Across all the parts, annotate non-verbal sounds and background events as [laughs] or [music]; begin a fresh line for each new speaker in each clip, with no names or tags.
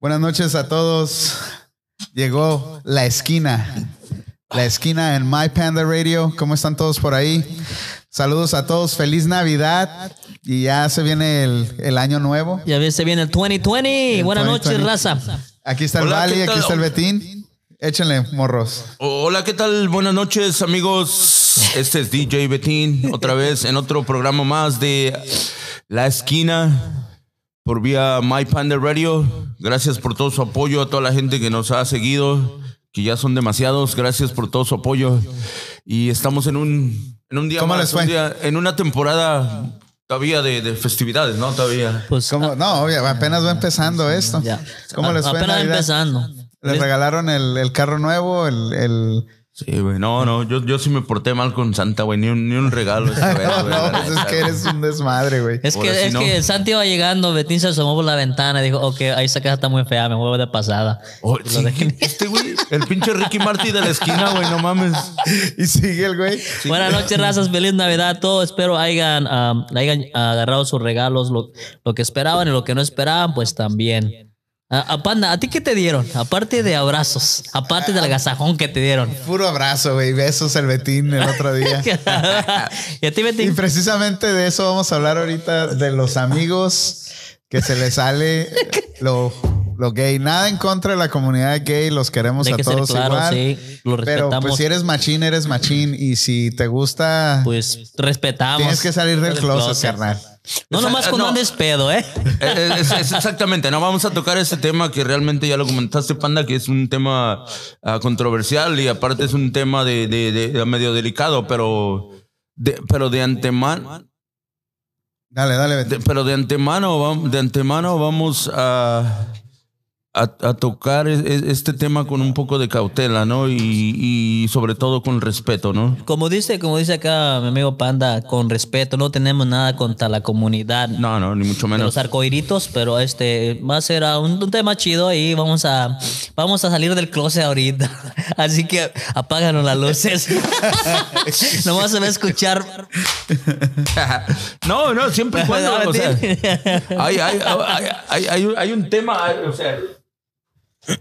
Buenas noches a todos. Llegó la esquina. La esquina en My Panda Radio. ¿Cómo están todos por ahí? Saludos a todos. Feliz Navidad. Y ya se viene el, el año nuevo.
Ya ve, se viene el 2020.
El
Buenas noches,
2020.
raza.
Aquí está el
Hola,
Bali,
¿qué
aquí
tal?
está el Betín. Échenle, morros.
Hola, ¿qué tal? Buenas noches, amigos. Este es DJ Betín, [laughs] otra vez en otro programa más de La Esquina por vía My Panda Radio. Gracias por todo su apoyo a toda la gente que nos ha seguido, que ya son demasiados. Gracias por todo su apoyo. Y estamos en un, en un día
¿Cómo les
más,
fue?
un día- en una temporada todavía de, de festividades, ¿no? Todavía.
Pues
¿Cómo?
ah,
No, obvio, apenas va empezando esto.
ya.
¿Cómo les fue en
Apenas
Navidad?
empezando.
Les regalaron el, el carro nuevo, el, el-
Sí, güey. No, no, yo, yo sí me porté mal con Santa, güey. Ni un, ni un regalo. [laughs] esta vez,
No,
güey,
[laughs] no,
la
pues es
neta,
que eres un desmadre, güey.
Es
Ahora
que,
sí
es
no.
que el Santi iba llegando, Betín se asomó por la ventana y dijo, ok, ahí esa casa está muy fea, me muevo de pasada.
Oh,
Lo
sí,
dejé.
[laughs] este güey, el pinche Ricky Marty de la esquina, güey, no mames.
Y sigue el güey.
Buenas noches, razas. Feliz Navidad a todos. Espero hayan, um, hayan agarrado sus regalos, lo, lo que esperaban y lo que no esperaban, pues también. A, a Panda, ¿a ti qué te dieron? Aparte de abrazos, aparte del agasajón que
[laughs]
te dieron. [laughs]
Puro abrazo, güey. Besos el Betín el otro día.
y a ti,
Y
Betín.
precisamente de eso vamos a hablar ahorita, de los amigos que se les sale lo, lo gay. Nada en contra de la comunidad gay, los queremos
Hay
a
que ser
todos
claro,
igual.
sí. Lo
Pero
respetamos.
pues si eres machín, eres machín. Y si te gusta,
pues respetamos.
tienes que salir del
Del
closet,
closet.
carnal.
No nomás
Eh,
con
no.
un despedo, ¿eh?
Eh, Es, es exactamente, no vamos a tocar ese tema que realmente ya lo comentaste, Panda, que es un tema ah, controversial y aparte es un tema de, de- de- medio delicado, pero de, pero de antemano,
Dale, dale, Betín.
de- pero de antemano, vam- de antemano vamos a, a, a tocar e- e- este tema con un poco de cautela, ¿no? Y, y sobre todo con respeto, ¿no?
Como dice, como dice acá mi amigo Panda, con respeto, no tenemos nada contra la comunidad.
No, no, ni mucho
de
menos.
los arcoiritos, pero este va a ser ah, un, un tema chido y vamos a vamos a salir del closet ahorita. [laughs] Así que apáganos las luces. [laughs] Nomás se va a escuchar.
No, no,
[laughs]
siempre y cuando.
¿verdad,
o sea,
Betín?
hay, hay, hay, hay- hay un- hay un tema. hay- O sea,
[laughs]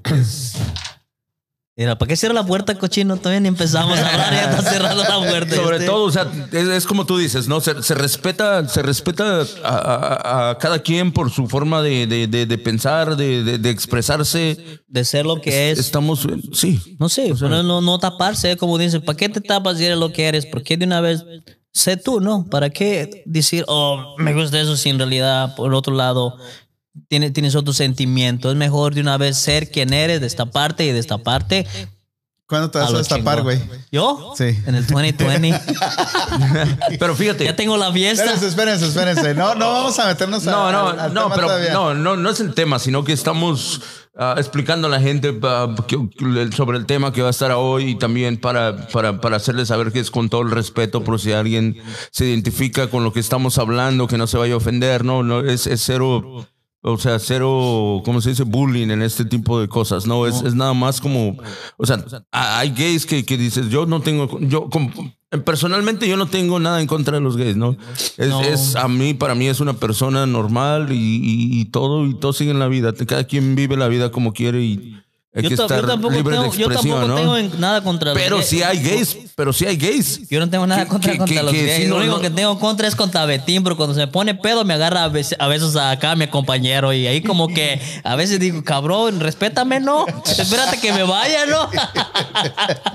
Mira, ¿para qué cierra la puerta, cochino? Todavía ni empezamos a hablar, ya está cerrando la puerta.
sobre
Este-
todo, o sea, es, es como tú dices, ¿no? Se, se respeta, se respeta a, a- a cada quien por su forma de, de- de- de pensar, de, de- de expresarse.
de ser lo que es.
Estamos. en- Sí.
No sé, pero no, no taparse, ¿eh? como dicen, ¿para qué te tapas si eres lo que eres? ¿Por qué de una vez sé tú, no? ¿Para qué decir, oh, me gusta eso si en realidad, por otro lado, tienes, tienes otro sentimiento? Es mejor de una vez ser quien eres, destaparte y destaparte.
¿Cuándo te
a
vas a
lo
destapar,
chingón.
güey?
¿Yo?
Sí.
En el
[laughs]
2020.
Pero fíjate.
ya tengo la fiesta.
Espérense, espérense, espérense. No, no vamos a meternos a,
No,
al-
no,
al
no,
tema
pero
todavía.
no, no, no es el tema, sino que estamos ah, explicando a la gente ah, que- que- sobre el tema que va a estar hoy y también para, para, para hacerles saber que es con todo el respeto, por si alguien se identifica con lo que estamos hablando, que no se vaya a ofender, no, no, es, es cero. O sea, cero, ¿cómo se dice? Bullying en este tipo de cosas, ¿no? Es, es nada más como, o sea, a- hay gays que, que dices, yo no tengo, yo como- personalmente yo no tengo nada en contra de los gays, ¿no? Es,
No.
es- a mí, para mí es una persona normal y, y- y todo, y todo sigue en la vida. Cada quien vive la vida como quiere y hay que
Yo, ta- yo
estar
tampoco
libre de
tengo, yo
expresión,
tampoco
¿no?
tengo en- nada contra los
pero
gays.
si hay gays, pero si hay gays.
Yo no tengo nada
Que-
contra,
que-
contra
que-
los
que
gays.
sí,
Lo
no,
único
no.
que tengo contra es contra Betín, pero cuando se me pone pedo me agarra a veces, a veces acá mi compañero y ahí como que a veces digo, cabrón, respétame, ¿no? Espérate que me vaya,
[laughs]
¿no?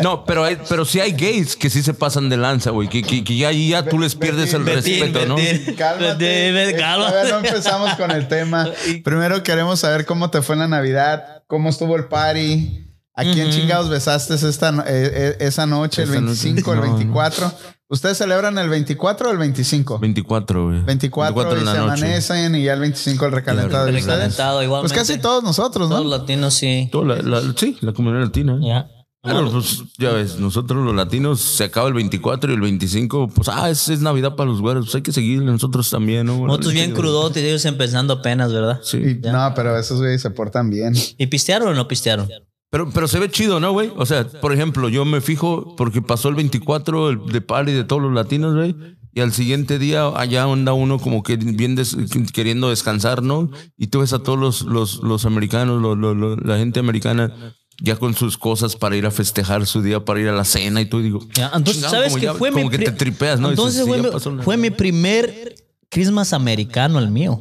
No, pero hay, pero si hay gays que sí se pasan de lanza, güey. Que, que, que ya, ya tú les pierdes el
Betín,
respeto, ¿no?
Betín. [laughs]
Cálmate.
Ve- ve-
eh,
cálmate.
todavía no empezamos con el
[laughs]
tema. Primero queremos saber cómo te fue en la Navidad, cómo estuvo el party, a quién chingados besaste esta, no- eh, eh, esa noche, el
Esa noche,
25, el
no, no.
24. ¿Ustedes celebran el 24 o el 25?
24, güey.
24, y se amanecen y ya el 25 el recalentado.
El
de ustedes.
recalentado,
pues
igualmente.
casi todos nosotros,
Todos
¿no?
los latinos sí.
Toda la- la- sí, la comunidad latina. ¿eh?
Ya.
Claro, pues ya ves, nosotros los latinos se acaba el 24 y el 25, pues ah, es, es Navidad para los güeros, pues hay que seguir nosotros también, ¿no?
Nosotros bien crudotes y ellos empezando apenas, ¿verdad?
Sí.
Y- no, pero esos güeyes se portan bien.
¿Y pistearon o no pistearon?
Pero, pero se ve chido, ¿no, güey? O sea, por ejemplo, yo me fijo porque pasó el 24 el de party de todos los latinos, güey. Y al siguiente día allá anda uno como que bien des- queriendo descansar, ¿no? Y tú ves a todos los, los, los americanos, los- los- los- la gente americana ya con sus cosas para ir a festejar su día, para ir a la cena. Y tú digo,
Ya, Entonces, Pues,
chingado,
¿sabes
como
qué
ya-
fue?
Como
mi
que te
pri-
tripeas, ¿no?
Entonces
Dices, sí,
fue,
ya
mi,
pasó la-
fue mi primer Christmas americano el mío.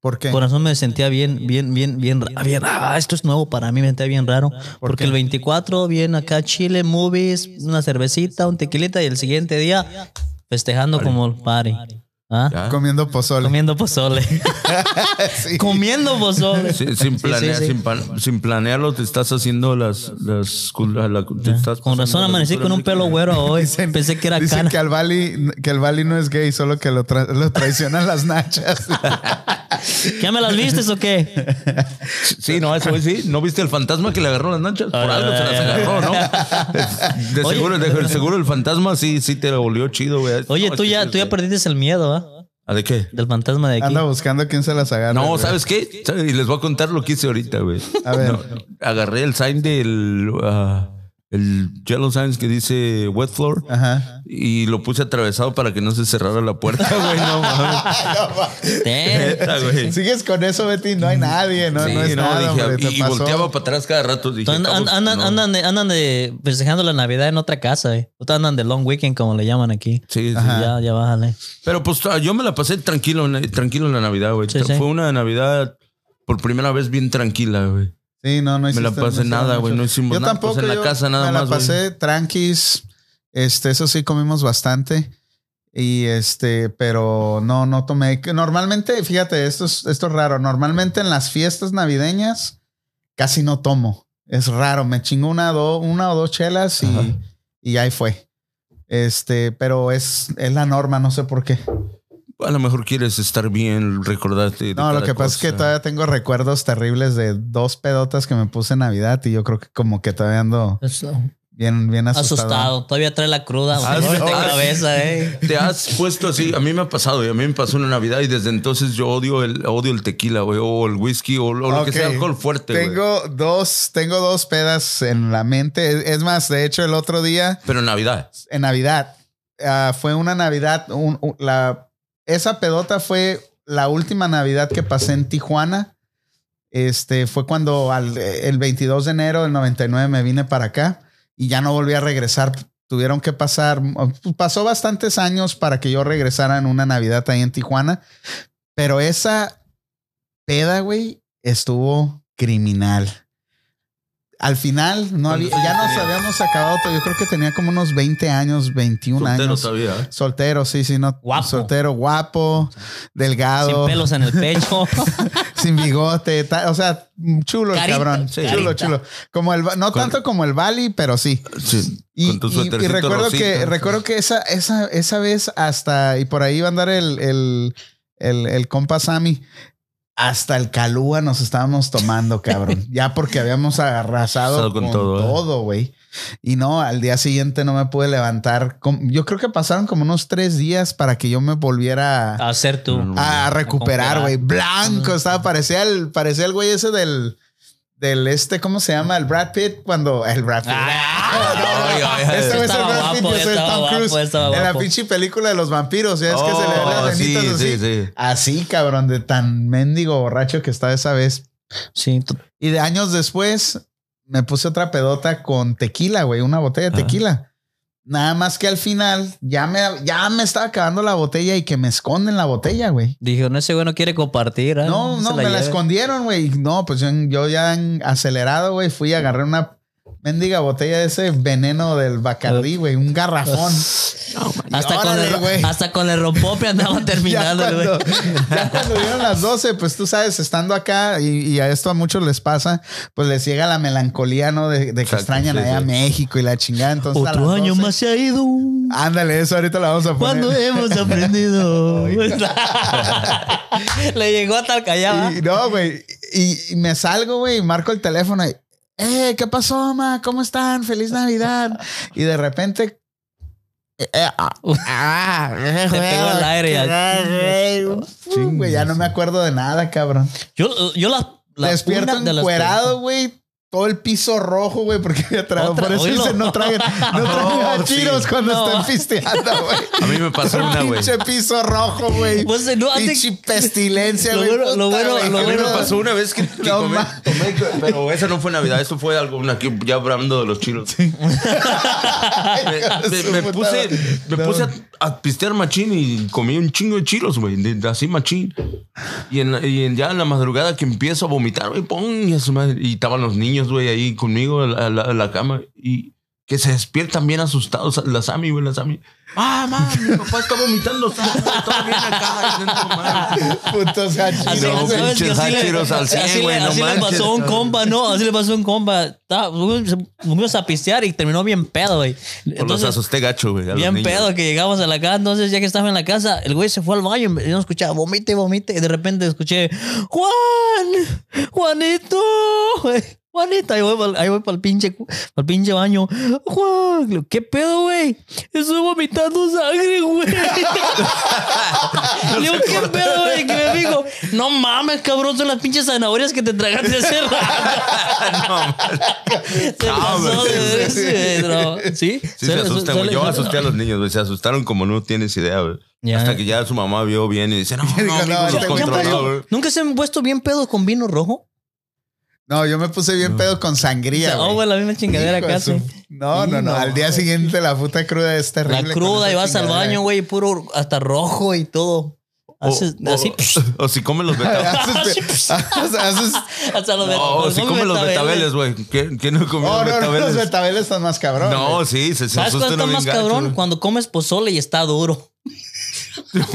¿Por qué?
Corazón me sentía bien, bien, bien, bien, ra- bien. Ah, esto es nuevo para mí, me sentía bien raro. Porque el 24 viene acá Chile, movies, una cervecita, un tequilita y el siguiente día festejando como el party. ¿Ah?
Ya.
Comiendo pozole.
Comiendo
[laughs]
pozole.
Sí.
Comiendo pozole.
[laughs] Sí, sin,
Sí,
planear,
sí, sí.
Sin, pan- sin planearlo te estás haciendo las... las, cul- la- la- te estás
Con
pasando
razón
la
amanecí
cultura
con un
americana.
pelo güero
[laughs]
hoy.
Dicen-
Pensé que era
dicen
cara.
que al Bali, que el Bali no es gay, solo que lo, tra- lo traicionan las
[laughs]
nachas.
¿Ya me las vistes o qué?
Sí, no, eso sí. ¿No viste el fantasma que le agarró las nachas? [laughs] Por algo se las agarró, ¿no? De
Oye.
seguro, de, de seguro el fantasma sí, sí te lo volvió chido, güey.
[laughs] Oye,
No,
tú
es que
ya,
sí,
tú ya
sí.
perdiste el miedo, ¿ah?
¿Ah, de qué?
Del fantasma de aquí.
Anda buscando quién se las agarra.
No,
güey.
¿sabes qué? ¿Sabes? Y les voy a contar lo que hice ahorita, güey.
A ver.
No, agarré el sign del... ah, el yellow sign que dice wet floor.
Ajá.
Y lo puse atravesado para que no se cerrara la puerta, [laughs] güey. No mames.
Damn.
Neta, güey.
Sigues con eso, Betty. No hay nadie. No,
Mm. Sí,
no es
no,
nada,
dije,
hombre,
y,
te
y
pasó.
volteaba para atrás cada rato. Dije,
Andan,
"Cabos,
andan,
no".
andan de, andan de festejando la Navidad en otra casa, eh. Ustedes andan de long weekend, como le llaman aquí.
Sí, sí.
Ah.
Ya, ya bájale.
Pero pues ah, yo me la pasé tranquilo, en la- tranquilo en la Navidad, güey.
Sí, sí.
Fue una Navidad por primera vez bien tranquila, güey.
Sí, no, no
Me la
hiciste-
pasé
no
nada, güey,
mucho.
no hicimos
yo
nada,
Tampoco,
pues, en la
yo
casa nada
me
más,
la
güey.
pasé tranquis. Este, eso sí, comimos bastante. Y este, pero no, no tomé. Que Normalmente, fíjate, esto es, esto es raro. Normalmente en las fiestas navideñas casi no tomo. Es raro. Me chingo una, do- una o dos chelas
Ajá.
y, y ahí fue. Este, pero es, es la norma, no sé por qué.
A lo mejor quieres estar bien, recordarte. de
No, lo
cada
que pasa es que
cosa.
todavía tengo recuerdos terribles de dos pedotas que me puse en Navidad y yo creo que como que todavía ando bien, bien
asustado.
asustado.
Todavía trae la cruda
Ah,
dolor
sí.
de
Ah, sí.
cabeza, eh.
Te has puesto así. A mí me ha pasado y a mí me pasó una Navidad y desde entonces yo odio el, odio el tequila, güey, o el whisky, o, o lo que
Ok.
sea alcohol fuerte, güey.
Tengo dos, tengo dos pedas en la mente. Es- Es más, de hecho, el otro día
Pero en Navidad.
en Navidad ah, fue una Navidad, un- un- la, esa pedota fue la última Navidad que pasé en Tijuana. Este fue cuando al- el 22 de enero del 99 me vine para acá y ya no volví a regresar. Tuvieron que pasar, mm, pasó bastantes años para que yo regresara en una Navidad ahí en Tijuana. Pero esa peda, güey, estuvo criminal. Al final, no había, ya nos habíamos acabado. todo. Yo creo que tenía como unos 20 años, 21
Soltero
años.
todavía. ¿eh?
Soltero, sí, sí, no.
Guapo.
Soltero, guapo, delgado,
Sin pelos en el pecho.
sin bigote, ta- o sea, chulo el
Carita,
cabrón.
sí.
Chulo,
carita.
chulo. Como el, Ba- no
Con-
tanto como el Bali, pero sí.
Sí,
Y,
con tu
y- y
suétercito
recuerdo
rosita.
que recuerdo que esa, esa, esa vez hasta, y por ahí va a andar el, el, el, el compa Sammy. Hasta el calúa nos estábamos tomando,
[laughs]
cabrón. Ya porque habíamos arrasado
Arrasado
con,
con todo, ¿eh?
todo, güey. Y no, al día siguiente no me pude levantar. Com- Yo creo que pasaron como unos tres días para que yo me volviera a,
A hacer tú.
No,
Ah, a recuperar, Mm.
comprar.
güey. Blanco, estaba, parecía el, parecía el güey ese del, del este, ¿cómo se llama? El Brad Pitt, cuando el Brad Pitt.
Ay, ay, ay.
Este güey es el
Estaba
Brad Pitt,
guapo, eh,
yo soy el
estaba
Tom
guapo,
Cruise.
estaba
En la
guapo.
pinche película de los vampiros, ya es que se le ven
Oh,
las
sí,
venitas así.
sí, sí.
Así, cabrón, de tan mendigo borracho que estaba esa vez.
Sí, tú-
Y de años después me puse otra pedota con tequila, güey, una botella de
Ajá.
tequila. Nada más que al final ya me, ya me estaba acabando la botella y que me esconden la botella, güey.
Dijo, no, ese güey no quiere compartir. ¿ah?
No,
Se
no, me la
lleve".
escondieron, güey. No, pues yo, yo ya en acelerado, güey, fui a agarrar una mendiga botella de ese veneno del Bacardí, güey, un garrafón.
Hasta, con
Órale,
el,
güey.
ro- hasta con el rompope
[laughs]
andaba
Ya
terminando, el güey.
cuando, ya cuando dieron las 12, pues tú sabes, estando acá y, y a esto a muchos les pasa, pues les llega la melancolía, ¿no? De, de que
Exacto,
extrañan
sí,
allá
sí.
México y la chingada. Entonces, a
Otro
las
año
12,
más se ha ido.
Ándale, eso ahorita la vamos a poner.
¿Cuándo hemos aprendido? [laughs] Le llegó hasta el callado. ¿ah?
Y, no, güey. Y, y me salgo, güey, y marco el teléfono y, eh, ¿qué pasó, ma? ¿Cómo están? Feliz Navidad. Y de repente... eh, eh, ah, ah, eh,
Te pegó el aire ya.
eh, güey, uh, güey, ya no me acuerdo de nada, cabrón.
Yo, yo la, la
Despierto
una de las-
encuerado, güey. todo el piso rojo, güey, porque [laughs] había tragado.
Otra,
Por eso
oílo.
dicen, no traguen,
[laughs]
no traguen a
No, sí.
chiros cuando
No.
estén pisteando,
[laughs]
güey.
A mí me
[laughs]
pasó una, güey.
Pinche piso rojo, güey.
Pues, no, hace-
Pinche pestilencia,
Lo
güey.
bueno- lo
Puta,
bueno-
güey.
lo
A mí me
bueno-
pasó una vez que, que
No
comí-
ma-
tomé, pero esa no fue Navidad, eso fue algo una- que ya hablando de los chinos. Me, me- me
Su puta
puse,
madre.
me
No.
puse a, a pistear machín y comí un chingo de chilos, güey, de- de así machín. Y, en la- y en- ya en la madrugada que empiezo a vomitar, güey, pum, y, a su madre. Y estaban los niños, güey, ahí conmigo en la, a la- a la cama y que se despiertan bien asustados, la Sami, güey, la Sami. Ah, mamá, mi papá está vomitando, está, está bien acá. ahí dentro, madre".
Putos
[laughs] Así,
gachiros,
¿sabes
No,
güey.
pinches
que así le-
hacheros al cien,
así le-
güey, no
así le
manches.
pasó a un compa, no, así le pasó a un compa. Estaba- fuimos- Fuimos a pistear y terminó bien pedo, güey.
Por los
Entonces,
asusté gacho, güey. a los
Bien
niños.
pedo que llegamos a la casa, entonces ya que estaba en la casa, el güey se fue al baño y yo escuchaba vomite, vomite, y de repente escuché, Juan, Juanito, güey, Juanito, ahí voy para el pinche, cu- pa'l pinche baño, Juan, le- ¿qué pedo, güey? Estoy vomitando sangre,
[laughs]
güey. Le digo, ¿qué pedo, güey? Que me dijo, no mames, cabrón, son las pinches zanahorias que te tragaste hace
[laughs]
rato. Se pasó
güey,
de
sí, sí.
verse, bro. ¿Sí?
Sí, se asustan, güey. Yo
asusté
asusté a los niños, güey. Se asustaron como no tienes idea, güey.
Ya.
Hasta que ya su mamá vio bien y
[laughs]
dice, no,
dijo,
no,
"No, ya-
no,
ya
se
¿Ya han
controló,
puesto-
güey.
¿Nunca se han puesto bien pedos con vino rojo?
No, yo me puse bien pedo con sangría,
oh,
güey.
güey, la misma chingadera
Hijo de
casi.
su- No, no, no. Al día siguiente la puta cruda es
La
terrible. con
cruda
esa
y vas al
chingadera. [laughs]
baño, güey, puro hasta rojo y todo. Haces
O- [laughs]
así.
O, o si comen los
[laughs]
betabeles.
Haces- Ah. haces-
hasta [laughs] los bet-
o si
¿cómo
comen los
betabeles?
betabeles, güey. ¿Qué, qué no comió
Oh, no, no, los
los betabeles?
betabeles están más cabrón.
No,
güey.
sí, se, se
¿Sabes cuál
asustan
está
a
más cabrón?
[laughs]
Cuando comes pozole y está duro.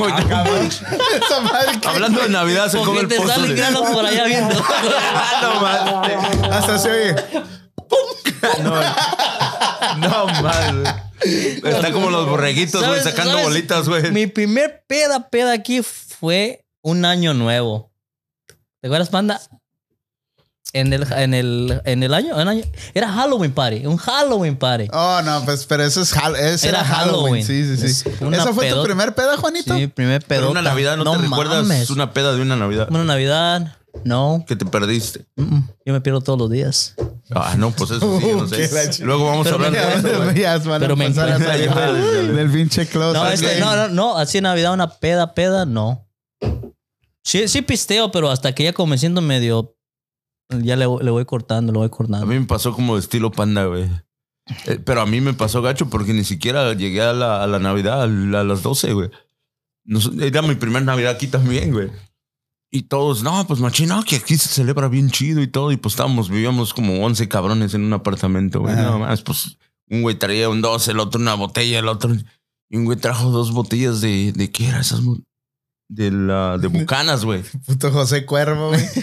Ah,
Esa madre que-
Hablando de Navidad, se come
Porque
el
te salen
pozole.
granos por allá viendo. [laughs]
Ah, no, madre.
Hasta se oye.
[laughs] No, madre. Está como los borreguitos, güey,
¿Sabes-
sacando
sabes?
bolitas, güey.
Mi primer peda, peda aquí fue un año nuevo. ¿Te acuerdas, panda? En el, en el, en el año, en año- Era Halloween party, un Halloween party.
Oh, no, pues, pero eso es Hall- ese era,
Era
Halloween.
Halloween.
Sí, sí,
Es
sí.
una
¿Esa fue tu
pedota.
primer peda, Juanito? [laughs]
Sí, primer pedo.
Pero una Navidad, ¿no, te recuerdas? Una peda de una Navidad
Una Navidad, no.
que te perdiste.
Mm, mm. Yo me pierdo todos los días.
Ah, no, pues eso sí, yo no
[laughs] Qué la
sé.
ch-
Luego vamos a hablar de eso, güey.
Ya van a
Pero me
empezar a
encuentro.
salir del-
Ay.
del pinche closet.
No, este,
güey.
no, no, no, así en Navidad una peda, peda, no. Sí, sí pisteo, pero hasta que ya como me siento medio... Ya le, le voy cortando, le voy
A
cortando.
mí me pasó como de estilo panda, güey. Eh, Pero a mí me pasó gacho porque ni siquiera llegué a la, a la Navidad a, la- a las 12, güey. No sé, era mi primer Navidad aquí también, güey. Y todos, no, pues machín, no, que aquí se celebra bien chido y todo. Y pues estábamos, vivíamos como 11 cabrones en un apartamento, güey.
Ajá.
Nada más, pues un güey traía un 12, el otro una botella, el otro. Y un güey trajo dos botellas de. ¿De qué era esas? mo- De, la,
[laughs]
de bucanas, güey.
Puto José Cuervo, güey.
[laughs]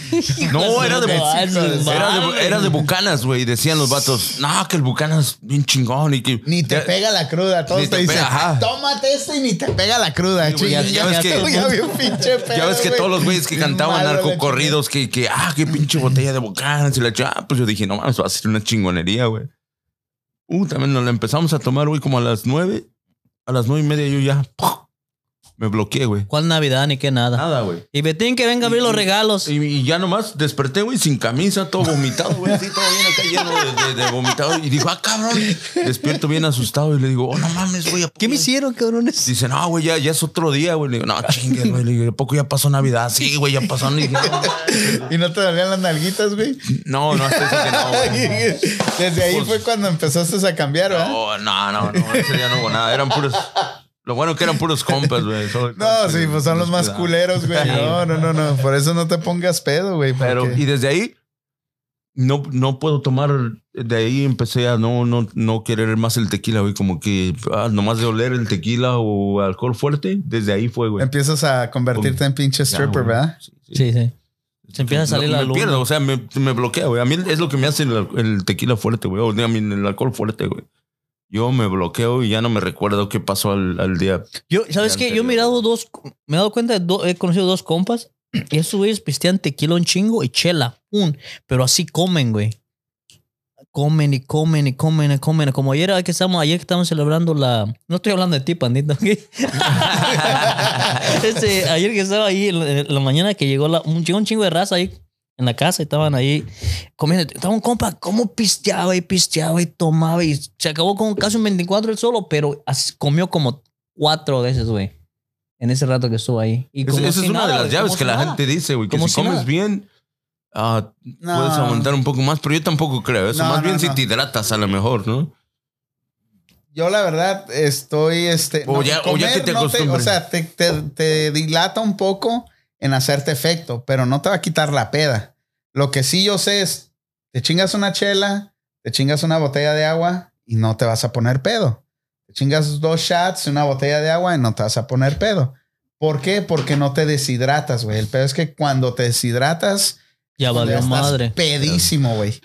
No, era de,
Ah,
México,
su
Era
madre.
de, era de Bucanas, güey. Decían los vatos, no, que el Bucanas bien chingón y que.
Ni te
Ya-
pega la cruda. Todos
Ni
te,
te
dicen,
pega, ajá.
tómate esto y ni te pega la cruda.
Sí, güey, ya-
chinga,
ya ves
estoy- [laughs]
que-
ya vi un pinche
Ya
pedo,
ves que
güey.
todos los güeyes que
Bien
cantaban
malo, la
narcocorridos, que, que, ah, qué pinche botella de Bucanas. Y la ch- ah, pues yo dije, no mames, va a ser una chingonería, güey. Uh, también nos la empezamos a tomar, güey, como a las nueve. A las nueve y media yo ya ¡puf! me bloqueé, güey.
¿Cuál Navidad ni qué nada?
Nada, güey.
Y Betín que venga a abrir los regalos.
Ah. Y, y ya nomás desperté, güey, sin camisa, todo vomitado, güey, así, todo bien acá lleno de, de- de vomitado. Y digo, ah, cabrón. Despierto bien asustado y le digo, oh, no mames, güey. ¿a poco
¿Qué me
ya-
hicieron, cabrones?
Dice, no, güey, ya, ya es otro día, güey. Le digo, no, chingue, güey. Le digo, ¿a poco ya pasó Navidad? Sí, güey, ya pasó. Le dije,
cruda. Y no te dolían las nalguitas, güey.
no, no, hasta eso que no, güey.
[laughs] Desde ahí
Pues-
fue cuando empezaste a cambiar, ¿verdad?
No, no, no, no, ese día no hubo nada. Eran puros. Lo bueno que eran puros compas, güey. Solo-
No, sí, pues son los más
cuidado.
culeros, güey. No, no, no, no. Por eso no te pongas pedo, güey.
Pero,
porque-
y desde ahí, no, no puedo tomar. De ahí empecé a no, no, no querer más el tequila, güey. Como que ah, nomás de oler el tequila o alcohol fuerte, desde ahí fue, güey. Pues,
empiezas a convertirte en pinche
Ya,
stripper,
güey.
¿verdad?
Sí, sí. Se empieza a salir
No,
la
me
luz.
pierdo, o sea, me, me bloquea, güey. A mí es lo que me hace el, el tequila fuerte, güey. O sea, a mí el alcohol fuerte, güey. Yo me bloqueo y ya no me recuerdo qué pasó al, al día.
Yo, ¿sabes qué? Yo he mirado dos, me he dado cuenta, de do- he conocido dos compas y esos güeyes pistean tequila un chingo y chela, un, pero así comen, güey. Comen y comen y comen y comen. Como ayer que estamos, ayer que estamos celebrando la. No estoy hablando de ti, pandita. ¿ok? [laughs] Este, ayer que estaba ahí, en la, en la mañana que llegó la- un, chingo, un chingo de raza ahí en la casa y estaban ahí comiendo. Estaba un compa, como pisteaba y pisteaba y tomaba y se acabó con casi un 24 el solo, pero así- comió como cuatro veces, güey. En ese rato que estuvo ahí. Y
Es-
como
esa
si
es una
nada,
de las
güey,
llaves
como
que
si
la
nada.
gente dice, güey, que
Como
si,
si
comes
nada.
bien, ah,
No.
puedes aguantar un poco más, pero yo tampoco creo eso.
No,
más
no,
bien si
no.
te hidratas a lo mejor, ¿no?
Yo la verdad estoy, este,
O ya- o ya que te
no o
acostumbres.
sea, te, te- te dilata un poco en hacerte efecto, pero no te va a quitar la peda. Lo que sí yo sé es, te chingas una chela, te chingas una botella de agua y no te vas a poner pedo. Te chingas dos shots y una botella de agua y no te vas a poner pedo. ¿Por qué? Porque no te deshidratas, güey. El pedo es que cuando te deshidratas,
Ya
cuando
valió
ya estás
madre.
pedísimo, güey.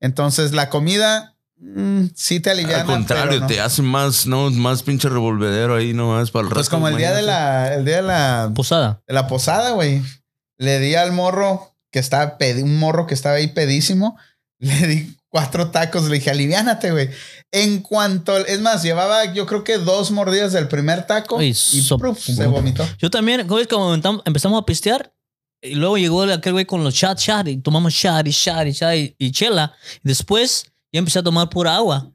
Entonces la comida mm, sí te alivia.
Al contrario, te hace más, no, más pinche revolvedero ahí nomás para el
Pues
resto
como el día de
mañana. [laughs]
la, el día de la,
Posada.
de la posada, güey. Le di al morro que estaba pedi- un morro que estaba ahí pedísimo. [laughs] Le di cuatro tacos, le dije, aliviánate, güey. En cuanto, es más, llevaba yo creo que dos mordidas del primer taco
Ay,
y
so-
pruf, se vomitó.
Yo también, como es que aumentam- empezamos a pistear y luego llegó aquel güey con los chat, chat y tomamos chat y chat y chat y, y chela. Y después yo empecé a tomar pura agua.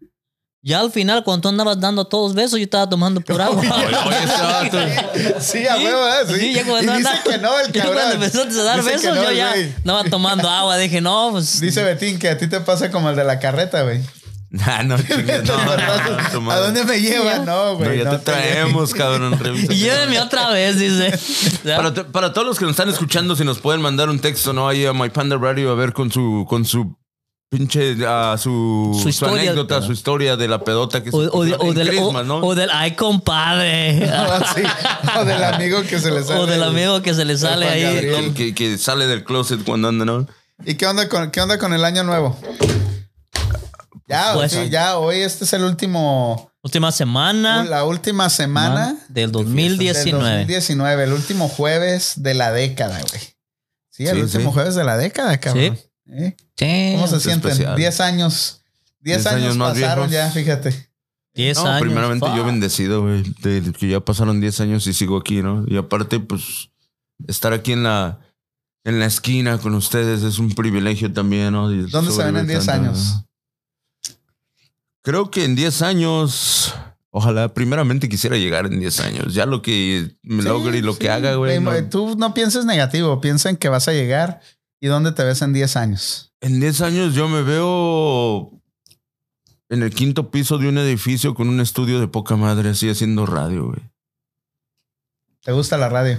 Ya al final, cuando tú andabas dando a todos besos, yo estaba tomando pura agua.
[laughs] Oye, oye,
[laughs]
este vato.
Sí, a huevo, ¿eh? sí.
ya cuando
y dice
andaba-
que
[laughs]
no, el
ya
cabrón.
cuando empezaste a dar
Dice que
besos,
no,
yo
el
ya
güey.
andaba tomando agua. Dije, no, pues.
Dice Betín que a ti te pasa como el de la carreta, güey.
Nah, Ah,
[laughs]
no, chingues, no, no, no, tu
¿A
madre.
dónde me llevan? No,
No,
güey.
ya
no
te traemos, cabrón.
[laughs]
revisa.
y llévenme otra vez, dice.
[laughs]
O sea,
Para, to- para todos los que nos están escuchando, si nos pueden mandar un texto, ¿no? Ahí a My Panda Radio a ver con su, con su pinche, ah, su,
Su
su
historia.
anécdota, su historia de la pedota que
o,
se
o-
puso
o
en
del, o-
Christmas, ¿no?
o del, ay, compadre.
Ah, sí. O del amigo que [laughs] se les
o del amigo que se le sale
Juan
ahí.
Gabriel.
que, que- que sale del closet cuando anda, ¿no?
¿Y qué onda con, qué onda con el año nuevo? Ya,
Pues-
sí, ya, hoy este es el último,
Última semana
la última semana del
del 2019.
2019, el último jueves de la década, güey. Sí, el
Sí,
último
sí.
jueves de la década, cabrón. ¿Eh? ¿Cómo se
Es
sienten?
especial.
10 años. 10
Diez
años,
años más
pasaron ya,
viejos.
fíjate.
10
No,
años.
primeramente
fuck.
yo bendecido, güey, de que ya pasaron 10 años y sigo aquí, ¿no? Y aparte, pues, estar aquí en la, en la esquina con ustedes es un privilegio también, ¿no? Y
¿Dónde se ven en 10
tanto,
años?
¿no? Creo que en 10 años, ojalá, primeramente quisiera llegar en 10 años. Ya lo que me logre y lo
Sí,
que
sí.
haga, güey. no.
Tú no pienses negativo, piensa en que vas a llegar y dónde te ves en 10 años.
En 10 años yo me veo en el quinto piso de un edificio con un estudio de poca madre, así haciendo radio, güey.
¿Te gusta la radio?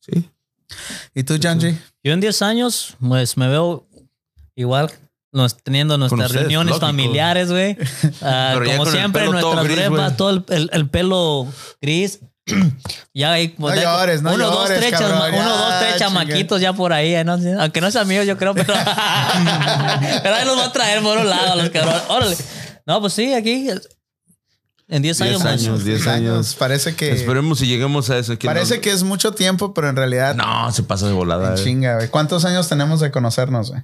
Sí.
¿Y tú, Janji?
Yo en 10 años, pues me veo igual nos, teniendo nuestras
ustedes,
reuniones
lógico.
[laughs]
familiares, güey. Ah,
Pero ya
como
con el
siempre,
pelo todo
nuestras
gris,
brepas,
güey.
todo el, el- el pelo gris. [clears throat] ya hay pues,
No llores, no
uno, dos,
llores,
tres,
cabrón,
chama-
ya,
uno, dos, tres
chinga.
chamaquitos ya por ahí. eh, no sé. Aunque no sean míos, yo
[laughs]
creo, pero, [laughs] pero ahí los va a traer por un lado, los cabrones. Órale. No, pues sí, aquí en 10 años,
10
más.
años, 10 años.
Pues, Parece que.
Esperemos si lleguemos a eso.
Parece
no,
que es mucho tiempo, pero en realidad.
No, se pasa de volada. eh.
Chinga, güey. ¿Cuántos años tenemos de conocernos, güey?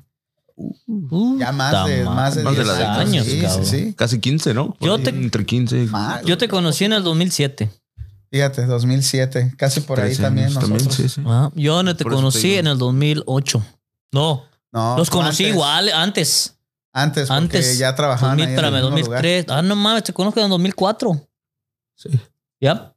Ya más de,
Puta
más de
madre.
10
Más de la
años.
década.
Sí, sí,
Cabrón.
sí.
Casi 15, ¿no? Por
Yo
ahí,
te-
Entre 15 y...
Mal.
Yo te conocí en el 2007.
Fíjate, 2007. Casi por ahí
13
también
años
nosotros.
sí, sí.
Ah, yo no te
Por eso te
conocí
digo.
en el 2008. No,
No,
los conocí
antes,
igual antes.
Antes, porque
Antes.
ya trabajaban
2000,
ahí en el
espérame,
mismo lugar.
2003. Ah, no mames, te conozco en el 2004.
Sí.
Ya.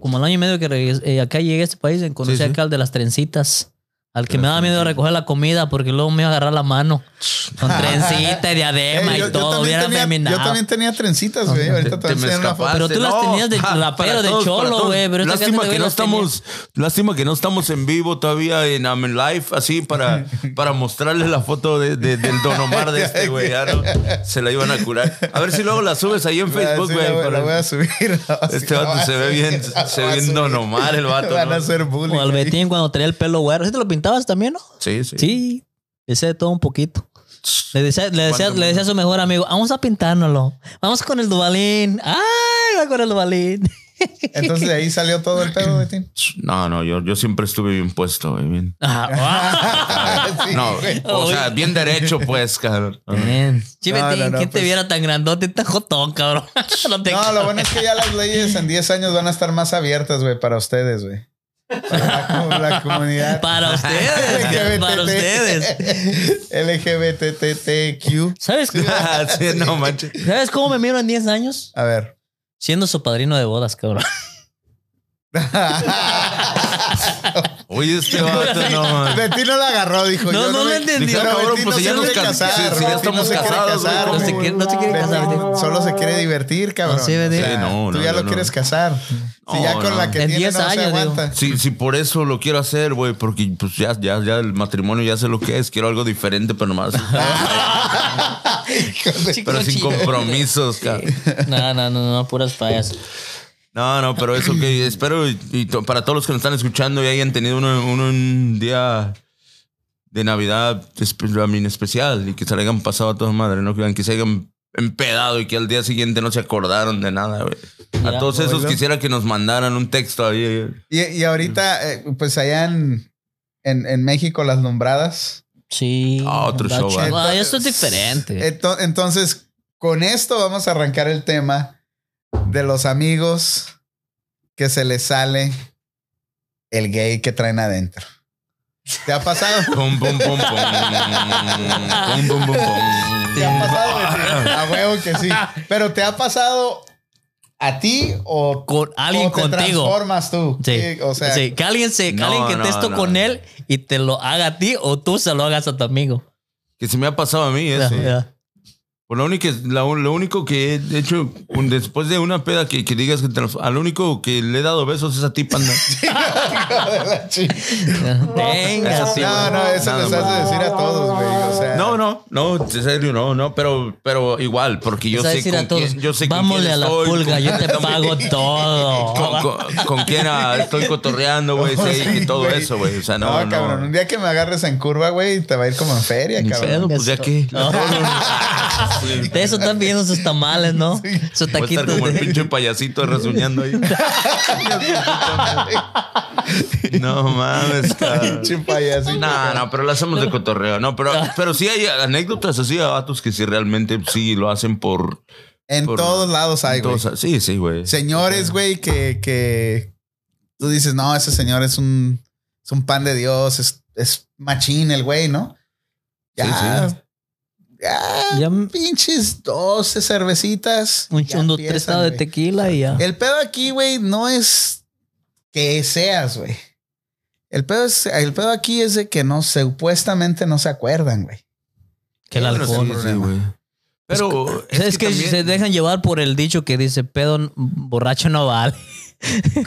Como el año y medio que regres- eh, acá llegué a este país, eh, conocí
Sí, sí.
acá al de las trencitas. Al que
De
me
las
daba miedo de
trencitas.
recoger la comida porque luego me iba a agarrar la mano.
[laughs]
Con trencita y diadema
Eh,
y todo.
también
Hubiera
tenía,
feminado.
yo también tenía trencitas, güey. Ahorita te voy a enseñar una foto.
Pero tú las tenías de rapero,
[laughs] para
de
todos,
cholo,
para todos.
güey, pero este
Lástima
gato,
que
güey,
no
las tenía.
estamos, lástima que no estamos en vivo todavía en I'm in Live,
[laughs]
así para, para mostrarles la foto de, de- del Don Omar de este, güey. ya no, se la iban a curar. A ver si luego la subes ahí en Facebook,
Sí, [laughs] la
pues, güey.
voy-
para-
La voy a subir. la voy a
[laughs] Este
subir, la voy
vato
a
se ve
subir,
bien,
la voy
se
a
ve bien
subir.
Don Omar, el vato.
Van
¿no?
a hacer
O al
bullying.
Betín cuando traía el pelo güero. ¿Sí te lo pintabas también, no?
Sí, sí.
Sí, ese de todo un poquito. Le decía, le, decía, le decía a su mejor amigo, vamos a pintárnoslo. Vamos con el Dubalín. ¡Ay, va con el Dubalín!
Entonces de ahí salió todo el
[laughs]
pedo, Betín.
No, no, yo, yo siempre estuve bien puesto, güey. Bien.
[laughs] Ah,
Sí,
no,
[laughs] güey.
o sea,
Oye.
bien derecho, pues, cabrón.
wow. Bien. Sí,
No,
Betín,
no, no,
¿quién te
pues-
viera tan grandote y tan jotón, cabrón? [laughs] no, te [laughs]
No, lo bueno es que ya las leyes en 10 años van a estar más abiertas, güey, para ustedes, güey. para la, como la comunidad.
[laughs] Para
[laughs]
ustedes, para ustedes.
LGBTTQ.
¿Sabes,
Ah, [laughs] sí, no manches.
[laughs] ¿Sabes cómo me miro en 10 años?
A ver.
Siendo su padrino de bodas, cabrón.
Oye, este vato, no manches.
De ti no la agarró, dijo.
No,
yo
no la entendí.
Pero
Cabrón,
Betín
pues
no
si ya
se
nos
quiere
ca-
casar,
si- si ya
Betín
estamos
no se quiere
casados, güey,
casar,
No se
güey.
quiere, no se quiere casar.
Betín
tío.
Solo se quiere divertir, cabrón.
No se ve de-
O sea,
Sí, no,
tú
no,
ya
no,
lo
no.
quieres casar. Si ya
No,
con la
no.
que
En
tiene
10
no se
años, digo.
aguanta.
Si, si por eso lo quiero hacer, güey, porque pues ya, ya, ya el matrimonio ya sé lo que es, quiero algo diferente, pero más. [laughs] pero sin compromisos, cabrón.
[laughs] No, no, no, no, puras fallas.
No, no, pero eso que espero y, y to- para todos los que nos están escuchando y hayan tenido uno, uno un día de Navidad espe- a mí, especial y que se le hayan pasado a toda madre, no que, que se hayan empedado y que al día siguente no se acordaron de nada, güey. A
Ya,
todos esos
oílo.
quisiera que nos mandaran un texto ahí. eh,
Y, y ahorita, eh, pues allá en, en, en México, las nombradas.
Sí.
Ah, otro
la
show,
chingada.
¿verdad?
Ah, esto es diferente.
Ento- entonces, con esto vamos a arrancar el tema de los amigos que se les sale el gay que traen adentro. ¿Te ha
[laughs]
pasado?
Pum, pum, pum, pum. Pum, pum, pum, pum.
¿Te ha pasado? Betín? A huevo que sí. Pero ¿te ha pasado a ti o,
Con alguien
o te
contigo.
transformas tú?
Sí.
O sea,
Sí, que alguien se, que
No,
alguien que
no,
te esto
no.
con él y te lo haga a ti o tú se lo hagas a tu amigo.
Que se me ha pasado a mí eso.
Ya, ya.
Pues lo único, la un- lo único que he hecho un- después de una peda que, que digas que te lo- al único que le he dado besos es a
[laughs]
ti, panda.
Venga, sí,
no, no, eso
güey.
Nada
les hace
más.
decir a todos, güey. O sea,
No, no, no, en serio, no, no, pero, pero igual, porque yo
Les va a
sé,
decir
con
a todos,
quién, yo sé con
vámonos
quién
a la
estoy,
pulga,
con
yo
quién
te
estamos-
pago todo.
[laughs] Con, con- con quién ah, estoy
[laughs]
cotorreando, güey, sé
Sí,
y todo
güey.
eso, güey. O sea, no,
No,
no.
cabrón. Un día que me agarres en curva, güey, te va a ir como en feria,
Ni
cabrón.
pedo, pues ya que.
[laughs] No. De eso están pidiendo sus tamales, ¿no? Sus
Voy a estar
taquitos
como el
de-
pinche payasito
[laughs]
rasguñando ahí. no
[laughs]
mames, cabrón.
Pinche payasito,
No,
cabrón.
no, pero lo hacemos de cotorreo. No, pero,
Ah.
pero sí hay anécdotas así a vatos que sí realmente sí lo hacen por.
En
por-
todos lados hay, güey.
entonces- sí, sí, güey.
Señores, güey, que, que tú dices, no, ese señor es un, es un pan de Dios, es, es machín el güey, ¿no? Ya,
Sí,
ya,
Ya un,
pinches 12 cervecitas. ya
un dos, tres
empiezan,
estados de
güey.
tequila y ya.
El pedo aquí, güey, no es que seas, güey. El pedo, es, el pedo aquí es de que no, supuestamente no se acuerdan, güey.
Que el
Pero
Pero sí,
alcohol.
sí,
sí, güey. Pero
Es, que,
también-
se dejan llevar por el dicho que dice, pedo n- borracho no vale.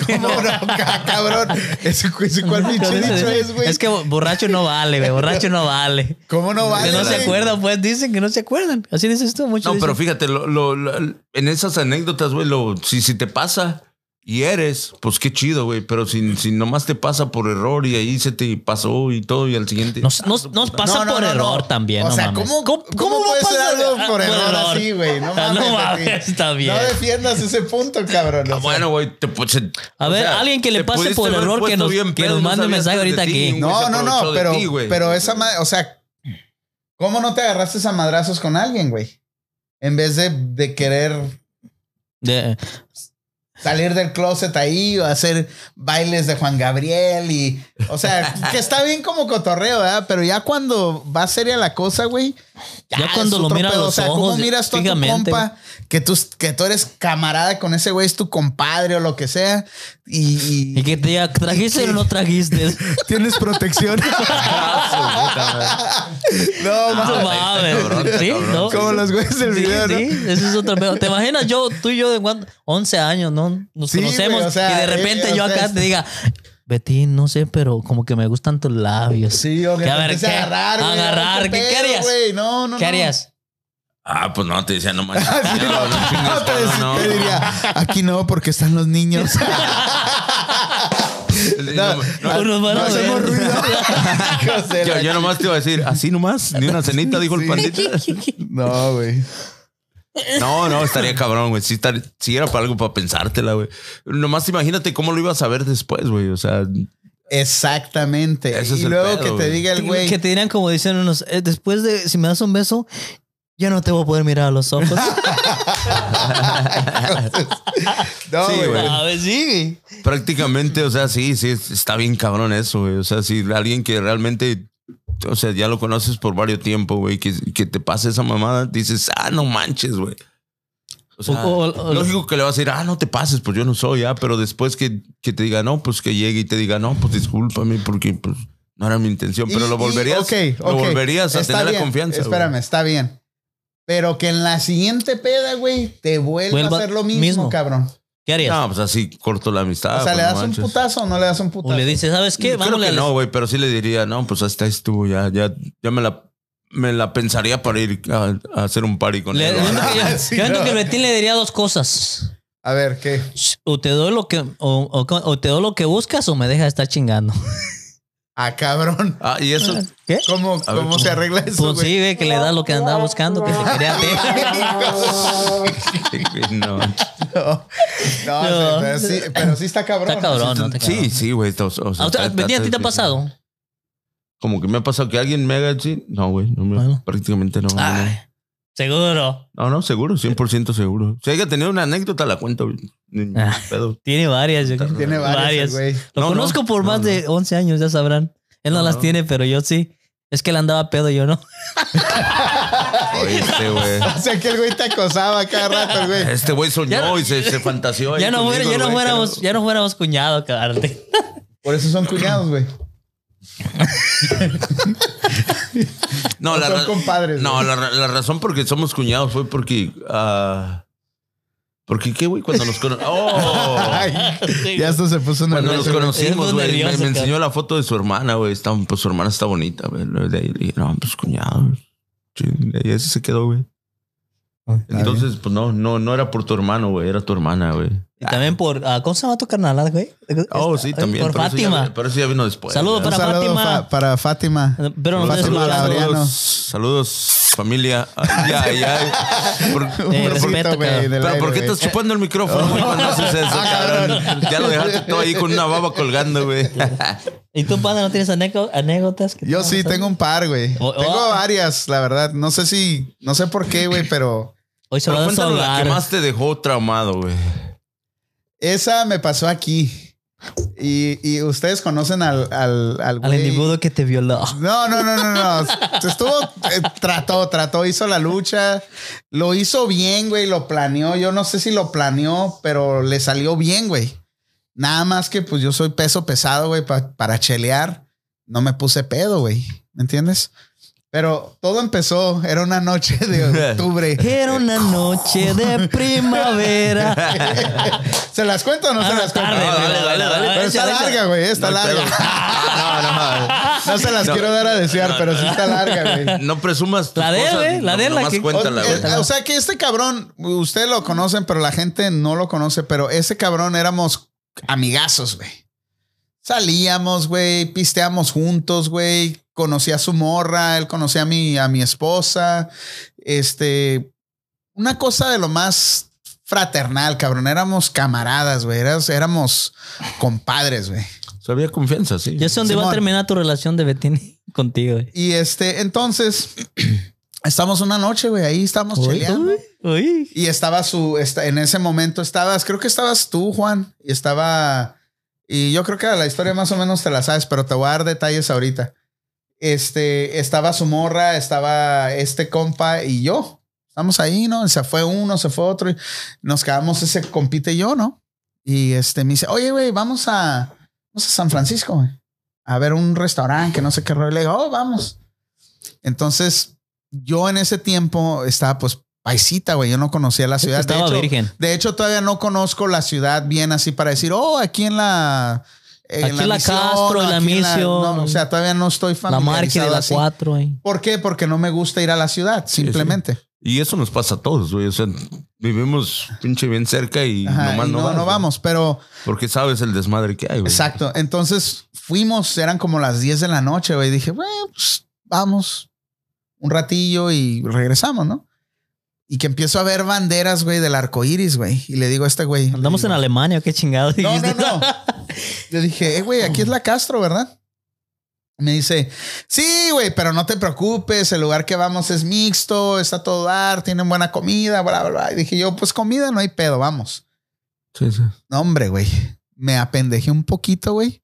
¿Cómo [laughs] no, ca- cabrón? ¿Eso, eso cuál pinche dicho es, güey?
Es que bo- borracho no vale, güey. Borracho no vale.
¿Cómo no vale?
que no se
güey?
acuerdan, pues dicen que no se acuerdan. Así dices tú, muchos.
No, pero
dicen,
fíjate, lo- lo- lo- en esas anécdotas, güey, lo- si, si te pasa y eres, pues qué chido, güey. Pero si, si nomás te pasa por error y ahí se te pasó y todo y al siguiente.
nos, nos- nos pasa
No, no,
por
no, no.
error también.
O
no
sea,
mames.
¿cómo, ¿cómo,
cómo va a
puede ser
pasar
algo por error así, güey? No
Ah,
mames.
[laughs] no mames,
Betín.
está bien.
No defiendas ese punto, cabrón. O
Ah,
sea,
bueno, güey, te pues, se-
A
o
ver,
sea,
alguien que le
te
pase
pudiste
por
haber
error que
puesto
nos-
bien
que
pedo,
nos
no
mande un
sabías
mensaje
de
ahorita
ti,
aquí.
güey,
No,
se
no,
aprovechó
no,
de
pero,
ti, güey.
pero esa madre, o sea, ¿cómo no te agarraste a madrazos con alguien, güey? En vez de, de querer
De-
salir del closet ahí o hacer bailes de Juan Gabriel y, o
[laughs]
sea, que está bien como cotorreo, ¿verdad? Pero ya cuando va seria la cosa, güey,
Ya cuando
es
lo
otro
mira a
pedo.
los
o sea, ¿cómo
ojos,
miras tú a tu
fijamente,
compa que tú, que tú eres camarada con ese güey, es tu compadre o lo que sea y, y-
y que te diga, ¿trajiste o no trajiste?
[laughs] tienes
[laughs]
protección?
Ah,
no,
No
mames.
mames.
Ah, cabrón,
Sí,
cabrón.
¿no?
Como los güeyes del
Sí,
video, ¿no?
sí, eso es otro pedo. ¿Te imaginas yo, tú y yo de cuánto? 11 años, ¿no? Nos
Sí, güey,
conocemos
o sea,
y de repente
eh, o
yo
sea,
acá
es-
te diga, Betín, no sé, pero como que me gustan tus labios.
Sí, o que
Que a
te
ver,
empiece a
¿qué?
agarrar, güey,
Agarrar,
a ver
¿qué
pedo,
harías?
güey. No, no,
¿Qué
no.
harías?
Ah, pues no, te decía
[laughs]
no manches,
Ah, Sí,
ya,
no,
no chingues,
no, te,
cabrón, no.
te diría, aquí no, porque están los niños.
No, no,
Tú nos
[laughs]
vas
no
a ver.
hacemos
[laughs]
ruido. Hijos de
yo,
la
yo nomás te iba
[laughs]
a decir, así nomás, ni una cenita, dijo
[laughs]
el pandita.
No, güey.
No, no, estaría cabrón, güey. Si, era para algo para pensártela, güey. Nomás imagínate cómo lo ibas a ver después, güey. O sea,
Exactamente.
Ese es
y
el
luego
pedo,
que te
güey.
diga el güey.
Que te dirán como dicen unos, "Eh, después de, si me das un beso,
[laughs]
ya no te voy a poder mirar a los ojos.
No,
Sí,
güey.
güey.
A ver, sí.
Prácticamente, o sea, sí, sí, es- está bien cabrón eso, güey. O sea, si alguien que realmente, o sea, ya lo conoces por varios tiempo, güey, que, que te pase esa mamada, dices, ah, no manches, güey. O sea,
O- o- o-
lógico que le vas a decir, ah, no te pases, pues yo no soy, ah, pero después que, que te diga, no, pues que llegue y te diga, no, pues discúlpame, porque pues, no era mi intención, pero
Y-
lo
y-
volverías,
ok,
lo
ok.
volverías a
Está
tener la
bien,
confianza. güey.
Espérame, está bien. Pero que en la siguiente peda, güey, te vuelva,
Vuelva
a hacer lo mismo,
mismo.
cabrón.
¿Qué harías?
No, pues así corto la amistad.
o sea,
pues,
¿le
no
das
manches.
un putazo o no le das un
o
putazo?
le dices, ¿sabes qué?
Yo creo
Vámonos
que
a
no,
la-
güey, pero sí le diría, no, pues hasta estuvo, ya, ya, ya me la, me la pensaría para ir a, a hacer un party con
le- [laughs]
él.
yo
¿no?
creo que yo-
[laughs] Sí,
yo creo
no.
que el Betín le diría dos cosas.
A ver, ¿qué?
O te doy lo que, o, o- o te doy lo que buscas o me dejas estar
[laughs]
chingando.
Ah, cabrón.
Ah, y eso,
¿Qué?
¿Cómo,
A ver,
cómo se arregla eso,
Pues
[laughs] güey?
sí, güey, que le das lo que andaba buscando, que te quería a ti. [laughs]
no.
no,
No.
sí, Pero, sí, pero sí está cabrón.
Está cabrón, ¿no? Está
Sí,
cabrón.
sí, güey. o- o sea,
¿A usted-
está- está-
Betín, ¿a ti te ha
está-
pasado?
Como que me ha pasado que alguien me haga así. No, güey, no me-
Bueno.
prácticamente no. no,
Ay, seguro.
No, no, seguro, 100% seguro. Si haya tenido una anécdota, la cuento. güey. Ni- ni
Ah.
pedo.
Tiene varias. yo creo.
Tiene varias, güey. [laughs]
Lo
No, no.
conozco por
No,
más
no.
de 11 años, ya sabrán. Él no,
No,
las
no.
tiene, pero yo sí. Es que él andaba pedo, yo no.
Oíste, güey.
O sea, que el güey te acosaba cada rato, güey.
Este güey soñó
Ya-
y se, se fantaseó. ahí
Ya no, fuera-
conmigo,
ya no
pues, güey,
fuéramos,
pero-
ya no fuéramos cuñado,
[laughs]
cabrón.
Por eso son cuñados, güey.
No, la
son
ra-
compadres,
No,
güey.
la, ra- la razón por que somos cuñados fue porque. ah, porque qué, güey, cuando nos conocimos.
[laughs] Ay, ya esto se puso
cuando nos
nervioso. güey.
conocimos,
Estás
güey. Me,
nervioso,
me enseñó
cabrón.
la foto de su hermana, güey. Está- Pues su hermana está bonita, güey. Luego de ahí le dije, no, pues cuñados. Y ese se quedó, güey. Entonces, pues no, no, no era por tu hermano, güey. Era tu hermana, güey.
Y también por. ah, ¿Cómo se llama tu carnalada, güey?
Oh, sí,
Ay,
también.
Por
pero eso ya-
Fátima.
pero eso ya vino después.
Saludos
güey.
Un
para
saludo
Fátima. Eh,
fa- para Fátima.
Pero no
Fátima
estoy escuchando.
Laureano.
Saludos, saludos, familia. Ay, ay,
[laughs]
ay. Por-
Eh,
besito,
respeto,
güey, Eh. Ah,
cabrón.
del
Pero ¿por qué
aire,
estás chupando el micrófono,
[laughs]
güey, cuando haces eso, cabrón? Ya lo dejaste todo ahí con una baba colgando,
[laughs]
güey.
¿Y tú, panda, no tienes anéco- anécdotas? que
Yo
te
sí
han pasado?
tengo un par, güey.
O- o-
Tengo varias, la verdad. No sé si, no sé por qué, güey, pero
Hoy se
Pero
va a
cuéntame la
desahogar.
que más te dejó traumado, güey.
esa me pasó aquí. Y, y ustedes conocen al, al, al
Al
güey.
individuo que te violó.
No, no, no, no, no. Estuvo, eh, trató, trató, hizo la lucha. Lo hizo bien, güey, lo planeó. Yo no sé si lo planeó, pero le salió bien, güey. Nada más que pues yo soy peso pesado, güey, pa- para chelear. No me puse pedo, güey. ¿Me entiendes? Pero todo empezó, era una noche
[laughs]
de octubre.
Era una noche
[laughs]
de primavera.
¿Se las cuento o no
Ah,
se las cuento?
tarde,
No,
güey,
dale, dale, dale. Pero está
Échale,
larga,
échale.
güey, está
No hay
larga. [laughs] No se las quiero dar a desear, pero sí está larga, güey.
pedo. No presumas tus
La de él,
cosas,
eh,
güey, la
no-
de él, la
nomás
que-
cuéntala,
O-
güey.
eh, O sea que este cabrón, ustedes lo conocen, pero la gente no lo conoce, pero ese cabrón éramos amigazos, güey. Salíamos, güey, pisteamos juntos, güey. Conocí a su morra, él conocía a mi, a mi esposa. Este, una cosa de lo más fraternal, cabrón. Éramos camaradas, güey. Eras- Éramos compadres, güey.
O sea, había confianza, sí.
Yo sé dónde va
Simón.
a terminar tu relación de Betín [laughs] contigo, güey.
Y este, entonces, [clears throat] estamos una noche, güey. Ahí estamos cheleando.
Uy, uy.
Y estaba su, esta- en ese momento estabas, creo que estabas tú, Juan, y estaba, y yo creo que la historia más o menos te la sabes, pero te voy a dar detalles ahorita. Este, estaba su morra, estaba este compa y yo. Estamos ahí, ¿no? Se fue uno, se fue otro, y nos quedamos ese compite y yo, ¿no? Y este me dice, oye, güey, vamos a, vamos a San Francisco, güey, a ver un restaurante que no sé qué rollo. Le digo, oh, vamos. Entonces, yo en ese tiempo estaba pues paisita, güey. Yo no conocía la ciudad.
Estaba
de hecho,
virgen.
De hecho, todavía no conozco la ciudad bien así para decir, oh, aquí en la.
Aquí en la Castro,
o
en la
aquí
Misión.
no, o sea, todavía no estoy
La marca
familiarizado
de la
así.
4, güey.
¿Por qué? Porque no me gusta ir a la ciudad,
sí.
simplemente.
Y eso nos pasa a todos, güey. O sea, vivimos pinche bien cerca y
Ajá,
nomás
y no,
vas,
no
güey.
vamos, pero
Porque sabes el desmadre que hay, güey.
exacto. Entonces fuimos, eran como las 10 de la noche, güey. Dije, bueno, pues vamos un ratillo y regresamos, ¿no? Y que empiezo a ver banderas, güey, del arco iris, güey. Y le digo a este güey.
Andamos en
le digo,
Alemania, qué chingado.
No, no,
dijiste?
no. Le dije, eh, güey, aquí es la Castro, ¿verdad? Me dice, sí, güey, pero no te preocupes, el lugar que vamos es mixto, está todo dar, tienen buena comida, bla, bla, bla. Y dije yo, pues comida no hay pedo, vamos.
Sí,
[laughs]
sí.
No, hombre, güey. Me apendejé un poquito, güey.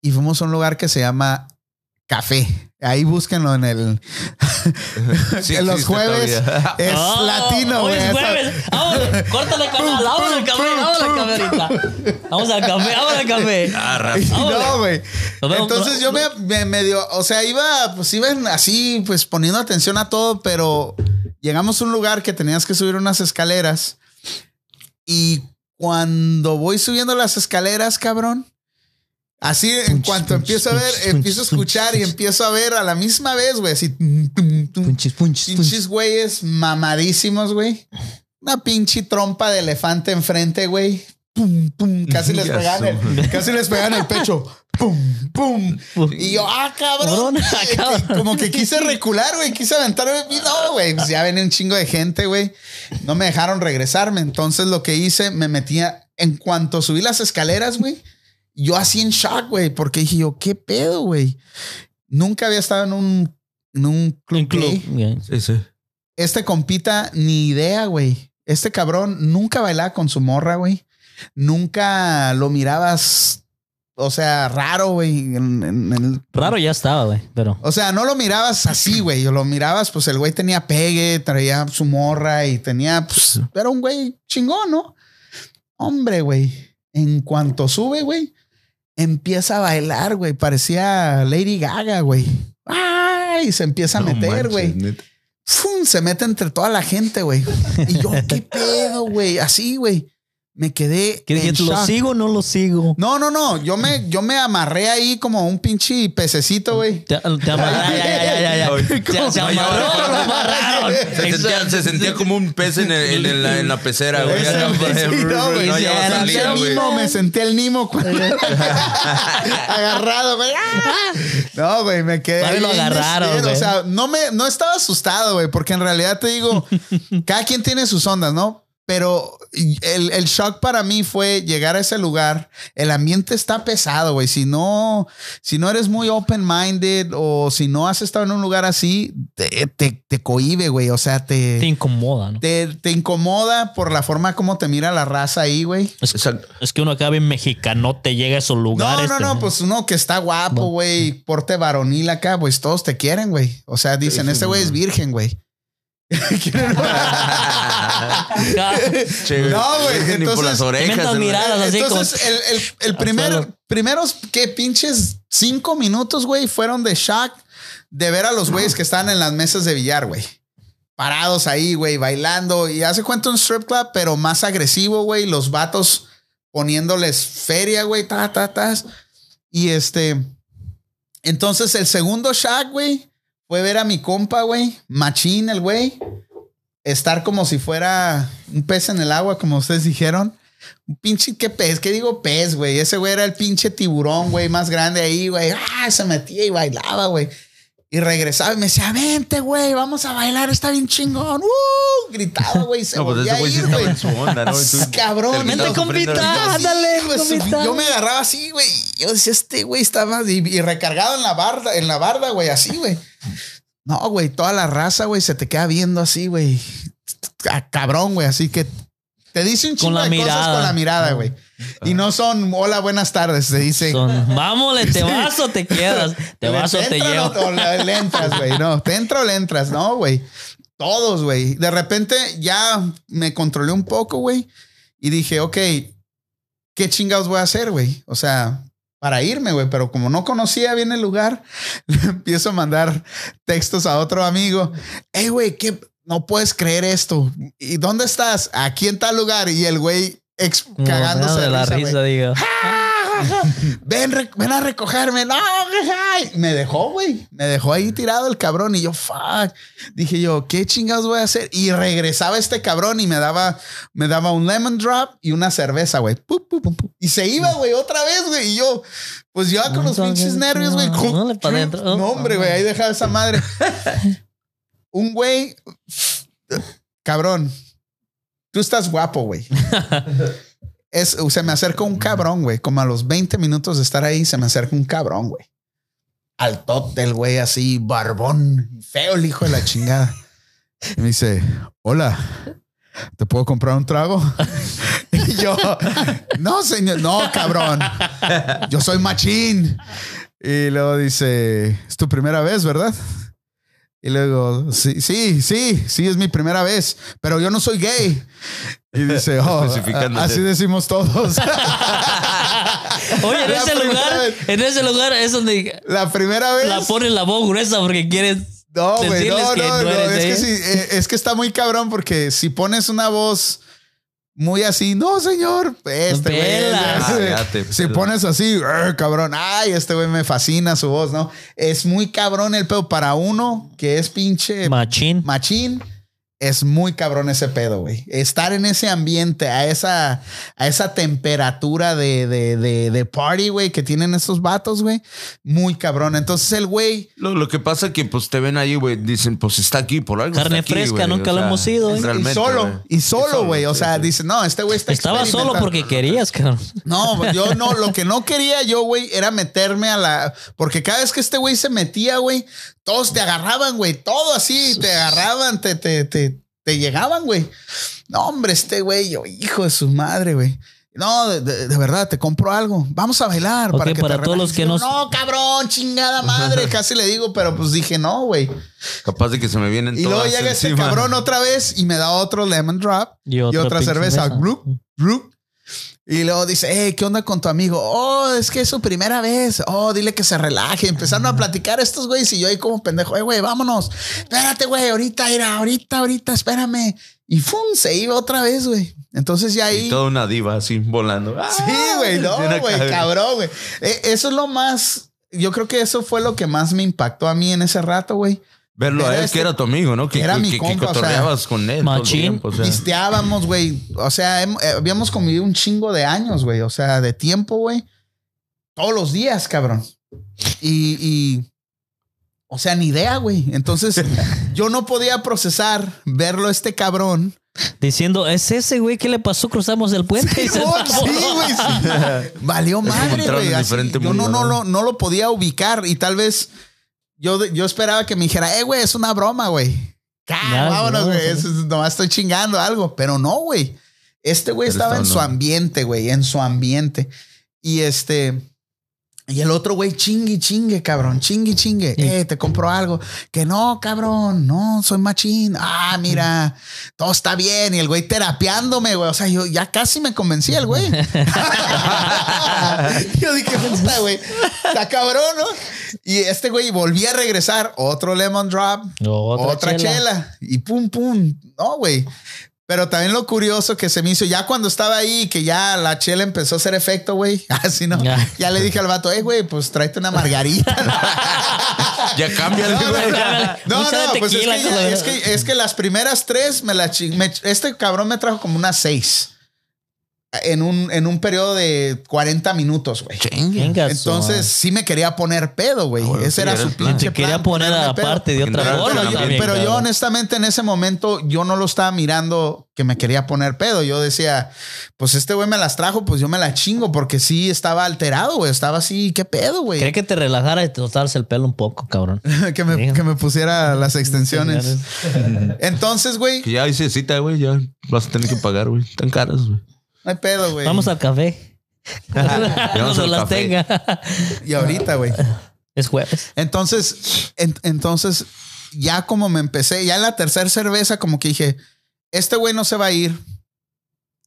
Y fuimos a un lugar que se llama Café. Ahí búsquenlo en el.
Sí,
en los
existe
jueves. eh,
todavía.
Es
[laughs] Oh,
latino,
Hoy
güey.
es
Esa-
jueves. Vámonos, córtale canal. Vamos al café, vamos al café ahorita. Vamos al café, vamos al café.
Ah, ra-
Y
Vámonos.
[laughs] No, güey.
Nos vemos
Entonces
pro-
yo me, me medio, o sea, iba, pues iban así, pues poniendo atención a todo, pero llegamos a un lugar que tenías que subir unas escaleras y cuando voy subiendo las escaleras, cabrón, así en
Punch,
cuanto
punch,
empiezo a
punch,
ver,
punch,
empiezo a
punch,
escuchar y
punch.
empiezo a ver a la misma vez, güey, así, tum, tum, tum,
Punches, punches, punches.
pinches güeyes mamadísimos, güey. Una pinche trompa de elefante enfrente, güey. Pum, pum. Casi les
Ya
pegan el, casi les pegan el pecho. Pum, pum. Y yo, ah, cabrón. [laughs]
Cabrón, ah, cabrón.
Como que quise recular, güey. Quise aventarme. Y no, güey. Pues ya venía un chingo de gente, güey. No me dejaron regresarme. Entonces lo que hice, me metía. En cuanto subí las escaleras, güey, yo así en shock, güey. Porque dije yo, ¿qué pedo, güey? Nunca había estado en un, en un club.
Un club.
gay
Bien.
Sí, sí.
este compita, ni idea, güey. Este cabrón nunca bailaba con su morra, güey. Nunca lo mirabas, o sea, raro, güey. en- en- en-
Raro ya estaba, güey, pero.
O sea, no lo mirabas así, güey. Lo mirabas, pues el güey tenía pegue, traía su morra y tenía, pues, era un güey chingón, ¿no? Hombre, güey. En cuanto sube, güey, empieza a bailar, güey. Parecía Lady Gaga, güey. ¡Ay! Se empieza a
No
meter,
manches,
güey.
neta.
¡fum! se mete entre toda la gente, güey. Y yo,
[laughs]
¿qué pedo, güey? Así, güey. Me quedé.
¿Qué
en
dijiste? ¿Lo
shock.
sigo o no lo sigo?
No, no, no. Yo me, yo me amarré ahí como un pinche pececito, güey.
Te, te amarraron. Ya, ya,
[laughs]
ya, ya, ya. Te, te
No, ya
amarró,
ahora-
lo amarraron.
Se sentía, se sentía como un pez en, el- en el- en la pecera, güey.
Ese-
Ya no,
[laughs] sí, no, güey.
no, ya va a
Me senté
salir,
el
güey.
Nimo, me senté el Nimo
[laughs]
cuando- agarrado, güey. ¡Ah! No, güey, me quedé.
Vale,
ahí
lo
bien
agarraron,
despierto. O
güey.
sea, no me, no estaba asustado, güey, porque en realidad te
[laughs]
digo, cada quien tiene sus ondas, ¿no? Pero el, el shock para mí fue llegar a ese lugar. El ambiente está pesado, güey. Si no, si no eres muy open-minded o si no has estado en un lugar así, te, te, te cohíbe, güey. O sea,
Te
te,
incomoda, ¿no?
te, te incomoda por la forma como te mira la raza ahí, güey.
Exacto.
Es que uno acá bien mexicano te llega a esos
No,
lugares.
no,
te-
no,
[laughs]
pues uno que está guapo, güey, porte varonil acá, pues todos te quieren, güey. O sea, dicen, este güey es virgen, güey. [laughs]
[laughs]
[laughs] Che,
No, güey,
ni por
entonces-
las orejas.
Tremendas
el-
miradas así como.
Entonces, el, el- el
Al
primer,
suelo.
primeros, ¿qué pinches cinco minutos, güey? Fueron de shock de ver a los güeyes que estaban en las mesas de billar, güey. Parados ahí, güey, bailando. Y hace cuenta un strip club, pero más agresivo, güey. Los vatos poniéndoles feria, güey, ta, ta, ta. Y este. Entonces, el segundo shock, güey, fue ver a mi compa, güey, machín, el güey, estar como si fuera un pez en el agua, como ustedes dijeron. Un pinche, ¿qué pez? ¿Qué digo pez, güey? Ese güey era el pinche tiburón, güey, más grande ahí, güey. Ah, se metía y bailaba, güey. Y regresaba y me decía, vente, güey, vamos a bailar, está bien chingón. ¡Uh! Gritaba, güey, y se
No, pues
volvía
ese
a
güey sí
ir,
estaba
güey.
en
[laughs]
su
[laughs]
onda, ¿no? Y tú-
Cabrón,
terminabas
Vente,
sufriendo
compita.
ahorita.
Ah,
Ándale,
pues,
comita.
yo me agarraba así, güey. Yo decía, este güey está más. Y, y recargado en la barda, en la barda, güey, así, güey. No, güey, toda la raza, güey, se te queda viendo así, güey. Ah, Cabrón, güey. Así que te dice un
Con
chingo
la
de cosas
mirada.
con la mirada, güey. Y no son hola, buenas tardes. Te dice.
Son,
[laughs]
vámonos, te vas o te quedas. Te vas o te
entra
llevas.
O le, le entras, güey. No, te entra o le entras, no, güey. Todos, güey. De repente ya me controlé un poco, güey. Y dije, ok, ¿qué chingados voy a hacer, güey? O sea, para irme, güey. Pero como no conocía bien el lugar, [laughs] le empiezo a mandar textos a otro amigo. Hey, güey, ¿qué? No puedes creer esto. ¿Y dónde estás? Aquí en tal lugar. Y el güey ex- cagándose
de la risa,
güey. [laughs]
digo.
Ven, rec- ven a recogerme. No, ay. me dejó, güey. Me dejó ahí tirado el cabrón. Y yo, fuck. Dije yo, ¿qué chingados voy a hacer? Y regresaba este cabrón y me daba, me daba un lemon drop y una cerveza, güey. Pu, pu, pu, pu. Y se iba, güey, otra vez, güey. Y yo, pues yo con los pinches nervios, güey.
Dale pa' dentro.
No, hombre, güey, ahí dejaba esa madre. Un güey, cabrón, tú estás guapo, güey. Es, se me acerca un cabrón, güey. Como a los 20 minutos de estar ahí, se me acerca un cabrón, güey. Al del güey, así, barbón, feo el hijo de la chingada. Y me dice, hola. ¿te puedo comprar un trago? [laughs] y yo, no, señor, no, cabrón. Yo soy machín. Y luego dice, es tu primera vez, ¿verdad? Y luego, sí, sí, sí, sí, es mi primera vez, pero yo no soy gay. Y
[laughs]
dice, oh,
ah, Especificándote.
así decimos todos. [laughs]
Oye, en
La
ese
primera
lugar,
vez.
en ese lugar es donde
La primera vez.
la ponen la voz gruesa porque quieres
No, güey,
decirles
no,
que
no,
no
no, es
eres de
que
ahí.
sí, eh, es que está muy cabrón porque si pones una voz muy así, no, señor, este güey,
Pela.
ya sé.
Ah, ya te-
si pones así, "Arr, cabrón, ay, este güey me fascina su voz, ¿no? Es muy cabrón el pedo para uno que es pinche
machín.
machín. Es muy cabrón ese pedo, güey. Estar en ese ambiente, a esa, a esa temperatura de, de, de, de party, güey, que tienen estos vatos, güey. Muy cabrón. Entonces el güey,
Lo, lo que pasa que pues te ven ahí, güey, dicen, pues está aquí por algo.
Carne
está aquí,
fresca,
güey,
nunca
o
lo
sea,
hemos ido, ¿eh?
realmente,
y solo,
güey.
y solo, güey. O
sí,
sea,
sí.
dice, no, este güey está
Estaba solo
experimentando".
porque querías, cabrón.
No, yo no, lo que no quería yo, güey, era meterme a la. Porque cada vez que este güey se metía, güey, todos te agarraban, güey, todo así, te agarraban, te, te, te, te llegaban, güey. No, hombre, este güey, yo, hijo de su madre, güey. No, de, de- de verdad, te compro algo. Vamos a bailar.
Ok,
que
para
te
todos los
relajes".
que
Y yo,
no-
No, cabrón, chingada
[laughs]
madre, casi le digo, pero pues dije, no, güey.
Capaz de que se me vienen
Y luego
todas
llega este
encima.
cabrón otra vez y me da otro lemon drop y,
Y otra
otra
pinche
cerveza.
cerveza.
Glup, glup. Y luego dice, hey, ¿qué onda con tu amigo? Oh, es que es su primera vez. Oh, dile que se relaje. Empezaron a platicar estos güeyes y yo ahí como pendejo, eh, güey, vámonos. Espérate, güey, ahorita, era, ahorita, ahorita, espérame. Y fum, se iba otra vez, güey. Entonces ya ahí.
Y toda una diva así volando. Ah,
Sí, güey, no,
tiene
güey,
cabeza.
cabrón, güey. Eh, eso es lo más. Yo creo que eso fue lo que más me impactó a mí en ese rato, güey.
Verlo
Era
a él,
este-
que era tu amigo, ¿no? Que,
era
que-
mi
que- que
compa, o sea,
cotorreabas con él. todo el
machín.
tiempo,
[laughs]
o sea.
pisteábamos, güey. O sea, hem- eh, habíamos convivido un chingo de años, güey. O sea, de tiempo, güey. Todos los días, cabrón. Y, y- o sea, ni idea, güey. Entonces, yo no podía procesar verlo a este cabrón.
Diciendo, es ese güey que le pasó, cruzamos el [laughs] puente. y se
Oh, [laughs]
escapó".
sí, güey, sí. Valió
como
madre,
entrar en
güey.
un
así,
diferente
Yo no,
mundo,
no,
¿no?
lo- no lo podía ubicar y tal vez yo, yo esperaba que me dijera, eh, güey, es una broma, güey. Ca,
Ya,
Vámonos,
no,
güey.
sí.
eso es- nomás estoy chingando algo. Pero no, güey. Este güey
Pero
estaba en
estaba,
su
no.
ambiente, güey, en su ambiente. Y este. Y el otro güey, chingue, chingue, cabrón, chingue, chingue.
Sí.
Eh, te compro algo. Que no, cabrón, no, soy machín. Ah, mira, todo está bien. Y el güey terapeándome, güey. O sea, yo ya casi me convencí el güey. [laughs] yo dije, puta, güey, está cabrón, ¿no? Y este güey volvía a regresar, otro lemon drop,
Otra,
otra, chela. y pum, pum. No, güey. Pero también lo curioso que se me hizo, ya cuando estaba ahí, que ya la chela empezó a hacer efecto, güey. [laughs] Así no.
Ya.
Ya le dije al vato, eh, güey, pues tráete una
[laughs]
margarita.
[laughs] Ya cambia
No,
güey.
no, no,
Mucha de
pues es
tequila,
que, ya-
cabrón.
es, que, es que las primeras tres me la chi- me- Este cabrón me trajo como unas seis. En un, en un periodo de 40 minutos, güey.
Venga, su-
Entonces sí me quería poner pedo, güey.
Ah, bueno,
Ese
sí,
era
era
su
el plan.
pinche
Te quería
plan,
poner
ponerme pedo.
aparte de otra
Entrar
forma.
en el
Pero,
también,
ambiente,
pero yo
cabrón.
honestamente en ese momento yo no lo estaba mirando que me quería poner pedo. Yo decía, pues este güey me las trajo, pues yo me la chingo porque sí estaba alterado, güey. Estaba así, qué pedo,
Quería
güey.
que te relajara y te tocarse el pelo un poco, cabrón.
[laughs] Que me, que me pusiera las extensiones. Entonces, güey,
Que ya hice cita, güey. Ya vas a tener que pagar, güey. Tan caras, güey.
no hay pedo, güey.
Vamos
[laughs]
al café.
Vamos
[laughs] Cuando
al
las
café.
tenga. [laughs]
Y ahorita, güey.
Es jueves.
Entonces, en- entonces, ya como me empecé, ya en la tercera cerveza, como que dije, este güey no se va a ir.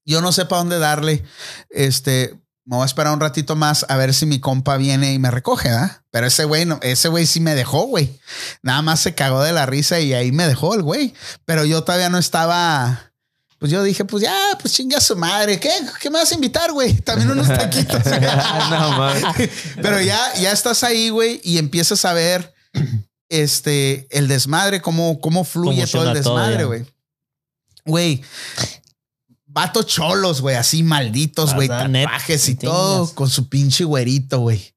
Yo no sé para dónde darle. Este, me voy a esperar un ratito más a ver si mi compa viene y me recoge, ¿verdad? Pero ese güey, no, ese güey sí me dejó, güey. Nada más se cagó de la risa y ahí me dejó el güey. Pero yo todavía no estaba. Pues yo dije, pues ya, pues chinga su madre. ¿Qué? ¿Qué me vas a invitar, güey? También unos [laughs] taquitos.
no, mames.
Pero ya, ya estás ahí, güey, y empiezas a ver este, el desmadre, cómo, cómo fluye todo el
funciona todo,
desmadre,
ya.
güey. Güey, vatos cholos, güey, así malditos, güey,
Ah, neta,
tatuajes y
tingas.
todo, con su pinche güerito, güey.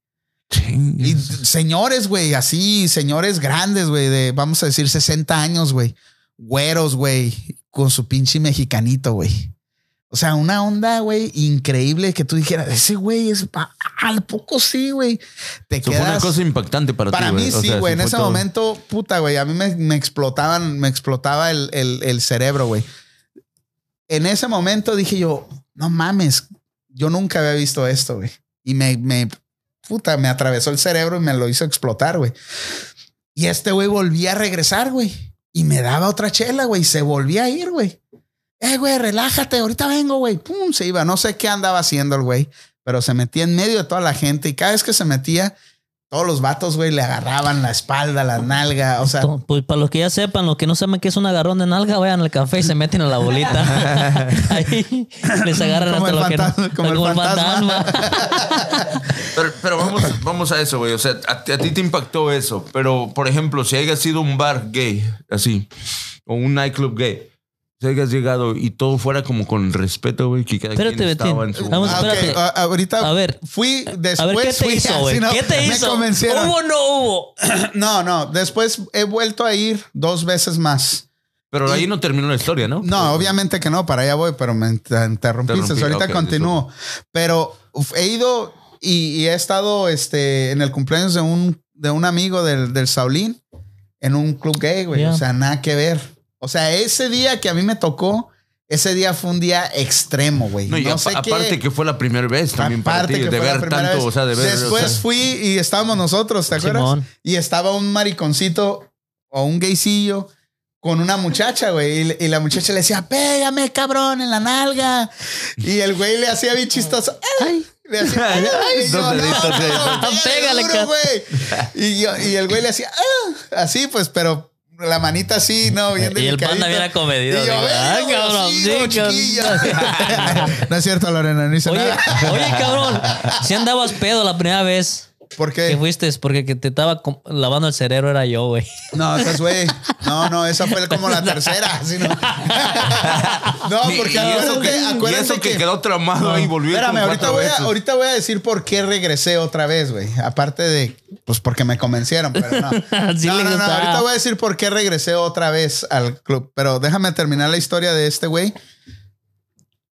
Y
Chingues.
señores, güey, así, señores grandes, güey, de, vamos a decir, 60 años, güey. Güeros, güey, con su pinche mexicanito, güey. O sea, una onda, güey, increíble que tú dijeras, ese güey es pa- al poco sí, güey. Te
Eso fue una
quedas.
cosa impactante para,
Para
ti,
mí
O
sí,
sea,
güey. En
fue
ese
todo.
momento, puta, güey, a mí me, me explotaban, me explotaba el, el- el cerebro, güey. en ese momento dije yo, no mames, yo nunca había visto esto, güey. Y me, me, puta, me atravesó el cerebro y me lo hizo explotar, güey. Y este güey volvía a regresar, güey. Y me daba otra chela, güey. Y se volvía a ir, güey. Eh, güey, relájate, ahorita vengo, güey. Pum, se iba. No sé qué andaba haciendo el güey, pero se metía en medio de toda la gente. Y cada vez que se metía, todos los vatos, güey, le agarraban la espalda, la nalga. O sea,
To- Pues para los que ya sepan, los que no saben qué es un agarrón de nalga, vayan al café y se meten a
[laughs]
la bolita. [laughs] Ahí les agarran
Como
hasta
el
lo que no.
fantasma-
[laughs]
como el fantasma.
Pero, pero vamos, vamos a eso, güey. O sea, a, a ti te impactó eso. Pero, por ejemplo, si hayas sido un bar gay, así, o un nightclub gay, si hayas llegado y todo fuera como con respeto, güey, que cada
Espérate,
quien estaba
Betín.
en su...
Vamos
ah, ok,
espérate.
a- ahorita
A ver.
fui después.
A ver, ¿qué te
fui,
hizo,
así
güey?
no,
¿Qué te
me
hizo?
convencieron. Pues
¿Hubo o no hubo?
No, no. Después he vuelto a ir dos veces más.
Pero ahí no terminó la historia, ¿no? pues,
No, obviamente que no, para allá voy, pero me inter- interrumpiste.
Interrumpí,
Ahorita
ok,
continúo. Pero uf, he ido y, y he estado este, en el cumpleaños de un, de un amigo del, del Saulín en un club gay, güey.
Ya.
O sea, nada que ver. O sea, ese día que a mí me tocó, ese día fue un día extremo, güey.
No,
No,
y apa-
sé qué-
aparte que fue la primera vez Pues también para
Aparte
ti,
que
de
fue la
ver
primera
tanto,
vez.
o sea, de ver... o
Después
sea,
fui y estábamos nosotros, ¿te acuerdas?
Simón.
Y estaba un mariconcito o un gaycillo con una muchacha, güey. Y le- Y, la muchacha le decía, pégame, cabrón, en la nalga. Y el güey le hacía bien chistoso. ¡Ay! Le hacía, "Ay", y yo,
Dos
"No,
deditos,
cabrón,
deditos".
pégale
Pégale,
duro,
cabrón.
güey. Y, yo- y el güey le hacía, "Ah", así pues, pero la manita así, ¿no? Bien
Y el
delicadita.
panda hubiera comedido.
Y yo,
digo,
"Ay, cabrón,
sí, [laughs]
chiquillo". [laughs]
cabrón.
No es cierto, Lorena, no hice
Oye,
nada.
oye, cabrón, si andabas pedo la primera vez
Porque
que fuiste, es porque que te estaba com- lavando el cerebro era yo, güey. [laughs]
No, esas güey. No, no, esa fue como
[laughs]
la tercera. así no. no,
y-
porque
y eso
acuérdate,
que- y
acuérdate
eso que,
que.
quedó tramado ahí y volvió
Espérame,
como
ahorita
cuatro
voy, a,
veces.
ahorita voy a decir por qué regresé otra vez, güey. Aparte de, pues porque me convencieron, pero
[laughs]
no.
Sí
no,
le
no, no,
gustaba.
ahorita voy a decir por qué regresé otra vez al club. Pero déjame terminar la historia de este güey.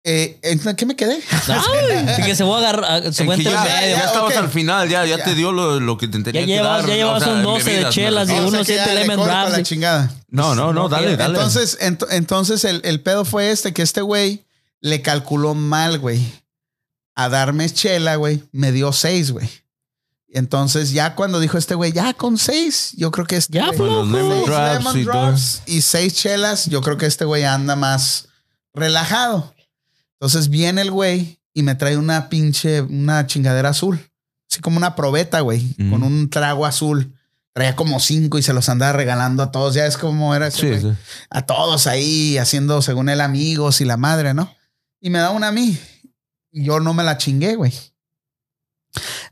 Eh, ¿En qué me quedé?
Ah,
Ay, Ah, que se fue a agarrar, se
En
fue
que
entre
ya,
el
ya,
medio.
ya
ok.
estabas al final, ya, ya, te dio lo, lo que te tenía
Ya
que
llevas-
dar.
ya llevas un 12 de
bebidas, me
chelas,
refiero.
Diego. uno
O sea, que ya
siente
le
lemon
corto
drop,
la
sí.
chingada.
No, no, no, dale, dale.
Entonces, ent- entonces el, el pedo fue este, que este güey le calculó mal, güey. A darme chela, güey, me dio seis, güey. Entonces ya cuando dijo este güey, ya con seis, yo creo que este
Ya,
güey-
fue.
Con los
seis
lemon drops
lemon
y todo.
drops y seis chelas, yo creo que este güey anda más relajado. Entonces viene el güey y me trae una pinche, una chingadera azul. Así como una probeta, güey,
Ujú.
con un trago azul. Traía como cinco y se los andaba regalando a todos. Ya es como era ese güey
Sí, sí.
a todos ahí haciendo según él amigos y la madre, ¿no? Y me da una a mí. Y yo no me la chingué, güey.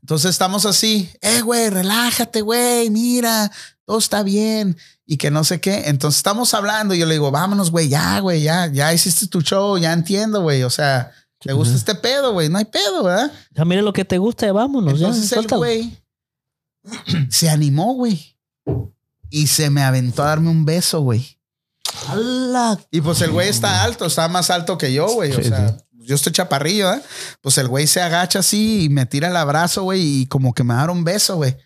Entonces estamos así, eh, güey, relájate, güey, mira, todo está bien y que no sé qué. Entonces estamos hablando y yo le digo, vámonos, güey, ya, güey, ya, ya hiciste tu show, ya entiendo, güey, o sea, te gusta este pedo, güey, no hay pedo, ¿verdad?
Ya mire lo que te gusta, y vámonos.
Entonces
ya,
el
suéltalo.
güey se animó, güey. Y se me aventó a darme un beso, güey. Y pues el güey está alto, está más alto que yo, güey. O
Sí,
sea, yo estoy chaparrillo, ¿eh? Pues el güey se agacha así y me tira el abrazo, güey, y como que me va a dar un beso, güey.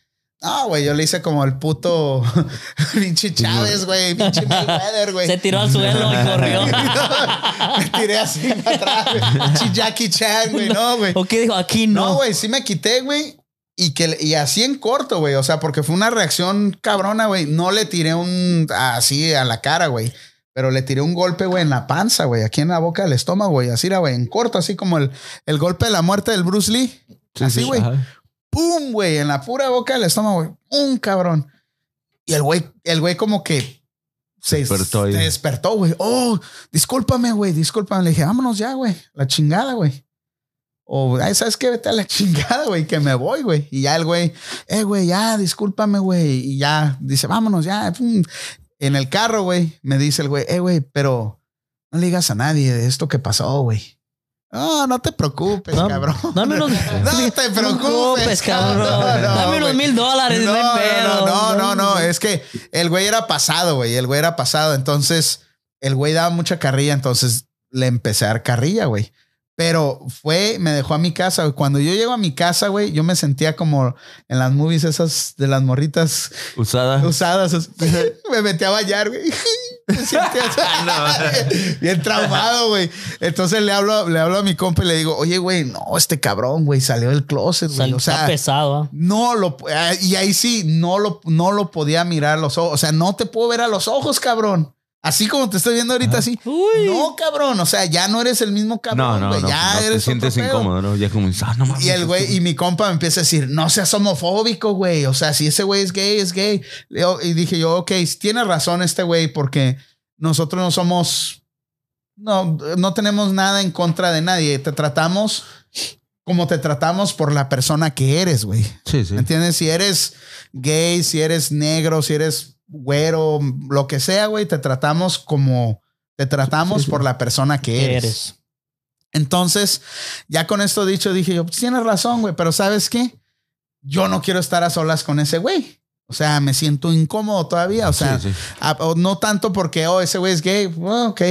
Ah, güey, yo le hice como el puto [laughs] pinche Chávez, güey, pinche Mayweather, güey.
Se tiró al suelo y corrió.
[laughs] me tiré así para atrás, güey. Pinche Jackie Chan, güey, no, güey.
¿O qué dijo? Aquí
No,
no.
güey, sí me quité, güey. Y, que, y así en corto, güey. O sea, porque fue una reacción cabrona, güey. No le tiré un así a la cara, güey. Pero le tiré un golpe, güey, en la panza, güey. Aquí en la boca del estómago, güey. Así era, güey. En corto, así como el, el golpe de la muerte del Bruce Lee.
Sí,
así,
sí,
güey.
ajá.
¡Pum, güey! En la pura boca del estómago, güey. ¡Un cabrón! Y el güey, el güey como que se
Despertó ahí.
se despertó, güey. ¡Oh! Discúlpame, güey. Discúlpame. Le dije, vámonos ya, güey. La chingada, güey. O, ay, ¿sabes qué? Vete a la [laughs] chingada, güey, que me voy, güey. Y ya el güey, eh, güey, ya, discúlpame, güey. Y ya dice, vámonos ya. Pum. En el carro, güey, me dice el güey, eh, güey, pero no le digas a nadie de esto que pasó, güey. No, no te preocupes,
No,
pues, cabrón.
Dame unos,
No te preocupes,
cabrón.
No, no,
Dame unos
güey.
mil dólares.
No,
hay
no, no,
pedo.
no, no, no, es que el güey era pasado, güey, el güey era pasado, entonces el güey daba mucha carrilla, entonces le empecé a dar carrilla, güey. Pero fue, me dejó a mi casa, güey. Cuando yo llego a mi casa, güey, yo me sentía como en las [laughs] movies esas de las morritas [laughs]
Usada.
usadas. así. Me metí a bañar, güey. [laughs] Bien traumado, güey. Entonces le hablo, le hablo a mi compa y le digo, oye, güey, no, este cabrón, güey, salió del closet, güey.
Sal-
O sea,
está pesado. ¿ah?
no lo, ah, y ahí sí, no lo, no lo podía mirar a los ojos. O sea, no te puedo ver a los ojos, cabrón. Así como te estoy viendo ahorita, así.
Uy.
No, cabrón. O sea, ya no eres el mismo
No,
cabrón,
no,
güey.
no.
ya
no
eres
te sientes
otro pedo.
incómodo, ¿no? Ya como, ah, no mames.
Y el güey, y mi compa me empieza a decir, no seas homofóbico, güey. O sea, si ese güey es gay, es gay. Le- Y dije yo, ok, tiene razón este güey, porque nosotros no somos, no, no tenemos nada en contra de nadie. Te tratamos como te tratamos por la persona que eres, güey.
Sí, sí.
¿Me entiendes? Si eres gay, si eres negro, si eres güero, lo que sea, güey, te tratamos como te tratamos por la persona que
¿Qué
eres.
eres?
Entonces, ya con esto dicho, dije yo, pues, tienes razón, güey, pero ¿sabes qué? Yo no quiero estar a solas con ese güey. O sea, me siento incómodo todavía. O sea,
Sí, sí.
a- o no tanto porque, oh, ese güey es gay, bueno, ok,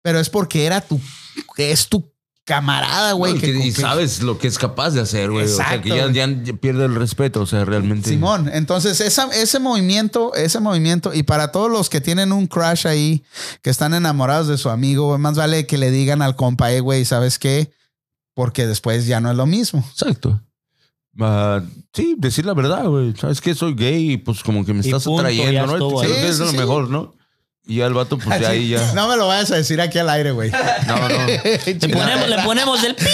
pero es porque era tu, es tu camarada, güey.
No, y
que-
que- y
que-
sabes lo que es capaz de hacer, güey. O sea, que ya,
Exacto,
ya pierde el respeto, o sea, realmente.
Simón, entonces esa- ese movimiento, ese movimiento, y para todos los que tienen un crush ahí, que están enamorados de su amigo, güey, más vale que le digan al compa, eh, güey, ¿sabes qué? Porque después ya no es lo mismo.
Exacto. Ah, sí, decir la verdad, güey. Sabes que soy gay y pues como que me
Y
estás
punto, ya
atrayendo,
estuvo
¿no?
ahí.
Creo que es
Sí, sí,
lo
sí.
mejor, ¿no? Y ya el vato, pues de
Así-
[laughs]
ahí ya.
[laughs] No me lo vayas a decir aquí al aire, güey.
No, no.
Le ponemos, le ponemos el
[laughs]
pi.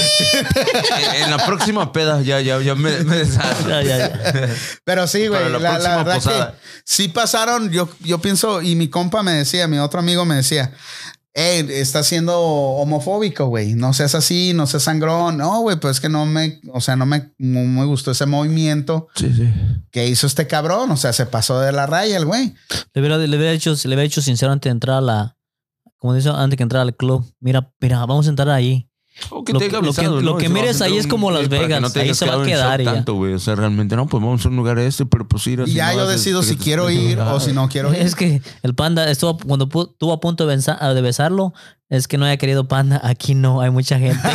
en la próxima peda ya, ya, ya me, me deshazgo.
Ya, ya, ya.
Pero sí, güey,
Para la
la, la
próxima
verdad
posada.
que sí pasaron, yo, yo pienso, y mi compa me decía, mi otro amigo me decía, hey, estás siendo homofóbico, güey, no seas así, no seas sangrón, no, güey, pues es que no me, o sea, no me, no me gustó ese movimiento
Sí, sí.
que hizo este cabrón, o sea, se pasó de la raya el güey.
Le hubiera, le hubiera hecho, le hubiera hecho sincero antes de entrar a la. Como dice, antes que entrar al club. Mira, mira, vamos a entrar ahí.
O que
Lo
te
que-
haya
lo
avisado,
que-
¿no?
lo que
Si vas
mires
a
ahí
entrar
es
un-
como Las
para que
Vegas,
no tengas
ahí se va a
que
quedar
avanzar
y ya.
tanto, güey. O sea, realmente, no, pues vamos a un lugar este, pero pues ir así.
Y ya
no
yo
haces-
decido si
te-
quiero
te-
ir
Ah,
o si no quiero ir.
es que el panda estuvo cuando pu- estuvo a punto de, benza- de besarlo. Es que no haya querido panda. Aquí no, hay mucha
[laughs]
gente.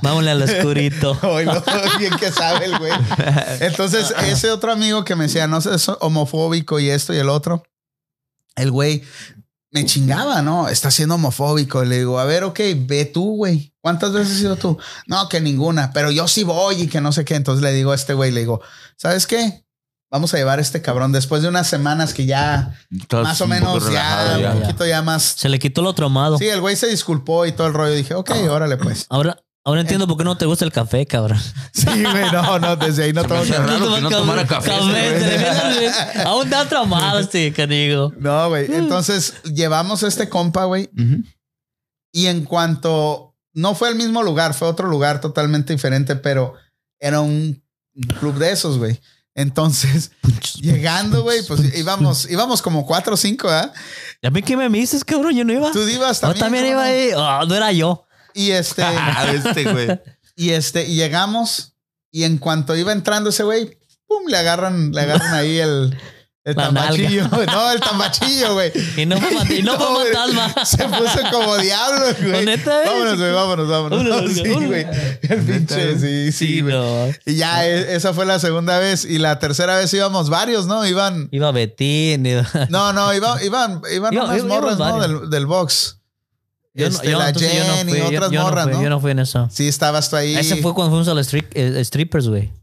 Vámonos al oscurito.
[laughs] Ay, no, bien que sabe el
[laughs]
güey. Entonces, ese otro amigo que me decía, no sé, es homofóbico y esto y el otro, el güey me chingaba, ¿no? Está siendo homofóbico. Le digo, a ver, ok, ve tú, güey. ¿Cuántas veces has sido tú? No, que ninguna, pero yo sí voy y que no sé qué. Entonces le digo a este güey, le digo, ¿sabes qué? Vamos a llevar a este cabrón después de unas semanas que ya
estás
más o
un poco
menos ya,
relajado
un poquito ya más.
Se le quitó lo traumado.
Sí, el güey se disculpó y todo el rollo. Dije, ok, órale pues.
Ahora, ahora entiendo por qué no te gusta el café, cabrón.
[laughs] Sí, güey, no, no, desde ahí no
me
tengo
hace
que
raro que no tomara café, este güey.
te le miras, güey. Aún está traumado este
[laughs]
canigo.
No, güey. Entonces llevamos a este compa, güey.
Ujú.
Y en cuanto no fue al mismo lugar, fue otro lugar totalmente diferente, pero era un club de esos, güey. Entonces, [laughs] llegando, güey, pues íbamos, íbamos como cuatro o cinco, ¿ah?
¿A mí qué me dices, cabrón? Yo no iba.
Tú ibas
Yo
también.
también
¿cómo
iba
no?
ahí. Ah, no era yo.
Y
[laughs]
este,
Ah, este, güey.
y este, y llegamos, y en cuanto iba entrando ese güey, pum, le agarran, le agarran ahí el, el
La
tambachillo. No, el tambachillo, güey.
Y no fue, fant- y no fue
[laughs] No, güey.
fantasma.
Se puso como diablo, güey.
Neta, eh.
Vámonos, güey, vámonos, vámonos.
Vámonos,
sí,
vámonos.
güey. El
eh.
pinche, sí, sí,
Sí,
güey.
no.
Y ya e- esa fue la segunda vez. Y la tercera vez íbamos varios, ¿no? Iban.
Iba Betín. [laughs] iba-
No, no, iba- iban, iban
Iba-
unas
iba-
morras,
íbamos
¿no?
varios.
Del, del box.
Yo no-
Este,
yo-
la
entonces yo no
Jen
fui,
y
yo-
otras
yo no
morras,
fui,
¿no?
Yo no fui en eso.
Sí, estabas tú ahí.
Ese fue cuando fuimos a los stri- eh, strippers, güey. [laughs]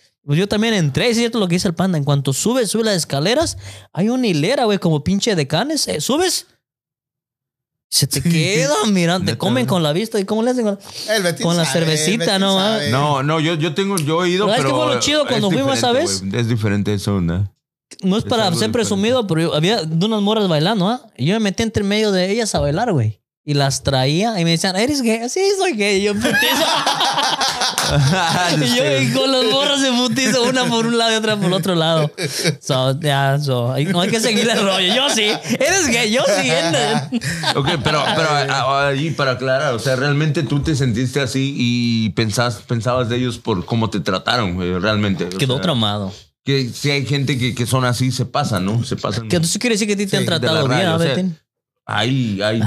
pues yo también entré, es cierto lo que dice el panda. En cuanto subes, subes las escaleras, hay una hilera, güey, como pinche de canes. eh, subes. Se
[laughs]
te quedan mirando, te
Neta,
comen
güey.
con la vista. ¿Y cómo le hacen? con-
El Betín
Con la
sabe, el
cervecita,
Betín
¿no?
sabe.
No, no, yo, yo tengo, yo he ido,
¿Verdad
pero.
que fue lo chido
es
cuando fuimos esa
diferente,
vez?
güey. Es diferente
[laughs]
eso, onda. [laughs]
No es
Es
para
algo
ser
diferente.
presumido, pero yo- había de unas morras bailando, ¿ah? Y yo me metí entre medio de ellas a bailar, güey. y las traía y me decían, ¿eres gay? Sí, soy gay. Y yo, putiza. [laughs] y yo y con los gorros de putiza, una por un lado y otra por el otro lado. So, ya, so, hay- no hay que seguir el rollo. Yo sí, eres gay, yo sí.
[laughs]
Ok, pero, pero a- a- ahí para aclarar, o sea, realmente tú te sentiste así y pensás, pensabas de ellos por cómo te trataron, güey, realmente. O
Quedó
sea,
tramado.
Que si hay gente que, que son así, se pasan, ¿no? Se pasan.
Que entonces quiere decir que a ti te han
de la
tratado bien,
raya,
¿ah,
o sea,
Betín?
Hay, hay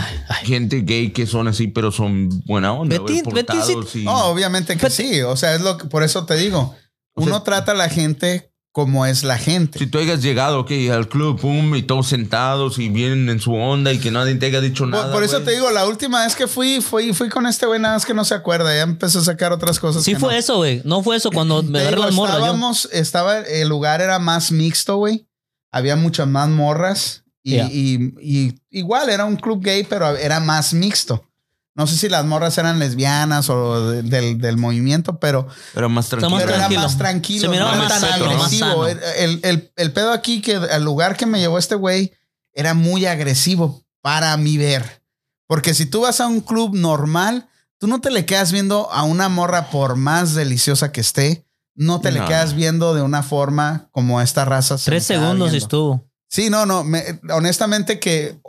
gente gay que son así, pero son buena onda. güey,
Betín, Betín, sí-
portados y-
No, obviamente
Pues
que sí. O sea, es lo que, por eso te digo. Uno trata a la gente como es la gente.
Si tú hayas llegado ok, al club, pum, y todos sentados y vienen en su onda y que nadie te haya dicho
Por-
nada.
por eso
güey.
te digo, la última vez que fui, fui, fui con este güey, nada más que no se acuerda. Ya empezó a sacar otras cosas.
Sí
que
fue
no.
eso, güey. No fue eso cuando Pues me
Te
agarré
digo,
las morras. yo-
estábamos, estaba, el lugar era más mixto, güey. Había muchas más morras. Y,
Yeah.
y- y igual era un club gay, pero era más mixto. No sé si las morras eran lesbianas o de- del, del movimiento, pero,
Era más
Está
tranquilo.
más
pero era
[laughs]
tranquilo.
más tranquilo.
Se miraba
no era
más
tan
sano,
más
agresivo.
sano.
El, el- el- el pedo aquí, que el lugar que me llevó este güey era muy agresivo para mi ver. Porque si tú vas a un club normal, tú no te le quedas viendo a una morra por más deliciosa que esté. No te le
No.
quedas viendo de una forma como esta raza. se
Tres
me queda
segundos
viendo.
estuvo.
Sí, no, no. me- honestamente que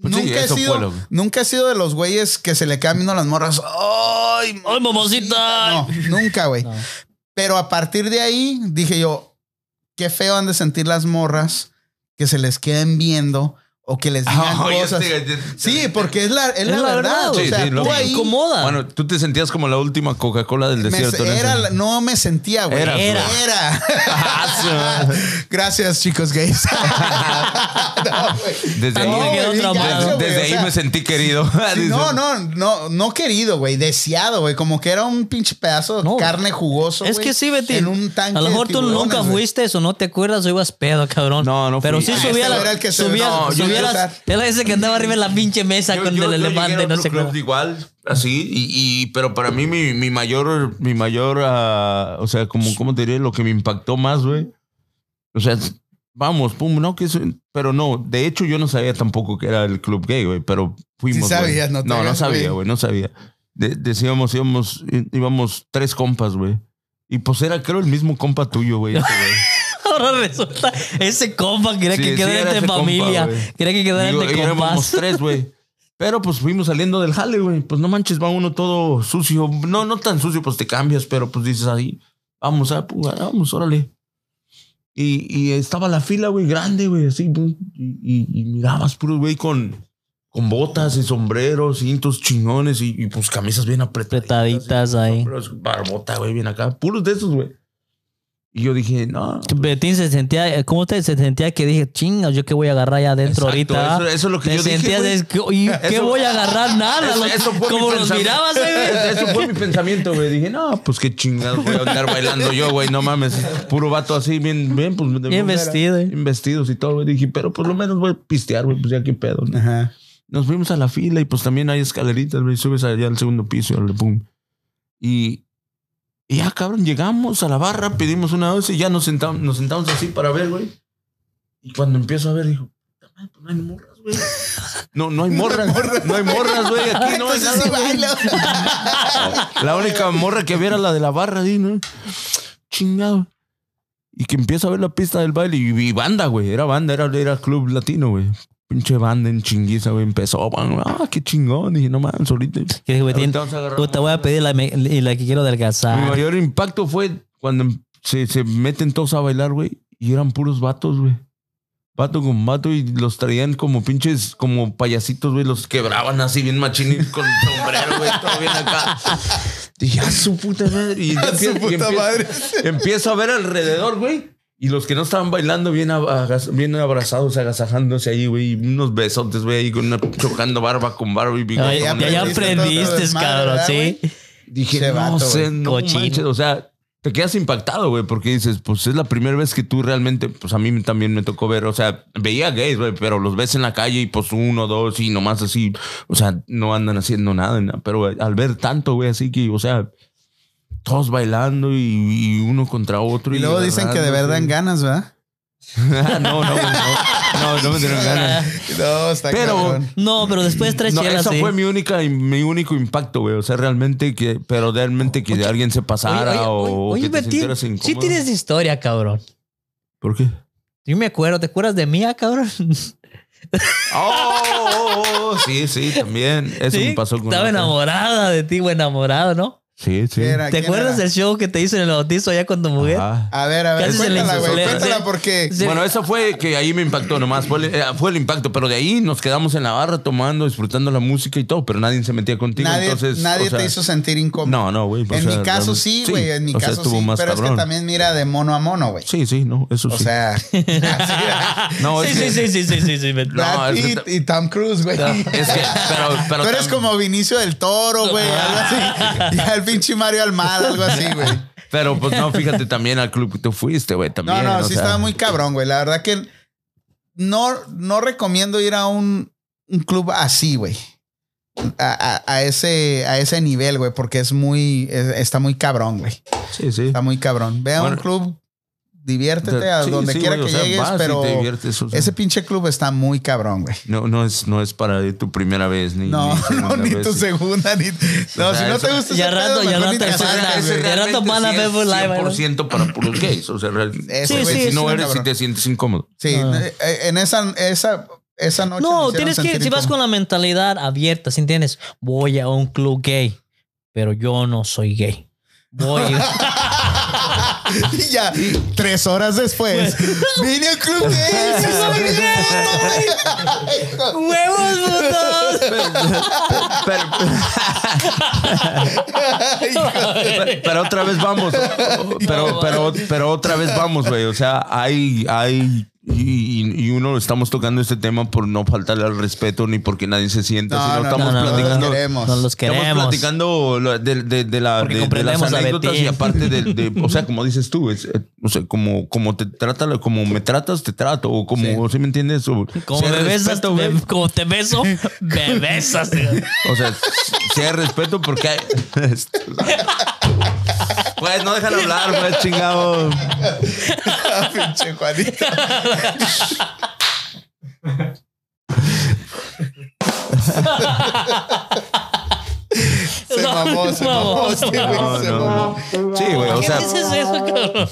Pues sí,
nunca, he
eso fue
sido,
lo-
nunca he sido de los güeyes que se le quedan viendo a las morras. ¡Ay,
¡Ay, mamacita!
no, nunca, güey.
No.
Pero a partir de ahí dije yo, qué feo han de sentir las morras que se les queden viendo o que les
[laughs]
digan
Oh, ya
cosas.
te- ya te-
Sí, porque es la, es la verdad.
güey.
o sea,
Sí, sí,
tú
lo-
te
ahí
incomoda.
Bueno, tú te sentías como la última Coca-Cola del
me-
desierto. en ese-
era la- no me sentía, güey.
Eras,
Era.
Era. Era.
Ah, su-
Gracias, chicos gays. [laughs] No, güey.
Desde
También
ahí,
me quedó
güey,
traumado.
gacho, güey,
desde
o
ahí
sea,
me sentí querido. [laughs]
Sí, no, no, no, no querido, güey, deseado, güey, como que era un pinche pedazo de
No.
carne jugoso.
Es
güey,
que sí, Betty.
En un tanque.
a lo
de
mejor tú
tiburones,
nunca
güey.
fuiste eso, no te acuerdas o ibas pedo, cabrón.
No, no fui.
Pero sí
Ah,
subía
ese
la.
era el que se-
subía,
no,
yo-
subía
yo-
las- Era ese que andaba arriba en la pinche mesa
Yo-
con
yo-
el
yo
elefante,
llegué a
no
otro
sé
club
qué.
igual, así, y, y- pero para mí mi, mi mayor, mi mayor, ah, o sea, como, ¿cómo te diré? Lo que me impactó más, güey. O sea, vamos, pum, no, que eso- pero no, de hecho yo no sabía tampoco que era el club gay, güey, pero fuimos.
Sí sabías,
güey.
no te
No, no
hagas,
sabía,
güey.
güey, no sabía. De- decíamos, íbamos, í- íbamos tres compas, güey. Y pues era, creo, el mismo compa tuyo, güey. ese,
[laughs]
güey.
Ahora resulta, ese compa quería
Sí,
que
sí, era
quedara
ese
entre
compa,
familia.
güey.
Quería que quedara
Digo,
entre
éramos
compas.
tres, güey. Pero pues fuimos saliendo del jale, güey. Pues no manches, va uno todo sucio. No, no tan sucio, pues te cambias, pero pues dices ahí, vamos, a, vamos, órale. Y, y estaba la fila, güey, grande, güey, así. güey, Y, y- y mirabas puros, güey, con, con botas y sombreros, cintos chingones y, y, pues camisas bien apretaditas.
Apretaditas ahí.
Sombreros, barbota, güey, bien acá. Puros de esos, güey. Y yo dije, no.
Betín se sentía, ¿cómo te se sentía que dije, chinga, yo qué voy a agarrar allá adentro
Exacto,
ahorita?
eso- eso es lo que
Te
yo dije,
sentías
güey.
de, "¿Qué-
[laughs]
y ¿Qué
Eso-
voy a agarrar? Nada.
Eso,
los-
eso fue mi
como los
pensamiento.
mirabas,
[laughs]
eh, güey.
Eso fue mi pensamiento, güey. Dije, no, pues qué chingados voy a andar bailando yo, güey. No mames. Puro vato así, bien, bien, pues. de
Bien
manera-
vestido, eh.
Bien vestidos y todo, güey. Dije, pero por lo menos voy a pistear, güey. Pues ya qué pedo, ¿no?
Ajá.
Nos fuimos a la fila y pues también hay escaleritas, güey. Subes allá al segundo piso, órale, pum. Y. Y ya, cabrón, llegamos a la barra, pedimos una dosis y ya nos sentamos, nos sentamos así para ver, güey. Y cuando empiezo a ver, dijo, "Puta madre, pues no hay morras, güey. [laughs] No, [laughs] no hay morras, no hay morras, güey. Aquí no hay
Entonces
nada,
sí
güey.
Pues bailo.
La única morra que viera la de la barra, así, ¿no? Chingado. Y que empieza a ver la pista del baile. Y, y banda, güey. Era banda, era, era club latino, güey. Pinche banda en chinguiza, güey. Empezó. bam, Ah, qué chingón. Dije, no mames, ahorita.
Que dije, Betín,
Ahorita vamos a agarrar
puta, voy a pedir la, me- y la que quiero
Mi
adelgazar.
mayor impacto fue cuando se, se meten todos a bailar, güey. Y eran puros vatos, güey. Vato con vato y los traían como pinches, como payasitos, güey. Los quebraban así bien machines con sombrero, güey. Todo bien acá. Dije, a su puta madre.
[laughs]
Y,
A
Ah,
empie-
su
y
puta
empie-
madre.
empiezo a ver alrededor, güey. Y los que no estaban bailando bien, agas- bien abrazados, agasajándose ahí, güey. y Unos besotes, güey, ahí con una- chocando barba con barba y bigote.
Ay,
Ya
Ya,
con
ya
el-
aprendiste
aprendiste,
todo, todo
cabrón,
desmadre,
sí.
Dije,
Ese
no
vato,
sé,
güey.
no
Cochino.
manches. O sea, te quedas impactado, güey, porque dices, pues es la primera vez que tú realmente, pues a mí también me tocó ver, o sea, veía gays, güey, pero los ves en la calle y pues uno, dos y nomás así, o sea, no andan haciendo nada, nada. pero güey, al ver tanto, güey, así que, o sea, todos bailando y, y uno contra otro.
Y luego dicen que de
agarrándose. [laughs]
verdad en ganas, ¿verdad?
no, no, no, no, no
[laughs]
me dieron ganas.
No, está
Pero-
cabrón.
No, pero después tres
No,
chelas,
esa
sí.
fue mi única mi único impacto, güey. O sea, realmente que, pero realmente que alguien se pasara o
oye,
que te
Betín,
sintieras incómodo.
sí tienes historia, cabrón.
¿Por qué?
Yo me acuerdo, ¿te acuerdas de mía,
[laughs]
cabrón?
Oh, oh, oh, oh, sí, sí, también. Eso
Sí,
me pasó con
Estaba
otra.
enamorada de ti, güey, enamorado, ¿no?
Sí, sí.
Era-
¿Te
¿Quién
acuerdas
era?
del show que te hizo en el bautizo allá con tu mujer?
Ajá.
A ver, a ver,
Casi se le
cuéntala,
hizo
güey.
soler.
Cuéntala
Sí.
porque.
Sí.
Bueno, eso fue que ahí me impactó nomás. Fue el, eh, fue el impacto, pero de ahí nos quedamos en la barra tomando, disfrutando la música y todo, pero nadie se metía contigo.
Nadie,
entonces,
nadie
o sea,
te hizo sentir incómodo.
No, no, güey. pues, o
en
sea,
mi caso
realmente-
sí, güey. En mi
o sea,
caso
estuvo
sí.
más
Pero es que
cabrón.
también mira de mono a mono, güey.
Sí, sí, no, eso
O
sí.
[laughs]
sea, así,
no,
[laughs] sí,
es
sí,
que-
sí, sí, sí, sí, sí,
[laughs]
Betín.
No,
Brad
es que
Pitt
ta-
y Tom Cruise, [laughs] güey.
Es que, pero, pero Ah.
Tú eres
tam-
como Vinicio del Toro, güey. Algo así. [laughs] Y al pinche Mario Almada, algo así, güey.
[laughs] Pero pues no, fíjate también al club que tú fuiste, güey. También.
No,
o
no, sí
sea.
estaba muy cabrón, güey. La verdad que no, no recomiendo ir a un, un club así, güey. A, a- a ese, a ese nivel, güey, porque es muy, es- está muy cabrón, güey.
Sí, sí.
Está muy cabrón. Ve a un
Bueno.
club, diviértete a
Sí,
donde
sí,
quiera
güey,
que
o sea,
llegues,
vas y
pero
te diviertes, o sea.
ese pinche club está muy cabrón, güey.
No, no es, no es para tu primera vez, ni
No,
ni
[laughs] no,
segunda
ni
vez,
tu
sí.
segunda, ni. No,
O sea,
si no
eso-
te gusta
Ya
ese
rato,
pedo,
ya
mejor
rato
ni te
el
acerques,
Fortnite,
güey.
güey. De rato
Realmente
van a
sí
ver
es
por live, ¿verdad?
100% para puros gays. O sea, real-
Ese
güey,
güey
si
sí
no
está
eres, si
cabrón.
te sientes incómodo.
Sí,
Ah.
eh, en esa, esa, esa noche. me
No,
hicieron
tienes que,
sentir
si vas
incómodo.
con la mentalidad abierta, ¿sí entiendes? Voy a un club gay, pero yo no soy gay.
[laughs]
Voy. [laughs]
Y [laughs] ya, tres horas después, vine al club gay. sí soy [laughs] bien puto, güey.
¡Huevos, putos!
Pero, pero, [laughs] pero otra vez
[laughs]
vamos. Pero, pero, pero otra vez vamos, güey. O sea, hay, hay. Y, y uno estamos tocando este tema por no faltarle al respeto ni porque nadie se sienta,
No,
sino
no,
estamos
no, no, no,
platicando.
no queremos.
No los
Estamos
queremos.
platicando lo- de, de- de la,
Porque
de- de las
comprendemos a
anécdotas
Betín.
y aparte de,
[laughs]
de- o sea, como dices tú, es, eh, o sea, como, como te trata, la- como me tratas, te trato, o como,
Sí.
si me entiendes? O,
Como
si hay
me besas,
respeto,
me-
güey.
como te beso, me besas. tío.
O sea, si hay respeto porque hay... Pues no dejan hablar, pues chingado.
Ah, pinche Juanito. Se mamó, se mamó, este
No,
güey, se
no,
mamó.
no. Sí, güey, o
¿Qué
sea,
dices
[laughs]
eso, cabrón?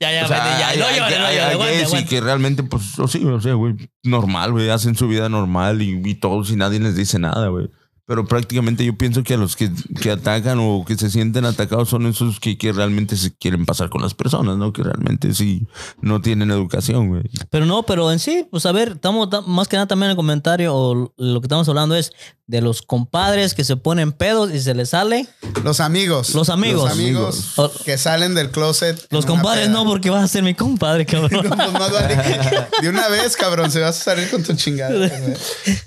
Ya, ya,
o sea,
vete, ya.
hay,
No,
hay-
ya, ya,
hay-
ya,
hay
aguanta,
gays y
aguanta.
que realmente, pues, o sí, o sea, güey, normal, güey, hacen su vida normal y, y todos y nadie les dice nada, güey. Pero prácticamente yo pienso que a los que, que atacan o que se sienten atacados son esos que, que realmente se quieren pasar con las personas, ¿no? Que realmente sí no tienen educación, güey.
Pero no, pero en sí, pues a ver, estamos ta- más que nada también en el comentario, o lo que estamos hablando es de los compadres que se ponen pedos y se les sale.
Los amigos.
Los amigos.
Los amigos
Amigos.
que salen del closet. en
Los
Ah,
una
compadres
peda.
no, porque vas a ser mi compadre,
[laughs]
cabrón.
No, pues, no, dale. De una vez, cabrón, se vas a salir con tu chingada. güey.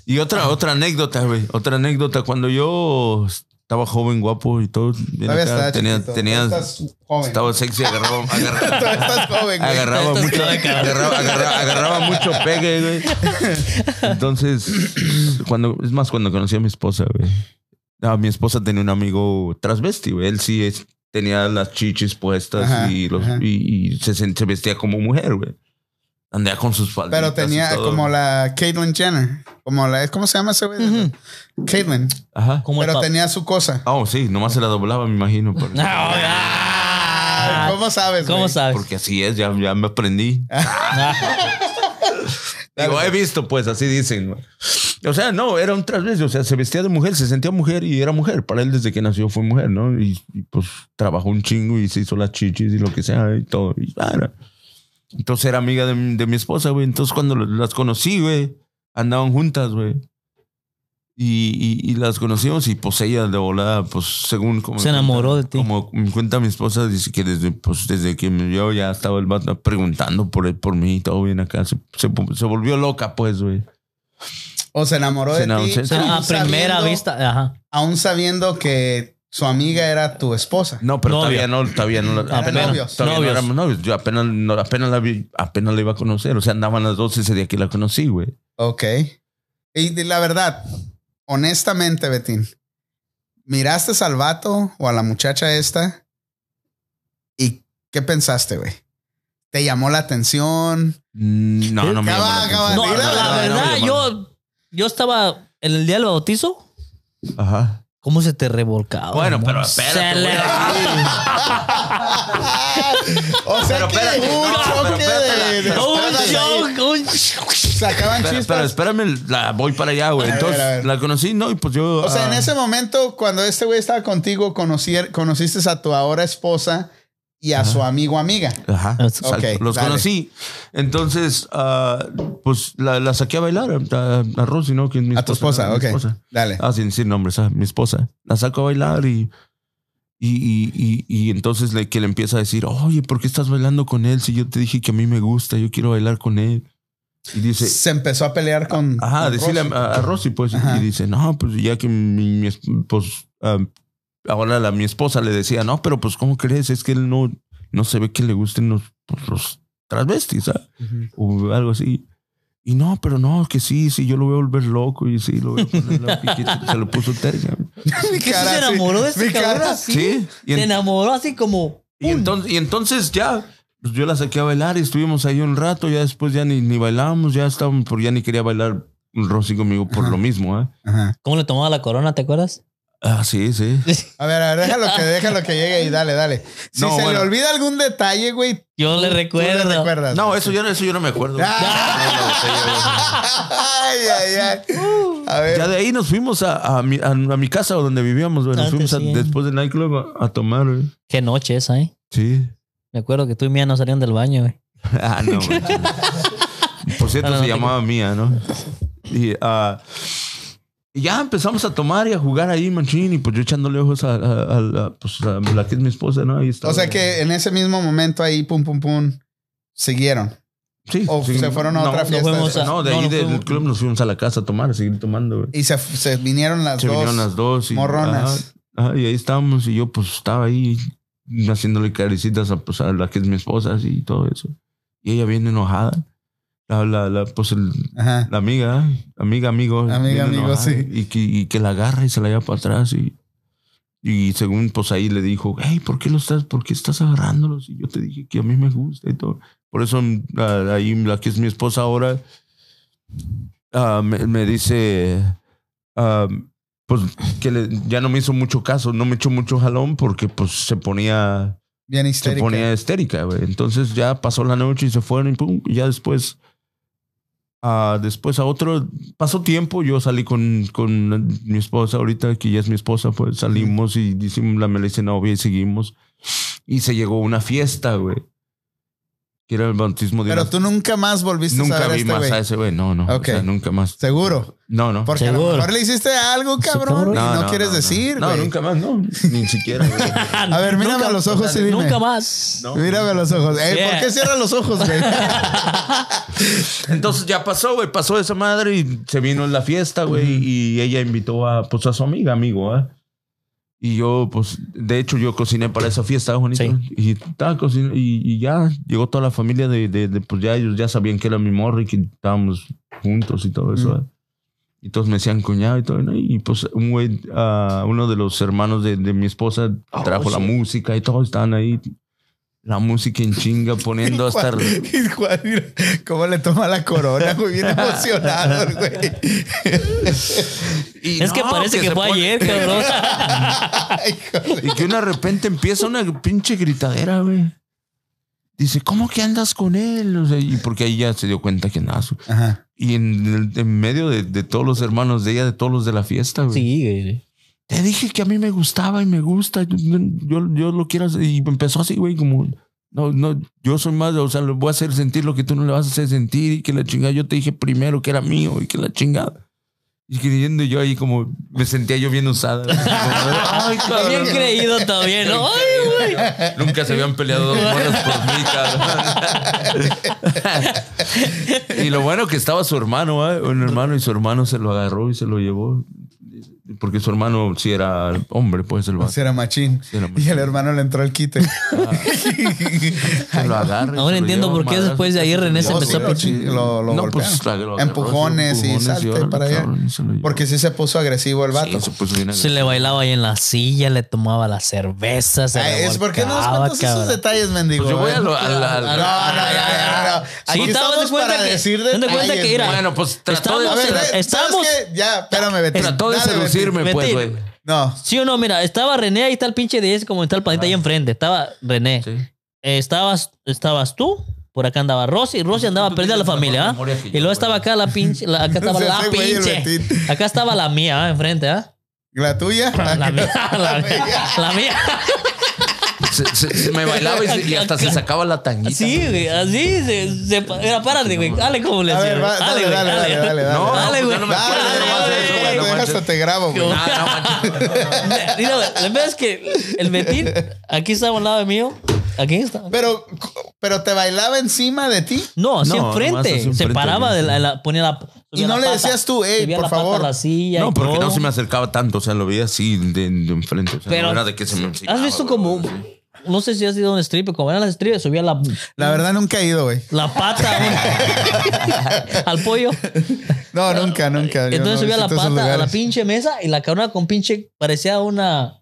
Y otra, otra anécdota, güey. Otra anécdota. Cuando yo estaba joven, guapo y todo, bien
Todavía
acá,
estás
tenía,
chiquito.
tenía-
Estás joven.
estaba sexy, agarraba, agarraba,
[laughs] Todavía [laughs]
[laughs]
estás joven, güey.
agarraba
Estás
mucho,
joven, cabrón.
agarraba, agarraba- agarraba mucho pegue, güey.
[laughs]
Entonces, cuando, es más, cuando conocí a mi esposa, güey. Ah, mi esposa tenía un amigo transvesti, güey. Él sí es- tenía las chichis puestas
Ajá,
y, los,
ajá.
y, y se, sen- se vestía como mujer, güey. Andaba con sus faldas.
Pero tenía como la Caitlyn Jenner. Como la, ¿Cómo se llama ese güey? Caitlyn.
Ajá.
Como el
Pero
pap-
tenía su cosa.
Oh, sí, nomás se la doblaba, me imagino.
[laughs]
pero- [laughs]
Ah, ah,
Ay, ¿Cómo sabes?
¿Cómo
güey?
sabes?
Porque así es, ya, ya me aprendí. [laughs] Digo, he visto, pues, así dicen. güey. O sea, no, era un transvesti, o sea, se vestía de mujer, se sentía mujer y era mujer. Para él desde que nació fue mujer, ¿no? Y, y, pues trabajó un chingo y se hizo las chichis y lo que sea y todo. Y, ah, era. Entonces era amiga de, mi- de mi esposa, güey. Entonces cuando lo- las conocí, güey, andaban juntas, güey. Y, y- y las conocimos y pues ella de volada, pues según como...
Se enamoró de ti.
Como me cuenta mi esposa, dice que desde, pues, desde que me vio ya estaba el vato preguntando por, él- por mí y todo bien acá. Se, se, se volvió loca, pues, güey.
O se enamoró de
Se enamoró-
ti.
se-
O sea,
aún
a primera
sabiendo-
vista, ajá.
Aún sabiendo que su amiga era tu esposa.
No, pero
Novia.
todavía no, todavía no, la-
Eran
apenas,
Ah, novios.
todavía no
Novios.
éramos novios. Yo apenas, no- apenas la vi, apenas la iba a conocer. O sea, andaban las dos ese día que la conocí, güey.
Ok. Y de- la verdad, honestamente, Betín, miraste al vato o a la muchacha esta y ¿qué pensaste, güey? ¿Te llamó la atención?
Mm, No, no me
Acaba-
llamó la
acaba-
atención.
No,
No,
la
no, no,
La
no me
verdad,
llamó la-
yo, yo estaba en el día del bautizo.
Ajá.
¿Cómo se te revolcaba?
Bueno, pero
hermano?
espérate,
Se le- [laughs]
güey.
[laughs] O sea,
Pero
que
espérate,
un
no, pero
choque
espérate,
de-
la-
de-
Un
espadas ahí.
shock, un shock.
Sacaban
Pero, pero
chispas.
espérame, la voy para allá, güey.
A ver,
Entonces,
a ver.
la conocí, ¿no? Y pues yo.
O sea,
ah,
en ese momento, cuando este güey estaba contigo, conocí- conociste a tu ahora esposa y a su amigo amiga.
Ajá, exacto.
Ok,
los
dale.
conocí. Entonces, ah, pues la, la saqué a bailar a, a Rosy, ¿no? Que es mi
A tu esposa,
mi
ok. Dale.
Ah, sin decir nombres, ah, mi esposa. La saco a bailar y, y, y, y, y entonces le, que le empieza a decir, oye, ¿por qué estás bailando con él? Si yo te dije que a mí me gusta, yo quiero bailar con él. Y dice,
Se empezó a pelear con.
Ajá,
con
decirle
Rosy.
a, a Rosy, pues,
Ajá.
y dice, no, pues ya que mi, mi es- pues, ah, ahora la, mi esposa le decía, no, pero pues, ¿cómo crees? Es que él no, no se ve que le gusten los, pues, los transvestis, ¿ah? O algo así. Y no, pero no, que sí, sí, yo lo voy a volver loco y sí, lo voy a poner [laughs] loco y que se lo puso terca.
[laughs] Mi
¿Qué
cara
se
así.
enamoró de
Mi
ese
cara
cabrón
así.
así?
Sí, y, en-
Se enamoró así como...
y entonces, y entonces ya, pues, yo la saqué a bailar y estuvimos ahí un rato, ya después ya ni, ni bailábamos, ya estábamos, porque ya ni quería bailar Rosy conmigo por lo mismo, ¿ah?
Ajá.
¿Cómo le tomaba la corona, te acuerdas? [laughs]
Ah, sí, sí.
A ver, a ver, déjalo que, déjalo que llegue y dale, dale. Si
No,
se
bueno.
le olvida algún detalle, güey, tú
Yo le
le
recuerdo.
recuerdas.
No,
güey.
eso yo, no- eso yo no me acuerdo.
[laughs] Ah. Ay, ay, ay. A ver.
Ya de ahí nos fuimos a, a mi, a- a mi casa o donde vivíamos, güey. Nos
Antes,
fuimos a-
sí.
después del nightclub a, a tomar, güey.
Qué noche esa, ¿eh?
Sí.
Me acuerdo que tú y Mía no salían del baño, güey.
[laughs] Ah, no. güey. Por cierto,
No, no, no te
se llamaba Mía, ¿no? Y ah, y ya empezamos a tomar y a jugar ahí, manchín. Y pues yo echándole ojos a, a- a la, pues, a la que es mi esposa, ¿no? Ahí estaba.
O sea que en ese mismo momento ahí, pum, pum, pum, siguieron.
Sí,
o se fueron a otra fiesta.
fuimos a-
No, de
no,
ahí
no
del
fuimos.
club nos fuimos a la casa a tomar, a seguir tomando, güey.
Y se, se vinieron las
Se
dos.
vinieron las dos. Y,
morronas.
Ajá, ajá, y ahí estábamos y yo pues estaba ahí haciéndole caricitas a, pues, a la que es mi esposa así, y todo eso. Y ella viene enojada. La, la, la, pues el-
Ajá.
la amiga, amiga, amigo.
Amiga,
viene
amigo,
enojada
sí.
Y que, y que la agarra y se la lleva para atrás y... Y según, pues ahí le dijo, hey, ¿por qué lo estás, por qué estás agarrándolos? Y yo te dije que a mí me gusta y todo. Por eso ah, ahí la que es mi esposa ahora ah, me, me dice, ah, pues que le- ya no me hizo mucho caso, no me echó mucho jalón porque pues se ponía,
Bien
se
histérica.
ponía histérica, güey. Entonces ya pasó la noche y se fueron y pum, y ya después, ah, después a otro, pasó tiempo, yo salí con, con mi esposa ahorita, que ya es mi esposa, pues salimos y hicimos la melisa novia y seguimos. Y se llegó a una fiesta, güey. Que era el bautismo de
Pero
una-
tú nunca más volviste a
Nunca
ver a
vi
este
más a
güey.
ese güey, no, no. o
Ok.
sea, nunca más.
Seguro.
No, no.
Porque a lo
Seguro.
mejor le hiciste algo, cabrón, y no, quieres decir.
No,
güey.
nunca más, no. Ni siquiera. güey.
A ver, mírame a los ojos y dime.
Nunca más.
[laughs]
No.
Mírame a los ojos. Ey, ¿Por
Yeah.
qué cierran los ojos,
[laughs]
güey?
Entonces ya pasó, güey. Pasó esa madre y se vino la fiesta, güey. Y ella invitó a, pues, a su amiga, amigo, ¿ah? Y yo, pues, de hecho, yo cociné para esa fiesta, Juanito.
Sí.
Y, estaba cocinando y, y ya llegó toda la familia de, de- de, pues, ya ellos ya sabían que era mi morro y que estábamos juntos y todo eso.
Mm.
¿ah? Y todos me decían cuñado y todo. ¿no? Y pues, un güey, ah, uno de los hermanos de, de mi esposa
Oh,
trajo la música y todos estaban ahí. La música en chinga,
[laughs]
poniendo hasta.
Y Juan, mira, ¿Cómo le toma la corona, güey? Bien emocionado, el
[laughs]
güey.
Y
Es que
no,
parece que,
se
fue
pone-
ayer, cabrón.
[laughs]
Ay, joder.
Y que una de repente empieza una pinche gritadera, güey. Dice, ¿cómo que andas con él? O sea, y porque ahí ya se dio cuenta que nada. su-
Ajá.
Y en, el- en medio de, de todos los hermanos de ella, de todos los de la fiesta, güey.
[laughs]
sí, güey.
Te dije que a mí me gustaba y me gusta. Yo, yo, yo lo quiero hacer. Y empezó así, güey, como... No, no, yo soy más, o sea, le voy a hacer sentir lo que tú no le vas a hacer sentir y que la chingada, yo te dije primero que era mío y que la chingada. Y creyendo yo ahí como, me sentía yo bien
[laughs]
usada. güey. Como, Ay,
Bien
cabrón.
creído todavía,
[laughs]
¿no? Ay, güey.
Nunca se habían peleado dos morras por mí, cabrón. [laughs] y lo bueno que estaba su hermano, ¿eh? un hermano y su hermano se lo agarró y se lo llevó. porque su hermano sí era hombre, pues el vato.
Ese era machín.
era
Y
machín.
el hermano le entró al quite.
Ah. Se lo agarra y se
Ahora
lo
entiendo
lleva
por qué
madrazos.
después de ahí René se
No,
empezó a
sí, lo chi- lo- lo
No,
golpearon.
pues, la- lo agarró,
empujones y
empujones y
salte
órale,
para allá.
cabrón, y se lo llevó.
Porque sí se puso agresivo el vato.
Sí, se puso bien
Se le bailaba ahí en la silla, le tomaba la cerveza, se
Ay,
le
Ah, es porque no nos
volcaba,
cuentas esos
cabrón.
detalles, mendigo. ¿eh?
Pues yo voy a lo- al- al-
No, no, ya, ya, ya, no.
Sí,
Aquí
te das
estamos
cuenta
para
que-
decir
te das cuenta
detalles.
que era-
güey.
Bueno, pues trató de,
a ver,
Estamos-
ve- ¿sabes
estamos-
qué? Ya, espérame, Betín.
trató de
Dale, Betín.
seducirme,
Betín.
pues, güey.
No.
Sí o no, mira, estaba René, ahí está el pinche 10, como está el planeta ahí enfrente. Estaba René.
Ah. Sí.
Eh, estabas, estabas tú, por acá andaba Rosy, Rosy andaba
tú
perdida la
tienes
familia,
mejor
¿ah?
memoria que
Y
yo,
luego
güey.
estaba acá la pinche, la- acá
[laughs]
estaba la
Ese güey, el
pinche.
Betín.
Acá estaba la mía, ¿ah? enfrente, ¿ah?
¿La tuya?
La
[laughs]
mía, la mía, la mía.
Se, se- se me bailaba y, se- y hasta se sacaba la tanguita.
Sí, güey, así, se, se, era párate, güey. Dale como le
A
decía.
ver, va,
Dale, pues,
dale,
güey,
dale, dale, dale, dale.
No,
Dale, güey.
no me
Dale,
acuerdo,
Dale,
dale,
no
dale,
manches,
dale,
espérate,
no
deja
manches.
hasta te grabo, güey.
Ah, no
[laughs]
manches.
Mira, güey, la verdad es que el Betín, aquí estaba al lado mío, aquí está.
Pero, pero te bailaba encima de ti.
No, así
No, nomás así
enfrente. Se
enfrente,
paraba,
güey.
de la, la- ponía la.
Y
subía
no
la
le
pata,
decías tú, "Ey,
subía
por
la pata a
favor".
la silla
No,
y
porque no
todo.
se me acercaba tanto, o sea, lo veía así de, de enfrente. O sea,
Pero,
no era de que se me encimaba,
¿Has visto
güey,
como.?
así.
No sé si has ido a un strip, pero como eran las strips, subía la,
La verdad, nunca he ido, güey.
la pata
[laughs]
güey, al pollo.
No, nunca, nunca. Yo
Entonces
no
subía la
visito esos
pata a la
lugares.
pinche mesa y la cabrona con pinche. Parecía una.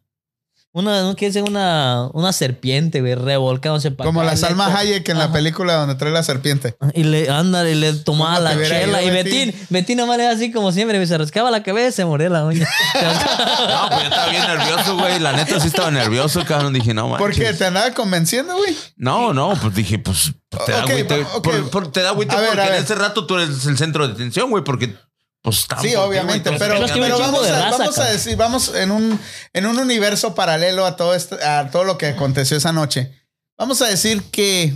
Una, ¿no? ¿Qué es? Una, una serpiente, güey, revolcándose para
Como
acá,
la
le-
Salma Hayek en la película donde trae la serpiente.
Y le anda y le tomaba
¿Cómo
la
te hubiera
chela.
ido,
y
Betín?
Betín, Betín nomás era así como siempre. Se rascaba la cabeza y se moría
[laughs]
la uña.
No, pues yo estaba bien nervioso, güey. La neta sí estaba nervioso, cabrón. Dije, no, manches.
¿Por qué? ¿Te andaba convenciendo, güey?
No, no, pues dije, pues te da
Ok,
agüite.
ok.
Por, por- te da agüite
A ver,
porque
a ver.
en ese rato tú eres el centro de atención, güey, porque pues está.
Sí, obviamente, pero,
Pero es que
pero
un chingo
vamos,
de
a,
raza,
vamos a
cabrón.
decir, vamos en un, en un universo paralelo a todo, esto, a todo lo que aconteció esa noche. Vamos a decir que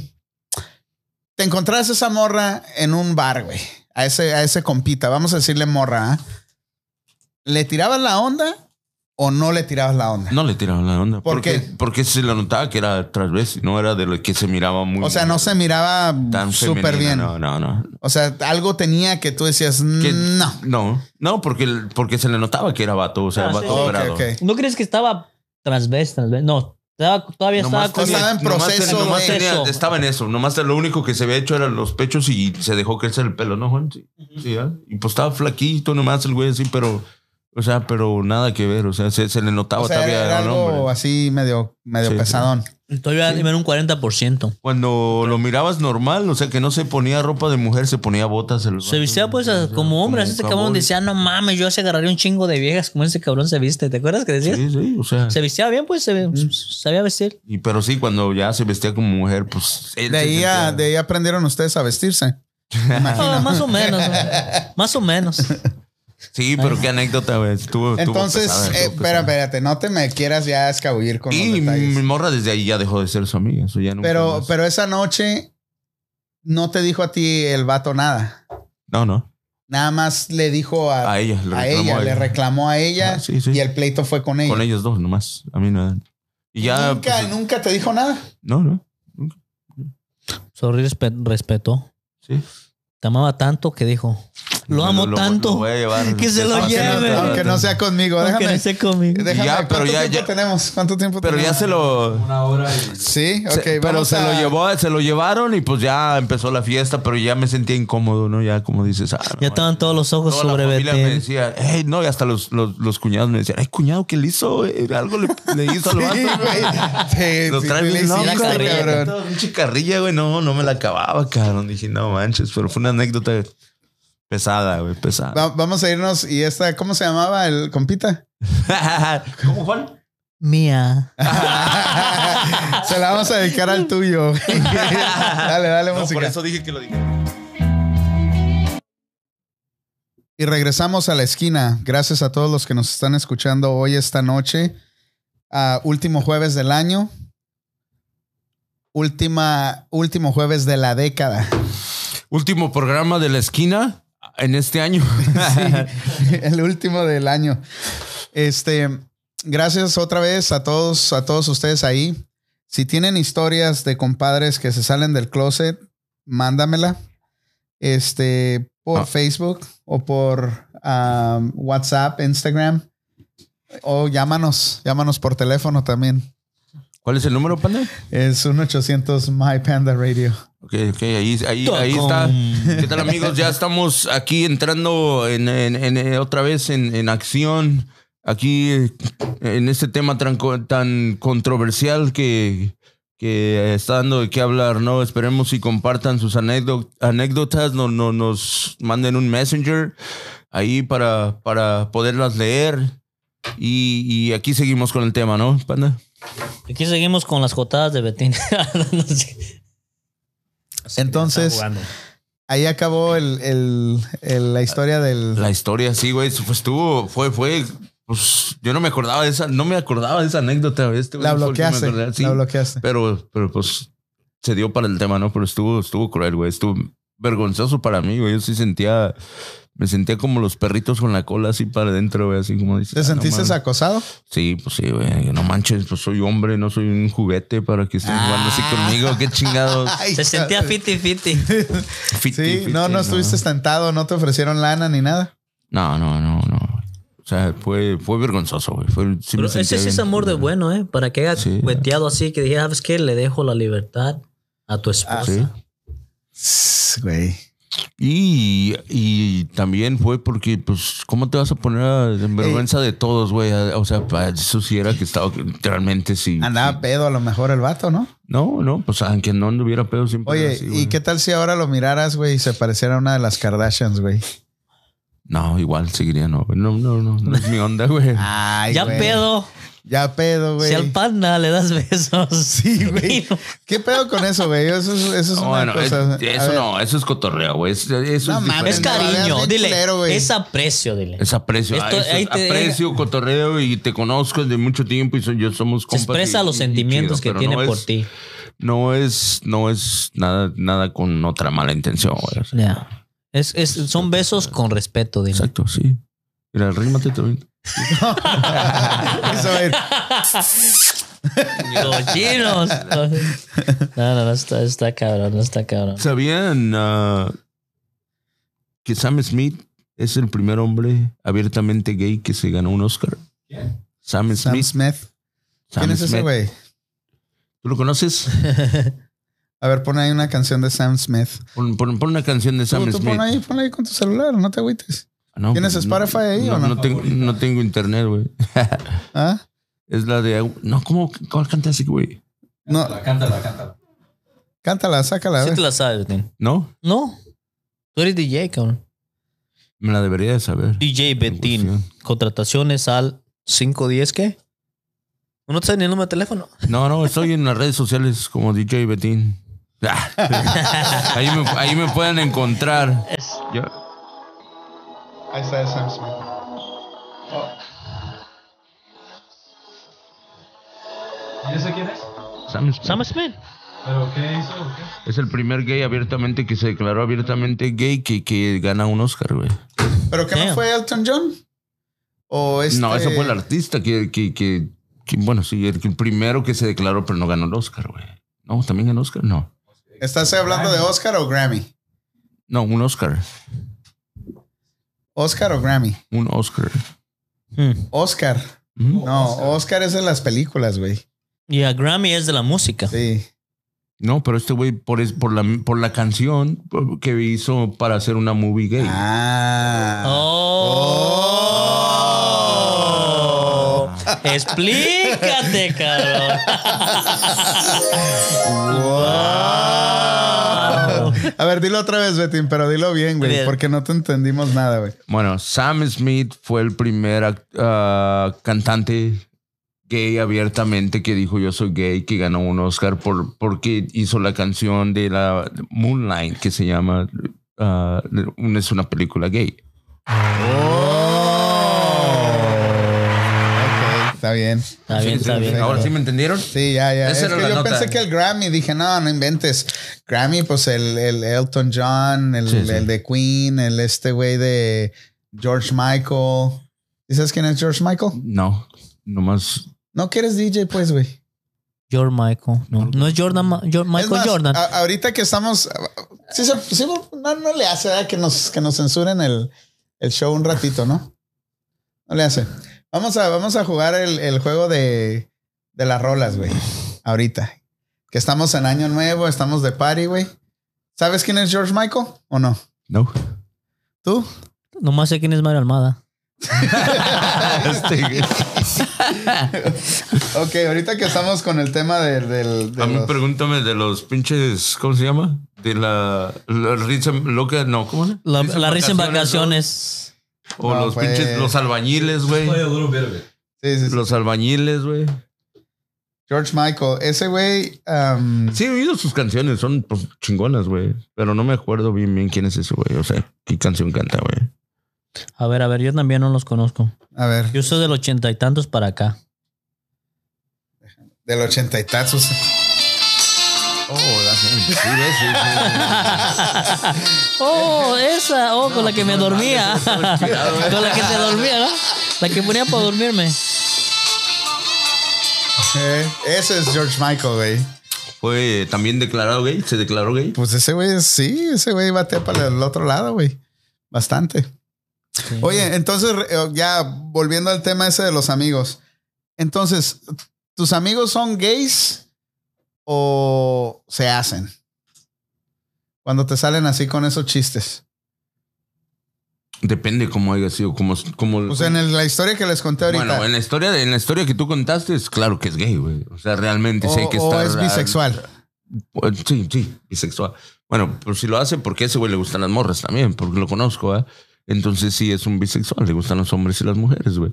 te encontraste esa morra en un bar, güey. A ese, a ese compita, vamos a decirle morra. ¿ah? ¿Le tirabas la onda o no le tirabas la onda?
No le tiraron la onda.
¿Por
porque,
qué?
Porque se le notaba que era vez no era de lo que se miraba muy.
o sea, no se miraba
tan
súper
femenina,
bien.
No, no, no.
O sea, algo tenía que tú decías, "Mm,
Que-
no.
No, no, porque, porque se le notaba que era vato, o sea,
Ah,
vato
sí.
Ok,
operado.
ok.
¿No crees que estaba transvés, transvés? No, estaba- todavía
Nomás
estaba con
tenía- estaba en
nomás
proceso,
tenía- nomás
güey.
tenía- estaba en eso. Nomás lo único que se había hecho eran los pechos y se dejó crecer el pelo, ¿no, Juan? Sí, sí, ¿ah? Y pues estaba flaquito nomás el güey así, pero... O sea, pero nada que ver. O sea, se, se le notaba
O sea,
todavía
era,
era un
algo
hombre.
así medio, medio
Sí, sí.
pesadón.
Todavía iba en un 40%.
Cuando lo mirabas normal, o sea, que no se ponía ropa de mujer, se ponía botas. el
Se
vato,
vestía pues
o
a-
sea,
como hombre. Así
como
ese cabrón
cowboy.
decía, no mames, yo se agarraría un chingo de viejas como ese cabrón se viste. ¿Te acuerdas que decías?
Sí, Mm. sí, o sea.
Se vestía bien, pues se, sabía vestir.
Y, pero sí, cuando ya se vestía como mujer, pues... él
De
se
ahí, a-
sentía-
de ahí aprendieron ustedes a vestirse. Me
Ah,
imagino.
más o menos.
[laughs]
¿no? Más o menos.
Sí, pero qué anécdota, güey. Estuvo, estuvo
Entonces, eh,
pesada, estuvo
espera,
pesada.
espérate, no te me quieras ya escabullir con los
Y mi
detalles.
morra desde ahí ya dejó de ser su amiga. Eso ya nunca
Pero,
más.
pero esa noche no te dijo a ti el vato nada.
No, no.
Nada más le dijo a,
A ella. Ah, Le
a
reclamó
ella,
a
le
ella.
reclamó a ella
Ah, sí, sí.
y el pleito fue con ella.
Con ellos dos nomás. A mí no. Y ya.
nunca,
pues,
nunca te dijo nada.
No, no.
Sorry, respe- respeto.
Sí.
Te amaba tanto que dijo, lo
Bueno,
amo
lo
tanto. [laughs]
voy a llevar.
que se lo
Aunque no-
lleve.
Aunque no sea conmigo,
aunque
déjame.
no esté conmigo.
déjame,
Ya, pero
¿cuánto
ya-
tiempo
ya-
tenemos? ¿Cuánto tiempo
Pero ya
tenemos?
se lo.
Sí, ok.
se- pero
vamos
se lo
a-
llevó, se lo llevaron y pues ya empezó la fiesta, pero ya me sentía incómodo, ¿no? Ya como dices, ah, no,
Ya estaban todos los ojos
Toda
sobre
la familia me
Betín.
decía, hey, no, y hasta los, los, los cuñados me decían, ay, cuñado, ¿qué le hizo? güey? Algo le, le hizo al vato.
[laughs] Sí, güey. Sí,
Lo
sí,
trae
sí,
bien
sí,
loco,
sí,
güey.
cabrón.
Todo pinche carrilla, güey. No, no me la acababa, cabrón. Dije, no manches, pero fue una anécdota pesada, güey, pesada.
Va- vamos a irnos. ¿Y esta, cómo se llamaba el
[laughs]
compita?
¿Cómo, Juan?
Mía.
se la vamos a dedicar al
[laughs]
tuyo. dale, dale
No, por
música.
eso dije que lo dije.
Y regresamos a la esquina. Gracias a todos los que nos están escuchando hoy, esta noche. Ah, último jueves del año. Última, último jueves de la década.
Último programa de la esquina en este año. [laughs]
el último del año. Este, gracias otra vez a todos, a todos ustedes ahí. Si tienen historias de compadres que se salen del closet, mándamela. Este, por
Ah.
Facebook o por um, WhatsApp, Instagram. O llámanos, llámanos por teléfono también.
¿Cuál es el número, Panda?
Es 1-800 My Panda Radio.
Ok, ok, ahí, ahí, ahí está. [laughs] ¿Qué tal, amigos? Ya estamos aquí entrando en, en- en, eh, otra vez en, en acción. Aquí eh, en este tema tan, co- tan controversial que, que está dando de qué hablar, ¿no? Esperemos si compartan sus anécdo- anécdotas, no, no- nos manden un messenger ahí para, para poderlas leer. Y, y aquí seguimos con el tema, ¿no, Panda?
Aquí seguimos con las jotadas de Betín. [laughs] No sé.
Entonces, ahí acabó el, el- el- la historia del...
La historia, sí, güey, pues estuvo, fue, fue, pues yo no me acordaba de esa, no me acordaba de esa anécdota, güey, este güey
La
fue el que me
bloqueaste.
acordé, sí,
La bloqueaste.
pero, pero pues se dio para el tema, ¿no? Pero estuvo, estuvo cruel, güey, estuvo vergonzoso para mí, güey, yo sí sentía, me sentía como los perritos con la cola así para adentro, güey, así como dice.
¿Te sentiste acosado?
Sí, pues sí, güey, no manches, pues soy hombre, no soy un juguete para que estén jugando así conmigo,
[laughs]
qué chingados.
Ay,
Se sentía
Ah,
cabrón.
fiti fiti.
Fiti,
Sí, no,
fiti,
no estuviste tentado, no te ofrecieron lana ni nada.
No, no, no, no. O sea, fue, fue vergonzoso, güey. Fue, sí me
Pero ese
sentía
sí es
bien
amor de
culero.
bueno, ¿eh? Para que haya
Sí.
cueteado así, que dije, ¿sabes qué? Le dejo la libertad a tu esposa.
Ah, Sí.
Sss, Güey.
Y, y también fue porque, pues, ¿cómo te vas a poner a- en vergüenza
Eh,
de todos, güey? A- O sea, pa- eso sí era que estaba realmente sí.
Andaba pedo a lo mejor el vato, ¿no?
No, no, pues aunque no anduviera pedo siempre.
Oye,
era así,
¿y
güey.
qué tal si ahora lo miraras, güey, y se pareciera a una de las Kardashians, güey?
No, igual seguiría, no. güey. No, no, no, no es mi onda,
[laughs]
güey.
Ay,
ya
güey.
pedo.
Ya pedo, güey.
Si al panda le das besos.
Sí, [laughs]
[laughs]
güey. ¿Qué pedo con eso, güey? Eso es, eso es
No,
una
bueno, es-
cosa. A
eso
ver,
no, eso es cotorreo, güey. Es- Eso
No
es
mames,
Es
diferente.
Panda, veas
cariño,
bien
dile.
culero, güey.
es aprecio, dile.
Es aprecio.
Esto-
ah, eso es
ahí te-
aprecio, cotorreo y te conozco desde mucho tiempo y so- yo somos
Se
compas.
expresa
y-
los
y
sentimientos
chido,
que
pero
tiene
no
por
es-
ti.
No es, no es nada, nada con otra mala intención, güey. O sea,
Ya. Es, es- son besos con respeto, dile.
Exacto, sí. Mira, rímate también.
[laughs] eso, güey.
[laughs]
Cochinos. No, no, no, está, está cabrón, no está
[laughs]
cabrón.
¿Sabían ah, que Sam Smith es el primer hombre abiertamente gay que se ganó un Oscar? Sam
Sam
Smith.
Smith.
Sam
¿Quién es ese
Smith.
güey?
¿Tú lo conoces?
A ver, pon ahí una canción de Sam Smith.
Pon, pon- pon una canción de Sam
Tú, tú
Smith.
pon ahí, ponla ahí con tu celular, no te agüites.
No,
¿Tienes
pues, no,
Spotify ahí o no?
No tengo, no tengo internet, güey.
¿Ah?
Es la de. No, ¿cómo? ¿Cuál canta ese güey?
No. Cántala, cántala. Cántala, sácala. a
Sí
ver.
te la sabes, Betín.
¿No?
No. Tú eres DJ, cabrón.
Me la debería de saber.
DJ Betín. Contrataciones al 510, ¿qué? No te sabes ni el número de teléfono.
No, no, estoy en las redes sociales como DJ Betín. Ah. [laughs] Ahí, me, ahí me pueden encontrar. Yo-
Ahí está Sam Smith.
¿Y ese quién es?
Sam Smith
Smith.
¿Pero qué hizo? o qué?
es el primer gay abiertamente que se declaró abiertamente gay que, que gana un Oscar, güey.
¿Pero qué no
Damn.
fue Elton John? ¿O este...
No, ese fue el artista que, que, que, que, bueno, sí, el, el primero que se declaró, pero no ganó el Oscar, güey. No, también ganó Oscar, no.
¿Estás hablando de Oscar o Grammy?
No, un Oscar.
Oscar o Grammy.
Un Oscar.
Hmm.
Oscar.
Ujú.
No, Oscar es de las películas, güey.
Y a Grammy es de la música.
Sí.
No, pero este güey, por, es- por, la, por la canción que hizo para hacer una movie gay.
Ah.
Oh. Explícate, cabrón. Wow.
A ver, dilo otra vez, Betín, pero dilo bien, güey,
Bien.
porque no te entendimos nada, güey.
Bueno, Sam Smith fue el primer act- ah, cantante gay abiertamente que dijo yo soy gay, que ganó un Oscar por, porque hizo la canción de la Moonlight que se llama, ah, un- es una película gay.
Oh.
Ok, está bien.
Está bien, está bien.
¿Ahora sí me entendieron?
Sí, ya, ya.
Esa
Es
era
que
la
yo
nota.
pensé que el Grammy, dije, no, no inventes. Grammy, pues el, el Elton John, el,
Sí, sí.
el de Queen, el este güey de George Michael. ¿Y sabes quién es George Michael?
No, nomás.
No que eres DJ, pues, güey.
George Michael. No, no es Jordan, Ma- Jor-
Es
Michael
más, ah.
Jordan.
a- ahorita que estamos. Sí, se- sí, no, no le hace ¿verdad? que nos, que nos censuren el, el show un ratito, ¿no? No le hace. Vamos a, vamos a jugar el, el juego de, de las rolas, güey. Ahorita. Que estamos en Año Nuevo, estamos de party, güey. ¿Sabes quién es George Michael o no?
No.
¿Tú?
Nomás sé quién es Mario Almada.
Este-
[laughs] Ok, ahorita que estamos con el tema del... del- de
a mí
los-
pregúntame de los pinches, ¿cómo se llama? De la, la risa loca, no, ¿cómo se llama?
La, la risa en
¿no?
vacaciones.
O
No,
los
pues.
pinches, los albañiles, güey.
Play a little bit of it.
sí, sí, sí.
Los albañiles, güey.
George Michael. Ese güey... um, am,
Sí, he oído sus canciones, son pues, chingonas, güey. Pero no me acuerdo bien, bien quién es ese, güey. O sea, qué canción canta, güey.
A ver, a ver, yo también no los conozco.
a ver,
Yo soy del ochenta y tantos para acá.
del ochenta y tazos.
Oh, sí, sí, sí.
Oh, esa, oh, con la que me dormía. [laughs] con la que te dormía, ¿no? La que ponía para dormirme.
Eh, ese es George Michael, güey.
Fue también declarado gay, se declaró gay.
Pues ese güey, es- sí, ese güey batea para el otro lado, güey. Bastante. Oye, entonces, re- eh, ya volviendo al tema ese de los amigos. Entonces, ¿tus amigos son gays o se hacen? Cuando te salen así con esos chistes.
Depende cómo haya sido, cómo, cómo
Pues en el- la historia que les conté ahorita.
Bueno, en la historia, en la historia que tú contaste, es claro que es gay, güey. O sea, realmente
o,
sé que
o
está.
es bisexual.
Pues, Sí, sí, bisexual. Bueno, pues si lo hace, porque a ese güey le gustan las morras también, porque lo conozco, ¿ah? Entonces sí es un bisexual, le gustan los hombres y las mujeres, güey.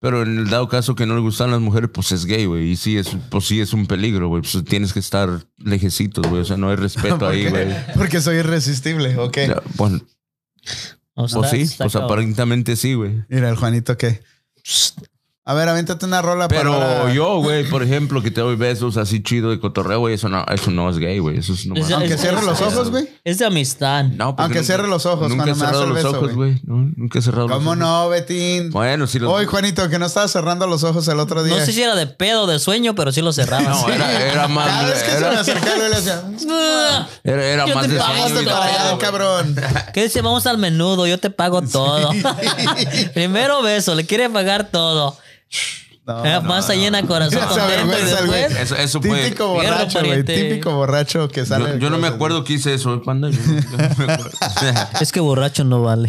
Pero en el dado caso que no le gustan las mujeres, pues es gay, güey. Y sí es, pues sí es un peligro, güey. Pues tienes que estar lejecitos, güey. O sea, no
[laughs]
hay respeto ahí,
porque,
güey.
porque soy irresistible, ok.
Ya, Bueno,
O sea,
pues sí,
está
pues
cabrón.
aparentemente sí, güey.
Mira el Juanito que. A ver, avéntate una rola
Pero
para. ahora.
yo, güey, por ejemplo, que te doy besos así chido de cotorreo, güey, eso no, eso no es gay, güey. Eso es nomás-
Esa-
Aunque
es-
cierre
es-
los
es-
ojos, güey.
Es de amistad.
No, porque
Aunque cierre los ojos
Nunca he
cuando me das
cerrado
el
los
beso,
ojos, güey. No, nunca he cerrado
¿Cómo
los ojos.
no, Betín?
Bueno, sí los
Hoy, Juanito, que no estaba cerrando los ojos el otro día.
No sé si era de pedo o de sueño, pero sí lo cerraba. [laughs]
No, era, era
Cada vez
más,
que se me
era,
acercaba, yo le decía, eh.
era, era
Yo
más
te
de
pago,
sueño
"Hazte
y
para
todo,
allá,
güey.
cabrón.
[laughs] ¿Qué dice? Vamos al menudo, yo te
[laughs]
pago todo. Primero beso, le quiere pagar todo.
No,
Eh, panza llena,
[laughs]
corazón
Esa
contento. Y
vergüenza, el güey.
después,
Eso, eso fue.
Típico borracho, güey.
pariente.
Típico borracho que sale.
Yo,
del
yo no me
closet. [laughs]
acuerdo que hice eso, panda. Yo, no- yo no me acuerdo. [laughs]
es que borracho
[laughs]
no vale.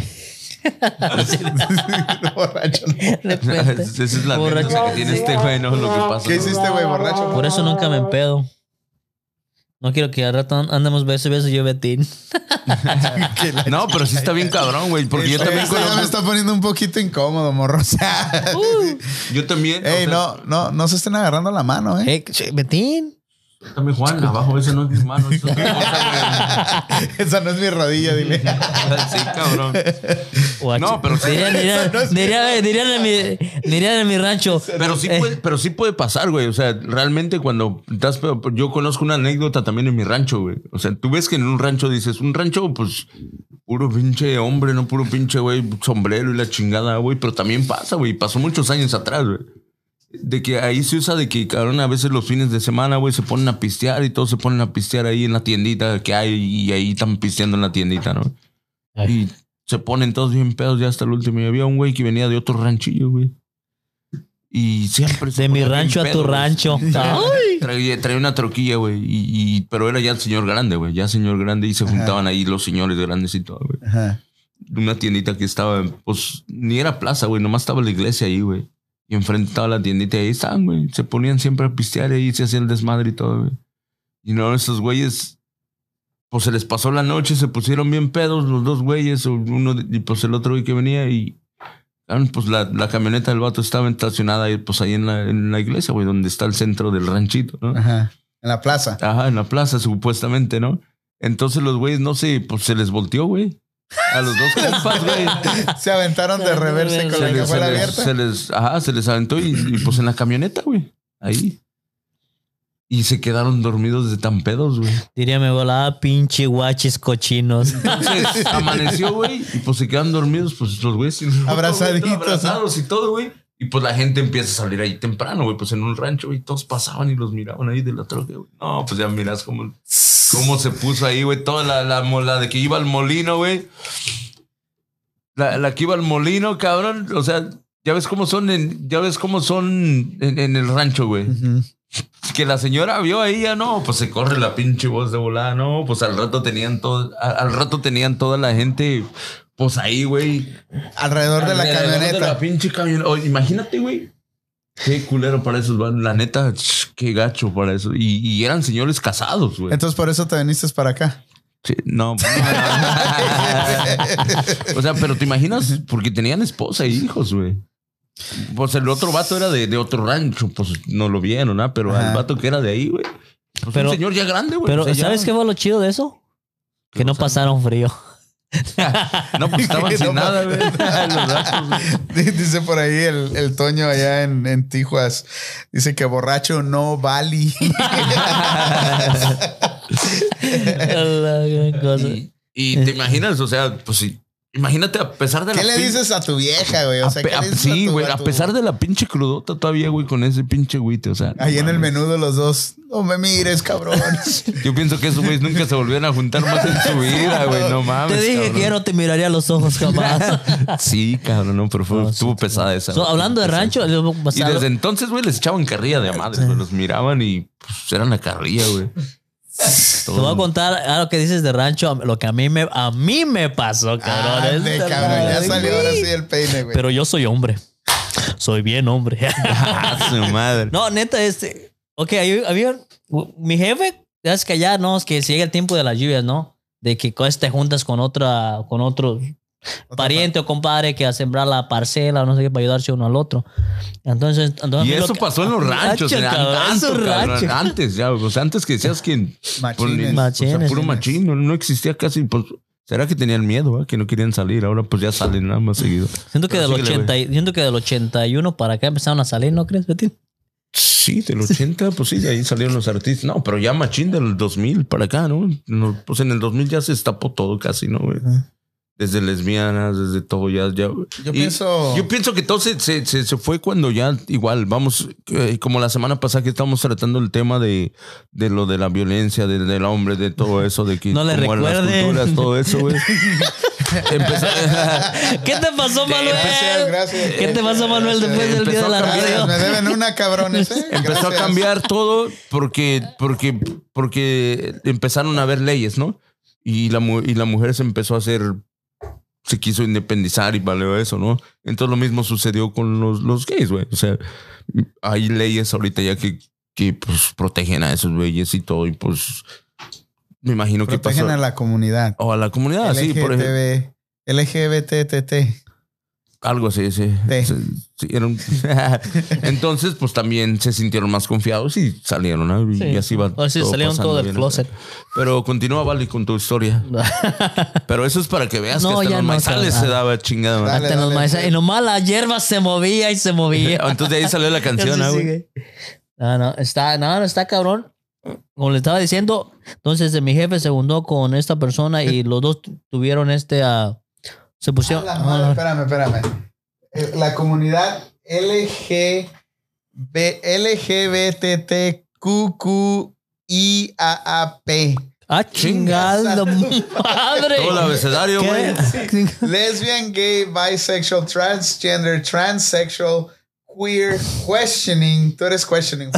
borracho. no.
De repente.
Esa es la
Borracho.
vergüenza que tiene este güey, no lo que pasa.
¿Qué hiciste, güey, borracho?
Por eso nunca me empedo. No quiero que al rato and- andemos beso y beso
[laughs]
yo Betín.
No, pero sí está bien cabrón, güey. Porque yo
Este,
también
esto ya me
conozco.
está poniendo un poquito incómodo, morro. [laughs] O sea,
Uh.
Yo también.
ey,
o sea,
no, no, no se estén agarrando la mano, eh.
Eh, che, Betín.
También Juan, abajo, ese no es mi mano. Eso es otra cosa,
Eh.
[laughs] Esa no es mi rodilla, dile.
güey. [laughs] Sí, cabrón.
Guacho.
No, pero sí.
Dirían, dirían- dirían- dirían en mi, dirían en mi rancho.
Pero sí,
Eh.
puede, pero sí puede pasar, güey. O sea, realmente cuando estás... pedo- Yo conozco una anécdota también en mi rancho, güey. O sea, tú ves que en un rancho dices, un rancho, pues, puro pinche hombre, no puro pinche, güey, sombrero y la chingada, güey. Pero también pasa, güey. Pasó muchos años atrás, güey. De que ahí se usa de que, cabrón, a veces los fines de semana, güey, se ponen a pistear y todos se ponen a pistear ahí en la tiendita que hay y ahí están pisteando en la tiendita, ¿no? Y se ponen todos bien pedos ya hasta el último. Y había un güey que venía de otro ranchillo, güey. Y siempre... se
De mi
ponía bien
rancho a
pedo,
tu
güey.
rancho.
Traía, traía una troquilla, güey. Y, y- pero era ya el señor grande, güey. Ya señor grande y se juntaban ahí los señores grandes y todo, güey.
Ajá.
Una tiendita que estaba, pues, ni era plaza, güey. Nomás estaba la iglesia ahí, güey. Y enfrente estaba la tiendita y ahí estaban, güey. Se ponían siempre a pistear ahí, se hacían el desmadre y todo, güey. Y no, esos güeyes, pues se les pasó la noche, se pusieron bien pedos los dos güeyes, o uno de- y pues el otro güey que venía y, ah, pues la, la camioneta del vato estaba estacionada ahí, pues ahí en la, en la iglesia, güey, donde está el centro del ranchito, ¿no?
Ajá. En la plaza.
Ajá, en la plaza, supuestamente, ¿no? Entonces los güeyes, no sé, pues se les volteó, güey. A los dos
[laughs]
compas, güey.
Se aventaron de reverse con
Se
la
les, se,
cajuela
les,
abierta.
se les- ajá, se les aventó y, y, pues en la camioneta, güey. Ahí. Y se quedaron dormidos de tan pedos, güey.
Diría mi abuela, "Ah, pinche guachis cochinos.
Pues
Entonces amaneció, güey, y pues se quedan dormidos, pues los güeyes. sin ropa, güey,
Abrazaditos,
todos Abrazados y todo, güey. Y pues la gente empieza a salir ahí temprano, güey, pues en un rancho, güey, todos pasaban y los miraban ahí de la troca, güey. No, pues ya miras cómo, cómo se puso ahí, güey, toda la, la mola de que iba al molino, güey. La, la que iba al molino, cabrón, o sea, Ya ves cómo son en, ya ves cómo son en, en el rancho, güey. Que la señora vio ahí, ya no, pues se corre la pinche voz de volada, no, pues al rato tenían todo, a- al rato tenían toda la gente, pues ahí, güey.
Alrededor de la
Alrededor de
camioneta.
la pinche camioneta. Oye, imagínate, güey. Qué culero para esos, van. la neta, ch, qué gacho para eso. Y, y eran señores casados, güey.
Entonces por eso te viniste para
[laughs]
acá.
Sí, no.
[laughs]
o sea, pero te imaginas, porque tenían esposa e hijos, güey. Pues el otro vato era de, de otro rancho, pues no lo vieron, ¿ah? Pero
Ajá.
el vato que era de ahí, güey. Pues
Pero-
un señor ya grande, güey.
Pero
o sea, ya-
¿sabes qué fue lo chido de eso? Que no pasaron frío.
No, pues estaban sin
No,
nada, güey. Los vatos, güey.
Dice por ahí el, el Toño allá en, en Tijuas. Dice que borracho no
[laughs]
vale.
[laughs] La gran cosa.
Y, y
Eh.
te imaginas, o sea, pues sí. Imagínate, a pesar de la
¿Qué le
pin-
dices a tu vieja, güey? O
a
sea,
pe-
¿qué
a-
le dices
sí,
tu-
güey, a
tu-
pesar de la pinche crudota todavía, güey, con ese pinche güite, o sea. no
Ahí en el
mames.
menudo los dos. No me mires,
[laughs]
cabrón.
Yo pienso que esos güeyes nunca se volvieron a juntar más en su vida, güey. No mames.
Te dije
cabrón.
que yo no te miraría a los [laughs] ojos jamás.
Sí, cabrón, no, pero fue, estuvo pesada esa.
So,
güey.
hablando de rancho, yo- o
Y
sea,
desde entonces, güey, les echaban carrilla de madre, güey. Los miraban y pues, eran la carrilla, güey.
te voy a contar algo que dices de rancho, lo que a mí me, a mí me pasó, cabrón.
Ande,
Esta
cabrón. Ya
madre.
salió ahora sí el peine, güey.
Pero yo soy hombre. Soy bien hombre. [laughs]
A su madre.
No, neta, este. Ok, ahí había. Mi jefe, es que allá, no, es que llega el tiempo de las lluvias, ¿no? De que pues, te juntas con otra, con otro pariente o compadre que a sembrar la parcela o no sé qué para ayudarse uno al otro. Entonces, entonces
Y
a mí lo
eso
que-
pasó en los ranchos. en-
cabrón,
antes,
esos
cabrón, Ah,
ranchos.
antes, ya. güey. O sea, antes que decías que.
Machines.
o sea,
Machines,
puro
sí.
machín. No, no existía casi. Pues, ¿Será que tenían miedo, ah? que no querían salir? Ahora pues ya salen nada más seguido.
Siento que,
Pero
del
síguele, güey.
80, y- siento que del 81 para acá empezaron a salir, ¿no crees,
[laughs]
Betín?
Sí, del 80, pues sí, de ahí salieron los artistas. No, pero ya machín del 2000 para acá, ¿no? No, Pues en el 2000 ya se estapó todo casi, ¿no? güey? Desde lesbianas, desde todo, ya... ya
Yo pienso-
Yo pienso que todo se, se- se- se fue cuando ya, igual, vamos, eh, como la semana pasada que estábamos tratando el tema de, de lo de la violencia, de- del hombre, de todo eso, de que...
No le
cómo eran las
recuerden.
culturas, todo eso, güey. Empezó... [laughs]
¿Qué te pasó, Manuel?
Gracias, pues, gracias.
¿Qué te pasó, Manuel, después del día
Empezó
de la
a cambiar.
radio?
Gracias, Me deben una, cabrones. eh.
Empezó a
Gracias.
cambiar todo porque, porque, porque empezaron a haber leyes, ¿no? Y la, mu- y la mujer se empezó a hacer, se quiso independizar y valió eso, ¿no? Entonces lo mismo sucedió con los, los gays, güey. O sea, hay leyes ahorita ya que, que pues, protegen a esos güeyes y todo, y pues me imagino que
Protegen
pasó.
a la comunidad.
O a la comunidad, sí, por ejemplo.
LGTB, LGBTTT.
Algo así, sí.
Sí.
Sí, sí, era un- [laughs] Entonces, pues también se sintieron más confiados y salieron. ¿no? Y,
Sí.
así va.
Ahora sí, salieron
pasando
todo del
bien.
closet.
Pero continúa, Vali, con
[laughs]
tu historia. Pero eso es para que veas
No,
que hasta
ya
los
no,
maizales
cabrón.
se daba chingada. ¿no?
Dale,
Hasta los
dale.
maizales. Y nomás la hierba se movía y se movía.
[laughs] Entonces de ahí salió la canción,
Entonces
¿ah, güey?
sigue. No, no, está, no, no, está cabrón. Como le estaba diciendo, entonces eh, mi jefe se juntó con esta persona
[laughs]
y los dos tu- tuvieron este. ah, se pusieron.
Ah.
ah,
La madre, Ah, espérame, espérame. Eh, La comunidad LGB, LGBTTQQIAAP.
ah, chingada madre.
Todo el abecedario, güey.
¿Qué?
Lesbian, gay, bisexual, transgender, transsexual, queer, questioning. Tú eres questioning.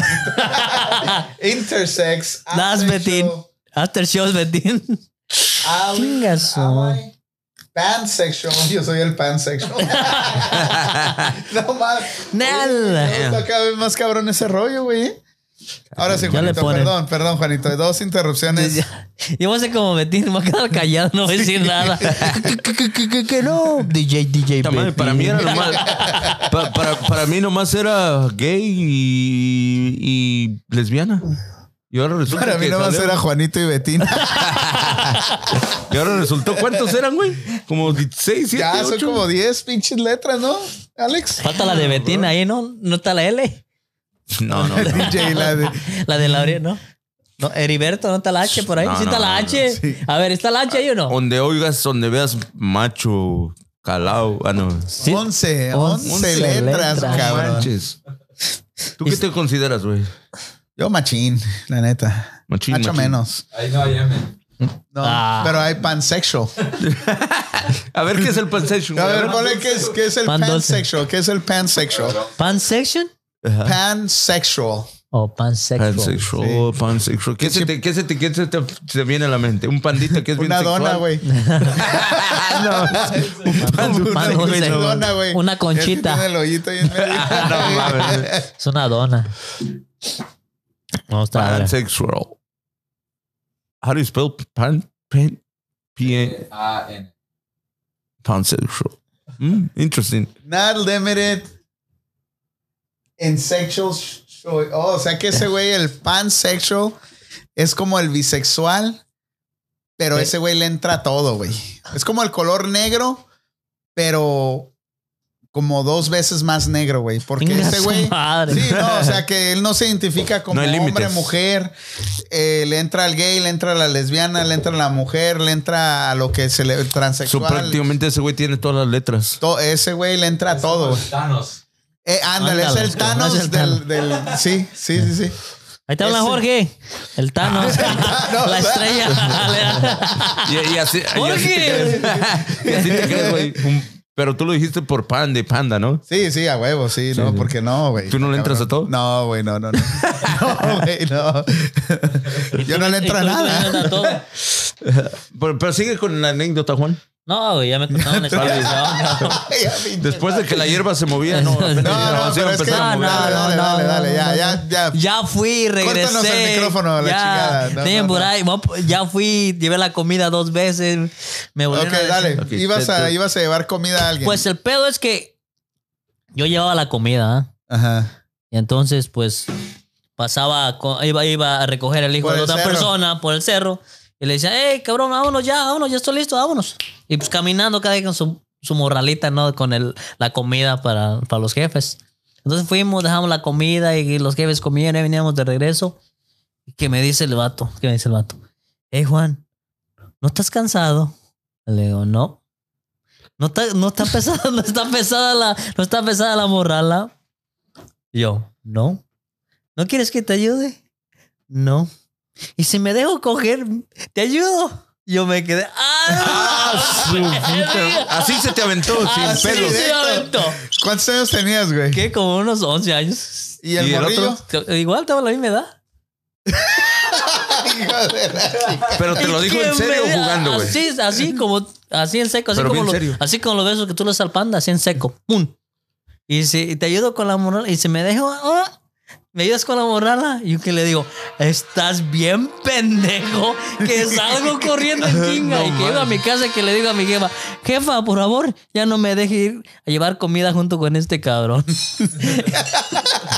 [laughs]
Intersex.
[laughs] Das,
asexual,
Betín. After shows, Betín.
ali-
Chinga su
ally, Ah, Pansexual. [laughs] Yo soy el
[laughs]
pansexual. no mames.
Nada.
Oye, Está cada vez más cabrón ese rollo, güey. Ahora sí,
Ya le
Juanito,
ponen.
perdón, perdón, Juanito. Dos interrupciones.
[laughs] Yo voy a ser como Betín, me voy a quedar callado, no voy a decir
[laughs]
nada. Que- que- que- que- Que [laughs] no, DJ, DJ.
Puta madre,
Betín.
para mí era nomás. pa- para, para mí nomás era gay y, y lesbiana. Y ahora
[laughs]
resulta
Para mí
que
nomás
salió-
era Juanito y
[laughs]
Betina.
Y ahora resultó, ¿cuántos eran, güey? Como 6, 7,
ya son
8.
como 10 pinches letras, ¿no?
[laughs]
Alex.
Falta la de Betín ahí, ¿no? No está la L.
No, no, no.
DJ, la de-
La de Lauriel,
Mm.
¿no? No, Heriberto, ¿no está la H por ahí?
No,
sí está
no,
la
no,
H.
no, Ah,
A ver, ¿está la H ahí o no?
Donde oigas, donde veas macho, calao. Ah, no.
Sí.
11, 11,
Once
letras,
letras.
cabrón.
Manches. ¿Tú qué te consideras, güey?
Yo machín, la neta.
Machín,
Macho
machín.
menos.
Ahí no hay M.
No,
Ah.
pero hay pansexual.
A ver qué es el pansexual.
A
güey,
ver, ponle qué es, qué es el
Pan dulce.
pansexual. ¿Qué es el pansexual?
¿Pansection?
Pansexual.
O pansexual.
Pansexual, pansexual. ¿Qué, se te, qué, se te, qué se te, se te viene a la mente? Un pandita que es bien
Una dona,
[laughs]
sexual?
güey.
no. Un pan dulce,
pan
güey,
dulce.
Una
no.
dona, güey.
Una conchita.
Tiene el hoyito ahí en
[laughs]
medio. [laughs]
Ah, No [laughs] mames.
Es una dona. Vamos a ver.
Pansexual. How do you spell pan? Pan? P-A- Pansexual. Mm, interesting.
Not limited in sexual. sh- sh- Oh, o sea que ese güey, el pansexual, es como el bisexual, pero
Eh.
ese güey le entra a todo, güey. Es como el color negro, pero como dos veces más negro, güey. Porque
Venga
ese
su
güey.
madre.
Sí, no, o sea que él no se identifica como
No hay
hombre,
límites.
mujer. eh, le entra al gay, le entra a la lesbiana, le entra a la mujer, le entra a lo que se le.
So,
transexual.
prácticamente ese güey tiene todas las letras.
To- ese güey le entra a todo, güey.
Thanos.
Eh, ándale, es
Ándale,
el Thanos,
es el
del, del- Sí, sí, sí, sí.
Ahí te habla
Ese-
Jorge.
[laughs]
El Thanos. la estrella.
Y, y así, y
¿Por
así te
qué?
crees- y así te crees, güey. Un- Pero tú lo dijiste por pan de panda, ¿no?
Sí, sí, a huevo, sí, no,
sí.
porque no, güey.
¿Tú no le entras a todo?
No, güey, no, [laughs] no, no. No, güey,
[laughs]
no. Yo no le entro a
Y tú- tú le
nada. [laughs]
entras a todo.
Pero, pero sigue con la anécdota, Juan.
No, güey,
[laughs]
ya me contaron la historia. No, no.
Ya, pinche
Después de que la hierba se movía, [laughs] no, apenas
No,
la
no,
grabación
pero es que-
empezaba a
no,
mover.
no, Pues dale,
no,
dale,
no,
dale,
no,
ya,
no.
ya, ya.
Ya fui, regresé.
Córtanos el micrófono, la
ya.
chingada. No,
Tenía
no,
por
no.
ahí, voy- Ya fui, llevé la comida dos veces. Me volví
Ok, dale.
Ok,
Ibas,
te-
a,
te-
ibas a llevar comida a alguien.
Pues el pedo es que yo llevaba la comida, ¿ah?
Ajá.
Y entonces, pues, pasaba, co- iba, iba a recoger al hijo
Por
de
el
otra
cerro.
persona por el cerro. Y le decía, hey, cabrón, vámonos ya, vámonos, ya estoy listo, vámonos. Y pues caminando cada vez con su, su morralita, ¿no? Con el, la comida para, para los jefes. Entonces fuimos, dejamos la comida y los jefes comieron, y veníamos de regreso. Y que me dice el vato, que me dice el vato, hey Juan, ¿no estás cansado? Le digo, no. No está, no está pesada, [laughs] no está pesada la, no está pesada la morrala. Y Yo, no. ¿No quieres que te ayude? No. Y si me dejo coger, te ayudo. Yo me quedé. ¡Ah! [laughs] no mames!
Así se te aventó,
Así
sin pelo.
se
Directo.
aventó.
¿Cuántos años tenías, güey?
¿Qué? Como unos 11 años.
¿Y el
¿Y el
morrillo?
otro?
Igual estaba la misma edad.
Hijo de la-
Pero te lo dijo en serio o jugando, güey.
Así, así como, así en seco. Así
Pero
como,
bien
lo-
serio.
así como los besos que tú le das al panda, así en seco. ¡Pum! Y si y te ayudo con la moral, y si me dejo, ah, me ayudas con la morala. Y yo que le digo, estás bien pendejo, que
[laughs]
salgo corriendo en chinga.
No
y que iba a mi casa y que le digo a mi jefa, jefa, por favor, ya no me deje ir a llevar comida junto con este cabrón.
[laughs]
[laughs]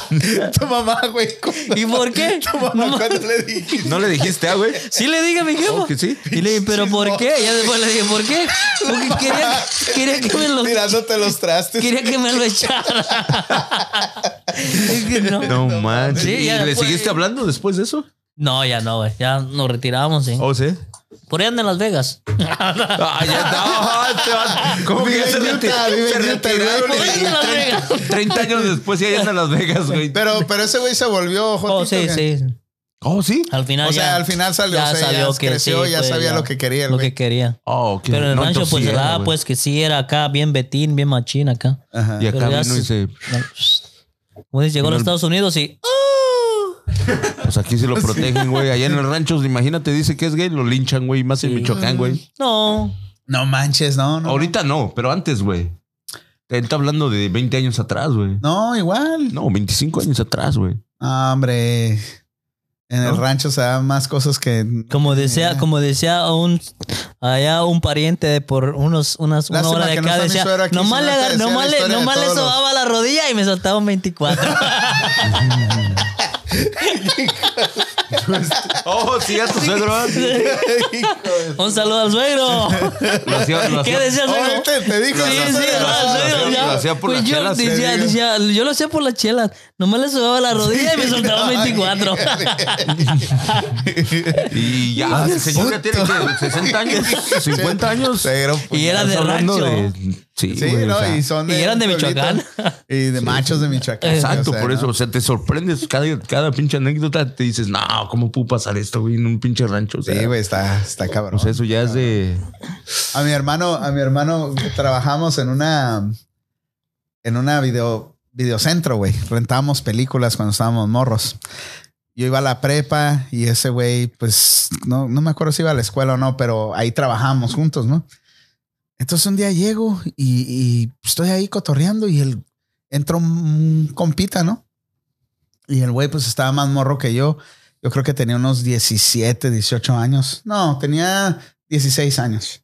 Tu mamá, güey. cuando-
¿Y por qué?
[laughs] Tu mamá, cuando le dijiste.
¿No le dijiste, ah, güey?
Sí le dije a mi jefa.
Oh, que sí.
Y le dije, ¿pero por qué? Y ya después le dije, ¿por qué? Porque quería, quería que me lo
Tirándote los trastes.
quería que me
[laughs]
lo echara. Es que no.
No manches.
Sí,
¿Y
ya
le
después-
seguiste hablando después de eso?
No, ya no, güey. Ya nos retiramos, sí.
¿O sí?
Por ahí anda en Las Vegas.
Ah, ya está. este vato. ¿Cómo que ya se
Vive en
reti-
Utah, vive
se
en Utah,
retiraron
güey.
Por ahí anda en Las
[laughs]
Vegas.
30 años después y ahí anda Las Vegas, güey.
Pero, pero ese güey se volvió, Jotito,
Oh, sí,
¿qué?
sí.
¿Oh, sí?
Al final
O
ya-
sea, al final salió, o sea, ya creció, ya
pues,
sabía lo que quería el
Lo
güey.
que quería.
Oh, ok.
Pero en el
No,
rancho,
entonces
pues,
sí era,
era,
güey.
pues, que sí era acá, bien betín, bien machín acá.
Ajá.
Y acá
pero ya
vino y se...
Como dice, llegó a los
el-
Estados Unidos y... "Ah,
Pues aquí se lo protegen, güey. Allá
[laughs]
en el rancho, imagínate, dice que es gay, lo linchan, güey. Más en Michoacán, güey.
No.
No manches, no, no.
Ahorita no, pero antes, güey. Él está hablando de 20 años atrás, güey.
No, igual.
No, 25 años atrás, güey.
Ah, hombre. En el rancho se dan más cosas que.
Como decía, como decía un allá un pariente de por unos unas una
Lástima
hora de
que no
acá
está mi
decía,
suegro aquí,
nomás
si
le
no te
agar-
decía la
nomás le
historia de
nomás le
todos los-
sobaba la rodilla y me soltaba un 24.
[laughs]
Oh, sí, a tu suegro.
un saludo al suegro.
[laughs] Lo hacía, lo
¿Qué
hacía.
decía el
Oye, este
suegro?
te, te digo,
Sí,
no,
sí,
no,
no, al
no,
hacía-
suegro,
lo
ya.
hacía por
Pues
las
yo
chelas, te
decía,
digo.
decía, yo lo hacía por las chelas. Nomás le sobaba la rodilla y
[laughs]
me soltaba un 24.
Y [laughs] ya, ese señor ya tiene que 60 años, 50 años.
Pero, pues,
Y era de
Estás hablando
rancho.
de Sí,
Sí,
güey, o
¿no?
sea,
y son
y eran de
pueblitos
Michoacán.
Y de machos de Michoacán.
Exacto,
o sea,
por eso,
¿no?
o sea, te sorprendes cada, cada pinche anécdota, te dices, no, ¿cómo pudo pasar esto, güey, en un pinche rancho? O sea,
Sí, güey, está, está cabrón.
o sea, eso ya es de...
A mi hermano, a mi hermano trabajamos en una en una video videocentro, güey. Rentábamos películas cuando estábamos morros. Yo iba a la prepa y ese güey, pues no, no me acuerdo si iba a la escuela o no, pero ahí trabajamos juntos, ¿no? Entonces un día llego y, y estoy ahí cotorreando y él entró un compita, ¿no? Y el güey pues estaba más morro que yo. Yo creo que tenía unos 17, 18 años. No, tenía 16 años.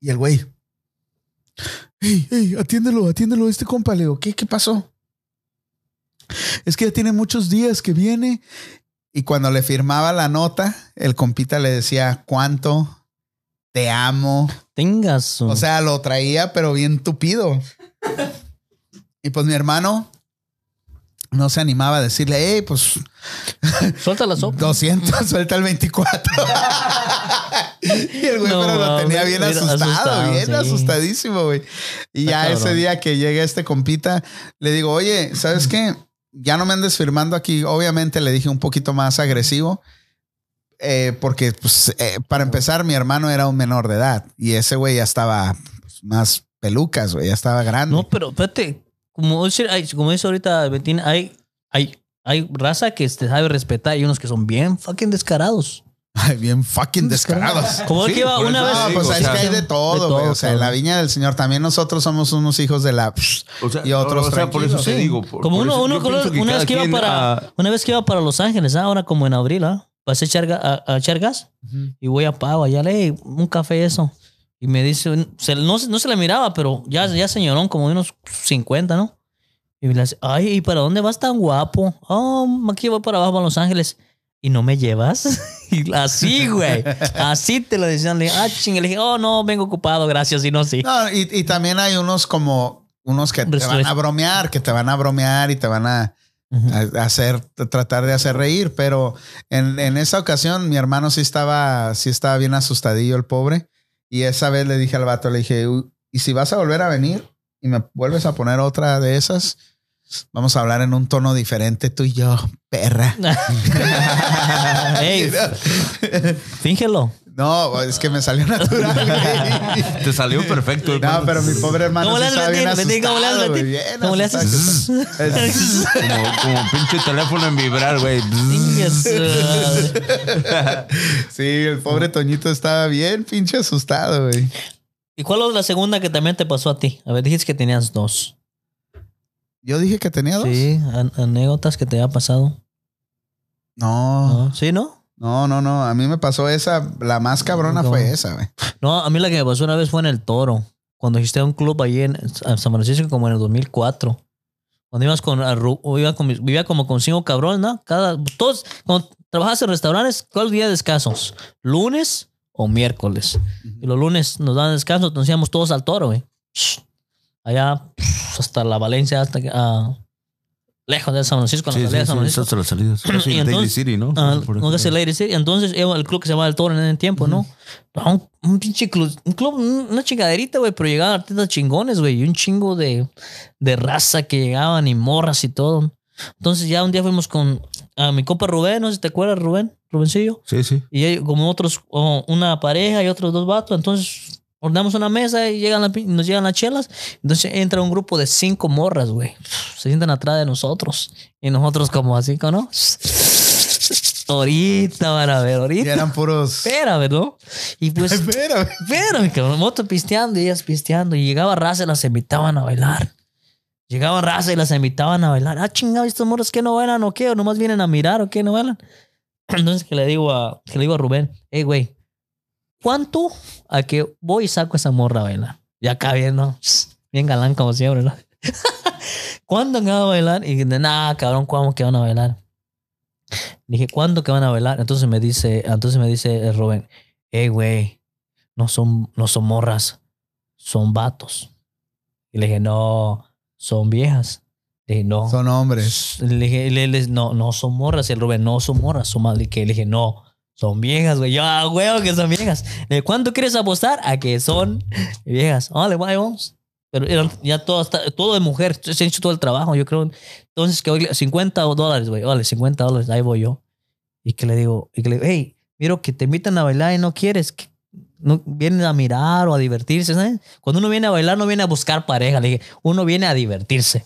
Y el güey, hey, hey, atiéndelo, atiéndelo, este compa. Le digo, ¿qué, qué pasó? Es que ya tiene muchos días que viene. Y cuando le firmaba la nota, el compita le decía, ¿cuánto? Te amo.
Tengas.
O sea, lo traía, pero bien tupido. Y pues mi hermano no se animaba a decirle, hey, pues
suelta la sopa.
200, suelta el 24.
[laughs]
y el güey,
No,
pero lo
mames,
tenía bien
mira,
asustado,
asustado,
bien
sí.
asustadísimo, güey. Y ya
Está
ese
cabrón.
día que llega este compita, le digo, oye, ¿sabes qué? Ya no me andes firmando aquí. Obviamente le dije un poquito más agresivo. eh, porque, pues, eh, para empezar, mi hermano era un menor de edad y ese güey ya estaba pues, más pelucas, güey, ya estaba grande.
No, pero espérate, como dice, ay, como dice ahorita Betina, hay, hay, hay raza que se sabe respetar y unos que son bien fucking descarados.
Ay, bien fucking descarados.
[laughs] Como el que iba
por
una
eso
vez.
No,
digo,
pues
o
es
sea,
que hay de todo, güey. O sea, en la
cabrón.
viña del Señor también nosotros somos unos hijos de la.
O sea,
y otros
o sea, por eso
tranquilos.
te
Sí.
digo. por-
como
por
uno,
eso
uno
yo
con-
pienso
una
cada
vez que iba
quien,
para,
ah,
una vez que iba para Los Ángeles, ah, ahora como en abril, ¿ah? pasé a echar, ga- a, a echar gas y voy a Pau allá le un café eso. Y me dice, un- se- no, se- no se le miraba, pero ya, ya señorón, como de unos 50, ¿no? Y le dice, ay, ¿y para dónde vas tan guapo? Oh, aquí voy para abajo a Los Ángeles. ¿Y no me llevas? [laughs] Y así, güey. Así te lo decían. Le dije, ah, chingue. Le dije, oh, no, vengo ocupado, gracias. Y no,
[laughs]
sí. [laughs]
No, y, y también hay unos como. Unos que te
Hombre,
van
estoy-
a bromear, que te van a bromear y te van a,
Ujú.
a- a hacer, tratar de hacer reír. Pero en, en esa ocasión, mi hermano sí estaba, sí estaba bien asustadillo, el pobre. Y esa vez le dije al vato, le dije, "U- y si vas a volver a venir y me vuelves a poner otra de esas, vamos a hablar en un tono diferente tú y yo, perra. [laughs]
Ey, fíngelo.
No, es que me salió natural. güey.
Te [laughs] salió perfecto.
No,
hermano.
pero mi pobre hermano
¿Cómo
sí
le haces,
estaba bien
Betín? Betín, ¿cómo le haces,
asustado, güey,
Betín?
bien asustado.
¿Cómo le [laughs] haces?
Es-
Como, [laughs] como pinche teléfono en vibrar, güey.
Chingue su madre.
Sí, el pobre Toñito estaba bien pinche asustado, güey.
¿Y cuál es la segunda que también te pasó a ti? A ver, dijiste que tenías dos.
Yo dije que tenía dos.
Sí, an- anécdotas que te había pasado.
No,
¿Sí, no?
no, no, no. A mí me pasó esa. La más cabrona
No.
fue esa, güey.
No, a mí la que me pasó una vez fue en el Toro. Cuando dijiste a un club allí en en San Francisco, como en el 2004. Cuando ibas con, a Ru- o iba con mis- vivía como con cinco cabrones, ¿no? Cada, todos, cuando trabajas en restaurantes, ¿cuál día descansos? ¿Lunes o miércoles? Y los lunes nos daban descanso, nos íbamos todos al toro, güey. Allá hasta la Valencia, hasta que, ah, lejos de San Francisco, en la
Sí,
salida
sí,
de San
sí,
Francisco.
esas son las salidas. Sí,
Y
Daily
entonces-
City, ¿no?
Ah,
Por
no
ejemplo.
sé, Lady City. Entonces, iba al club que se llamaba El Toro en ese tiempo, ¿no? Ah, Un, un pinche club, un club, un- una chingaderita, güey, pero llegaban artistas chingones, güey, y un chingo de, de raza que llegaban y morras y todo. Entonces, ya un día fuimos con a mi compa Rubén, no sé si te acuerdas, Rubén, Rubencillo.
Sí, [laughs] sí.
Y hay como otros, o una pareja y otros dos vatos. Entonces, ordenamos una mesa y llegan la pin- nos llegan las chelas. Entonces, entra un grupo de cinco morras, güey. Se sientan atrás de nosotros. Y nosotros como así, ¿no? Ahorita van a ver,
Y
ahorita.
eran puros.
Espérame, ¿no? Y pues...
Espera, güey.
Pero, mi cabrón, moto pisteando y ellas pisteando. Y llegaba raza y las invitaban a bailar. Llegaba raza y las invitaban a bailar. Ah, chingado, estos morros que no bailan o qué, o nomás vienen a mirar o qué, no bailan. [clears throat] Entonces que le digo a, que le digo a Rubén, hey, güey, ¿cuánto a que voy y saco a esa morra a bailar? Y acá bien, ¿no? [sniffs] Bien galán como siempre, ¿no? [laughs] ¿Cuándo que van a bailar? Y de nada, cabrón, ¿cuándo que van a bailar? Le dije, ¿cuándo que van a bailar? Entonces me dice, entonces me dice eh, Rubén, hey, güey, no son, no son morras, son vatos. Y le dije, no, son viejas. Le dije, no.
Son hombres.
Le dije, le- le- no, no son morras. Y el Rubén, no son morras, son más. Le dije, le dije, no, son viejas, güey. Yo, ah, huevo, que son viejas. Le dije, ¿cuánto quieres apostar? A que son viejas. Ah, le voy, ahí vamos. Pero eran ya todo, hasta- todo de mujer. Se ha hecho todo el trabajo, yo creo. Entonces, que hoy, 50 dólares, güey. Vale, 50 dólares, ahí voy yo. Y que le digo, y que le digo, hey, miro que te invitan a bailar y no quieres. que- no, vienen a mirar o a divertirse, ¿sabes? Cuando uno viene a bailar, no viene a buscar pareja. Le dije, uno viene a divertirse.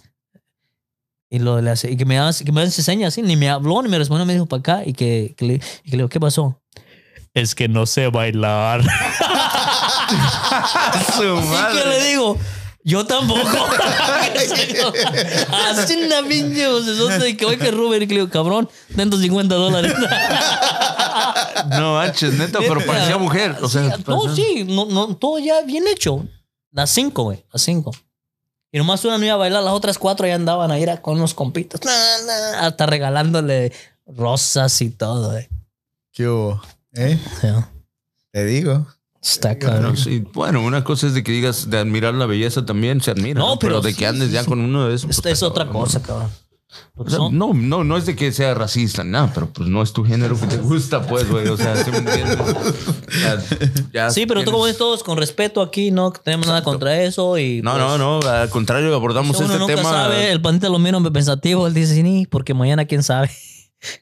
Y, lo, le hace- y que me hace, que me hace señas así, ni me habló, ni me respondió, me dijo para acá. Y que, que le, y que le digo, ¿qué pasó?
Es que no sé bailar.
¿Y qué le digo? Yo tampoco.
[laughs]
Así una pinche vocesote que voy que Rubén y que le digo, cabrón, den tus 50 dólares.
No, manches, neta, pero parecía mujer. [laughs] O sea, pues,
todo
parecía-
sí, [laughs] no, no, todo ya bien hecho. Las cinco, güey, las cinco. Y nomás una no iba a bailar, las otras cuatro ya andaban a ir a- con unos compitas. na, na, hasta regalándole rosas y todo, güey.
¿Qué hubo? ¿Eh?
O sea,
Te digo.
Está
Pero
cabrón.
sí, bueno, una cosa es de que digas de admirar la belleza también se admira.
No,
No, pero,
pero
de
sí,
que andes ya con uno de esos.
Esta
pues,
es otra
cabrón.
cosa, cabrón. Porque
O sea,
son-
no, no, no es de que sea racista, nada, pero pues no es tu género que te gusta, pues, güey. O sea, ¿sí me
[laughs]
entiendes? O sea, ya
Sí, pero tú
tienes-
como ves todos con respeto aquí, no tenemos nada contra eso y
No,
pues,
no, no, al contrario, abordamos
uno
este
nunca
tema.
sabe, el pandita lo mira hombre, pensativo, él dice, ni porque mañana quién sabe.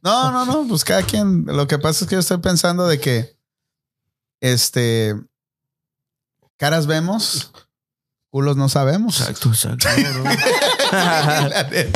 No, no, no, pues cada quien. Lo que pasa es que yo estoy pensando de que, este, caras vemos, culos no sabemos.
Exacto, exacto.
[laughs]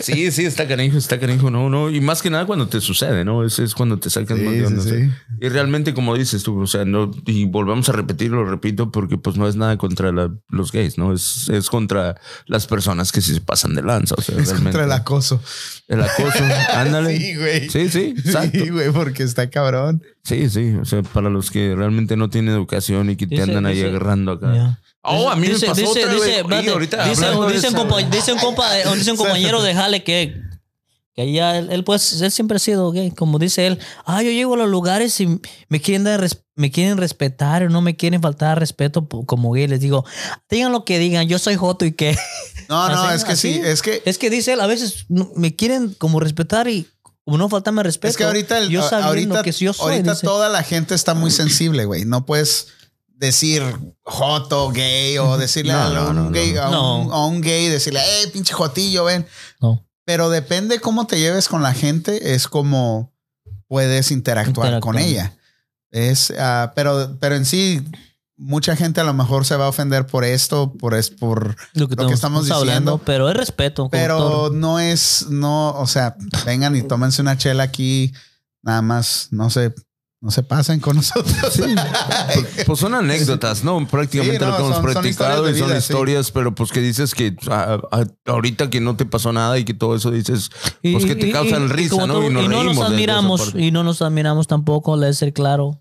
sí, sí, está canijo, está canijo, no, no. Y más que nada cuando te sucede, ¿no? Es, es cuando te sacan
Sí,
más de
sí,
onda, o sea.
sí.
Y realmente, como dices tú, o sea, no, y volvemos a repetirlo, repito, porque pues no es nada contra la- los gays, ¿no? Es, es contra las personas que sí se pasan de lanza, o sea,
Es
realmente.
contra el acoso.
El acoso, ándale.
[laughs] Sí, güey.
Sí, sí, exacto.
Sí, güey, porque está cabrón.
Sí, sí, o sea, para los que realmente no tienen educación y que te
Dice-
andan ahí
dice-
agarrando acá.
Ya.
Oh, a mí me pasó otra vez. Oye,
espérate,
ahorita
dice-
hablando de
dice un
esa-
compa- dice un compa- eh, dice un compañero de Jale que, que ya él, él, pues, él siempre ha sido gay, como dice él, ah, yo llego a los lugares y me quieren dar res- me quieren respetar, no me quieren faltar respeto po- como gay, les digo, digan lo que digan, yo soy joto y qué.
No, no,
Así,
es que sí,
así.
es que
Es que dice él, a veces no- me quieren como respetar y como no faltarme respeto.
Es que ahorita, el-
yo
a-
sabiendo
ahorita,
que yo soy.
ahorita
dice.
toda la gente está muy sensible, güey. No puedes decir joto, gay o decirle
No,
a,
no,
un
no,
gay,
no.
A, un,
No.
a un gay, decirle, hey, pinche jotillo, ven.
No.
Pero depende cómo te lleves con la gente, es como puedes interactuar con
Interactuar.
ella. Es, ah, pero, pero en sí, mucha gente a lo mejor se va a ofender por esto, por, es, por
lo que,
lo que estamos diciendo.
pero es respeto. como todo.
pero no es, no, o sea, vengan y tómense una chela aquí, nada más, no se, no se pasen con [laughs] nosotros.
Pues, pues son anécdotas, ¿no? Prácticamente
Sí, no,
lo que hemos
son- son
practicado
historias de
y son
vida, sí.
historias, pero pues que dices que a- a- ahorita que no te pasó nada y que todo eso dices, pues que te causan risa,
como
¿no?
todo-
y nos reímos de-
nos
de esa
admiramos,
parte. Pues,
y no nos admiramos tampoco, le de ser claro,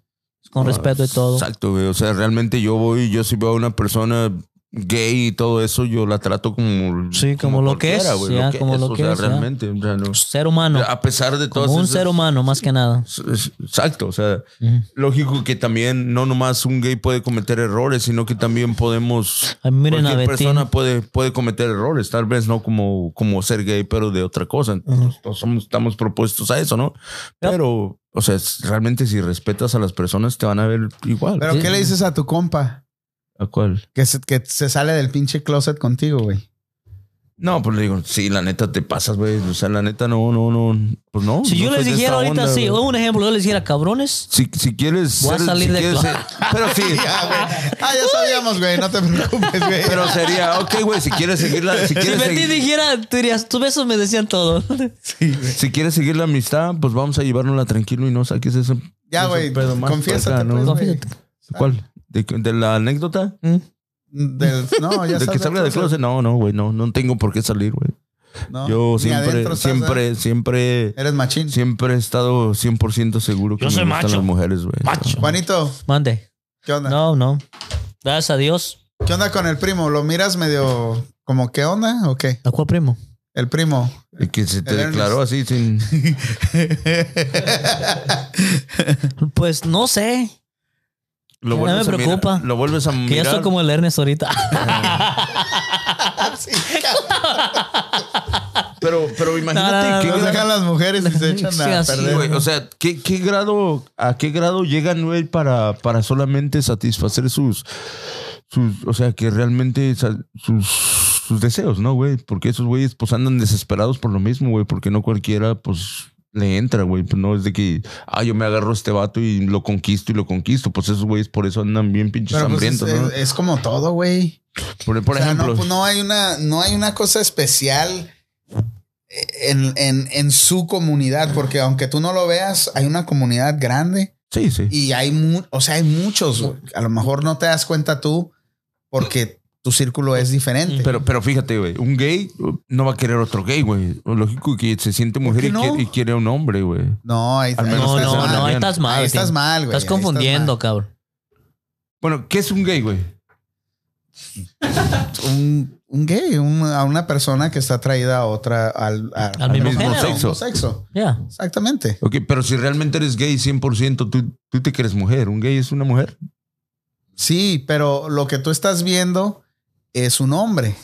con respeto y todo.
Exacto, güey. O sea, realmente yo voy, yo si veo a una persona gay y todo eso, yo la trato como.
Sí, como lo que es,
cualquiera, güey,
ya, como lo
o
que
sea,
es, ya.
realmente. o sea, no.
Ser humano,
A pesar de todo
como un ser humano, más que nada.
Exacto, o sea,
Ujú.
lógico que también no nomás un gay puede cometer errores, sino que también podemos
Ay, miren a
cualquier
Betín.
persona puede puede cometer errores, tal vez no como como ser gay, pero de otra cosa. Entonces, todos somos- estamos propuestos a eso, ¿no? Pero o sea, es- realmente si respetas a las personas te van a ver igual.
Pero,
Sí.
¿qué le dices a tu compa?
¿A cuál?
Que se, que se sale del pinche closet contigo, güey.
No, pues le digo, sí, la neta te pasas, güey. O sea, la neta no, no, no. Pues no.
Si
no
yo
soy
les
de
dijera
esta
ahorita,
onda,
sí,
güey.
un ejemplo, yo les dijera, cabrones,
Si, si quieres.
Voy a
ser-
salir
si
de
quieres
cla-
ser- Pero
[laughs]
sí.
Ah, ya sabíamos, güey, no te preocupes,
[laughs]
güey.
Pero sería, ok, güey, si quieres seguir la, si
si
quieres,
Betín
segui-
dijera, tú dirías, tus besos me decían todo. [laughs]
si quieres seguir la amistad, pues vamos a llevárnosla tranquilo y no saques ese.
ya,
ese
güey,
pedo más
confiésate,
para acá,
pues,
¿no?
güey.
¿Cuál? ¿De, de la anécdota?
Del- no, ya
[laughs] ¿De que
estás
salga de
del
closet? No, no, güey, no, no tengo por qué salir, güey.
No,
Yo
Ah, ni
siempre,
adentro estás,
siempre,
¿eh?
siempre,
Eres machín.
siempre he estado 100% seguro que
Yo
me
soy
gustan
macho.
las mujeres, güey.
Macho.
Juanito,
Mande.
¿qué onda?
No, no. Gracias a Dios.
¿Qué onda con el primo? ¿Lo miras medio como qué onda o qué?
¿A cuál primo?
El primo.
Y que se te
El
declaró así sin.
Pues no sé.
Lo
Ya
vuelves
me
a mirar-
preocupa.
lo vuelves a
Que ya
mirar.
estoy como el
[laughs]
Ernest ahorita.
Pero, pero
[laughs]
imagínate
No, no, no,
que
No dejan las mujeres y se echan
Sí,
a
así,
perder.
[laughs] Sí, güey, O sea, ¿qué, qué grado, ¿a qué grado llegan, güey, para, para solamente satisfacer sus, sus, o sea, que realmente esa- sus, sus deseos, ¿no, güey? Porque esos güeyes pues andan desesperados por lo mismo, güey, porque no cualquiera pues le entra, güey, pues no es de que, ah, yo me agarro a este vato y lo conquisto y lo conquisto, pues esos güeyes por eso andan bien pinches
Pero pues, es,
hambrientos, ¿no?
es- es como todo, güey.
por por
O sea, no,
ejemplo,
pues, no, hay una, no hay una cosa especial en, en- en su comunidad, porque aunque tú no lo veas, hay una comunidad grande
sí, sí.
y hay, mu- o sea, hay muchos. güey. A lo mejor no te das cuenta tú porque tu círculo es diferente.
Pero, pero fíjate, güey, un gay uh, no va a querer otro gay, güey. Lógico que se siente mujer
qué
y,
no?
quiere, y quiere a un hombre, güey.
no, ahí,
Al
ahí
menos
No,
que
estás
sea
no, no,
lesbiana.
ahí estás mal.
Ahí estás
Tim.
mal, güey.
Estás
Ahí
confundiendo,
mal.
cabrón.
Bueno, ¿qué es un gay, güey?
un, un gay, un- a una persona que está atraída a otra, al, a-
Al mismo género.
mismo sexo.
Ya.
[laughs] Exactamente.
Ok, pero si realmente eres gay 100%, tú, tú te crees mujer. ¿Un gay es una mujer?
Sí, pero lo que tú estás viendo es un hombre.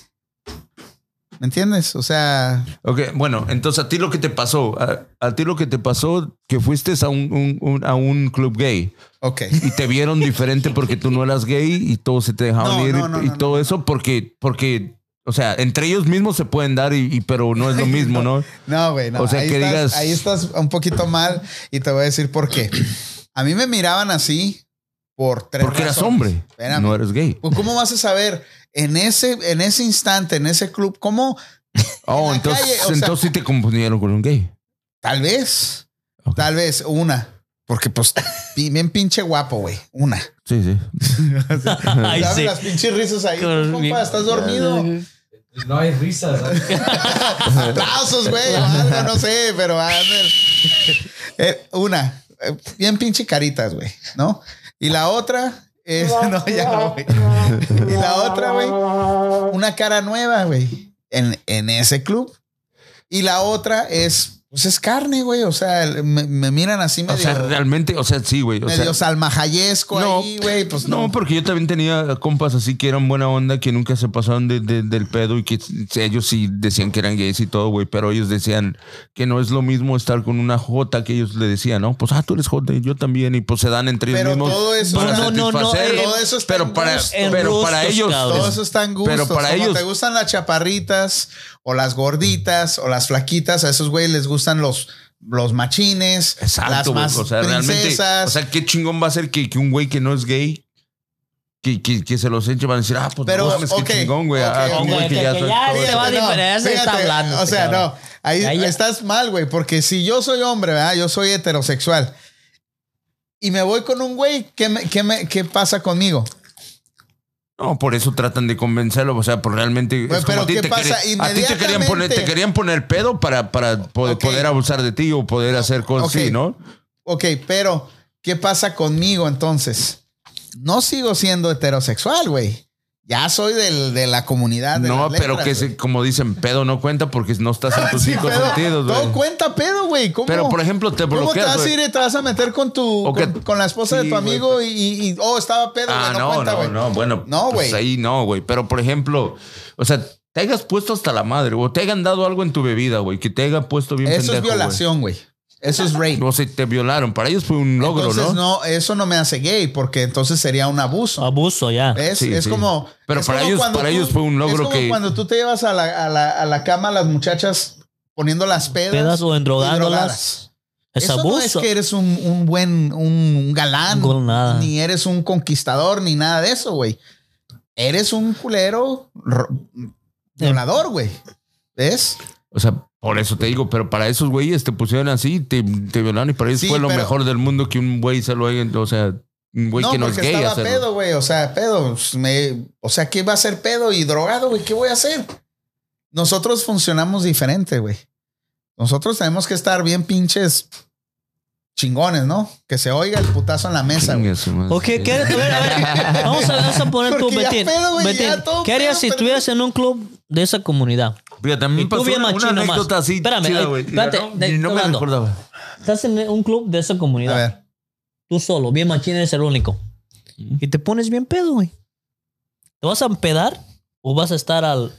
¿Me entiendes? O sea,
Ok, bueno, entonces a ti lo que te pasó, a, a ti lo que te pasó, que fuiste a un, un- un- a un club gay
ok.
y te vieron diferente porque tú no eras gay y todos se te dejaban
No,
ir y-
no, no,
y,
no,
todo eso porque, porque, o sea, entre ellos mismos se pueden dar, y, y- pero no es
[laughs]
lo mismo, ¿no?
No, güey, no.
O sea,
ahí,
que
estás,
digas-
ahí estás un poquito mal y te voy a decir por qué. A mí me miraban así por tres
Porque eras
razones.
hombre,
Espérame.
no eres gay.
Pues, ¿Cómo vas a saber en ese, en ese instante, en ese club, cómo
Oh,
la
entonces,
calle, o sea-
entonces sí te confundieron con un gay.
Tal vez.
Ok.
Tal vez una. Porque pues pi- bien pinche guapo, güey. Una.
Sí, sí.
Ay,
Dame
sí.
las pinches risas ahí.
Con mi-
Compa, estás dormido.
No hay risas.
Aplausos, güey. o algo, no sé, pero a ver. Eh, Una. Eh, Bien pinche caritas, güey. ¿No? Y la otra es. [laughs] No, ya no, güey. Y la otra, güey. Una cara nueva, güey. En, en ese club. Y la otra es. Pues es carne, güey. O sea, el- me, me miran así
O
medio.
sea, realmente, o sea, sí, güey. O sea,
medio salmajayesco
No.
ahí, güey. Pues
No,
no.
porque yo también tenía compas así que eran buena onda, que nunca se pasaron de- de- del pedo y que s- ellos sí decían que eran gays y todo, güey, pero ellos decían que no es lo mismo estar con una J que ellos le decían, ¿no? Pues, ah, tú eres J y yo también, y pues se dan entre
Pero
ellos mismos.
todo eso-
para
No,
no, no, no,
satisfacer.
eh,
todo eso está en
pero para,
gustos,
pero para
gustos,
ellos.
cabrón.
Todo eso está en gustos.
Pero para
Como
ellos-
te gustan las chaparritas o las gorditas o las flaquitas, a esos güeyes les gustan los, los machines, las
Exacto, güey.
más
O sea, realmente.
princesas.
O sea, qué chingón va a ser que, que un güey que no es gay. Que, que, que se los eche van a decir, ah, pues
Pero,
no mames,
ok,
qué chingón, güey.
ok,
ah,
ok,
un güey
ok,
que ya
que
está-
ya
todo- este
se va a diferencia, está
fíjate,
hablando,
O sea,
cabrón.
no. Ahí
Ya, ya.
estás mal, güey, porque si yo soy hombre, ¿verdad? Yo soy heterosexual y me voy con un güey, ¿qué, me- qué, me- qué pasa conmigo?
No, por eso tratan de convencerlo, o sea, por realmente.
Güey,
es
pero
como a ti
¿qué
te
pasa?
querían- a ti te querían
Inmediatamente.
poner, te querían poner pedo para, para po- poder,
Ok.
abusar de ti o poder hacer cosas
ok.
así, ¿no?
Ok, pero ¿qué pasa conmigo entonces? No sigo siendo heterosexual, güey. Ya soy del- de la comunidad. De
No,
las
pero
letras,
que
güey. Ah,
se- como dicen, pedo no cuenta porque no estás en tus
Sí,
cinco
pedo.
sentidos,
Todo
güey.
cuenta pedo, güey. ¿Cómo-
Pero por ejemplo, te
¿Cómo te
bloqueas.
vas a
güey.
ir y te vas a meter con tu
O
con,
que-
con la esposa de
sí,
tu
güey,
amigo y, y- y- oh estaba pedo, güey,
Ah,
no, cuenta,
no,
güey.
no, bueno.
No,
pues
güey.
ahí no, güey. Pero, por ejemplo, o sea, te hayas puesto hasta la madre, o te hayan dado algo en tu bebida, güey, que te hayan puesto bien
Eso es
pendejo, güey.
violación, güey. Eso es rape.
O sea, te violaron. Para ellos fue un logro,
entonces,
¿no?
no, eso no me hace gay, porque entonces sería un abuso.
Abuso, ya.
Es,
Sí,
es
sí.
como.
Pero
es
para
como
ellos-
cuando
para ellos fue un logro
es como
que-
Cuando tú te llevas a la, a la, a la cama a las muchachas poniendo las pedas.
Pedas o
y
endrogándolas.
drogadas.
Es
Eso no es
abuso.
que eres un, un buen, un, un galán.
Con nada.
Ni eres un conquistador, ni nada de eso, güey. Eres un culero ro-
Eh.
violador, güey. ¿Ves?
O sea, por eso te digo, pero para esos güeyes te pusieron así, te, te violaron y para ellos
Sí,
fue lo
pero-
mejor del mundo que un güey se lo haya, o sea, un güey
no,
que no es
porque
gay.
estaba
hacerlo.
pedo, güey. O sea, pedo. pues, me- o sea, ¿qué va a ser pedo y drogado, güey? ¿Qué voy a hacer? Nosotros funcionamos diferente, güey. Nosotros tenemos que estar bien pinches chingones, ¿no? Que se oiga el putazo en la mesa, güey.
Chingue su madre.
Ok, ¿qué harías? A ver, a
[laughs]
ver, Vamos a, vamos a poner tú,
Porque ya
Betín.
pedo, güey,
Betín,
ya todo
¿Qué harías
pedo,
si
pero-
estuvieras en un club de esa comunidad?
Fíjate, a mí
Y
me
tú
pasó
bien
una, una
machino más.
anécdota así.
Espérame,
chida,
eh,
güey.
espérate,
no,
de-
ni- no me
Orlando.
recordaba.
Estás en un club de esa
A
comunidad.
ver.
Tú solo, bien machín, eres el único. Y te pones bien pedo, güey. ¿Te vas a empedar o vas a estar al...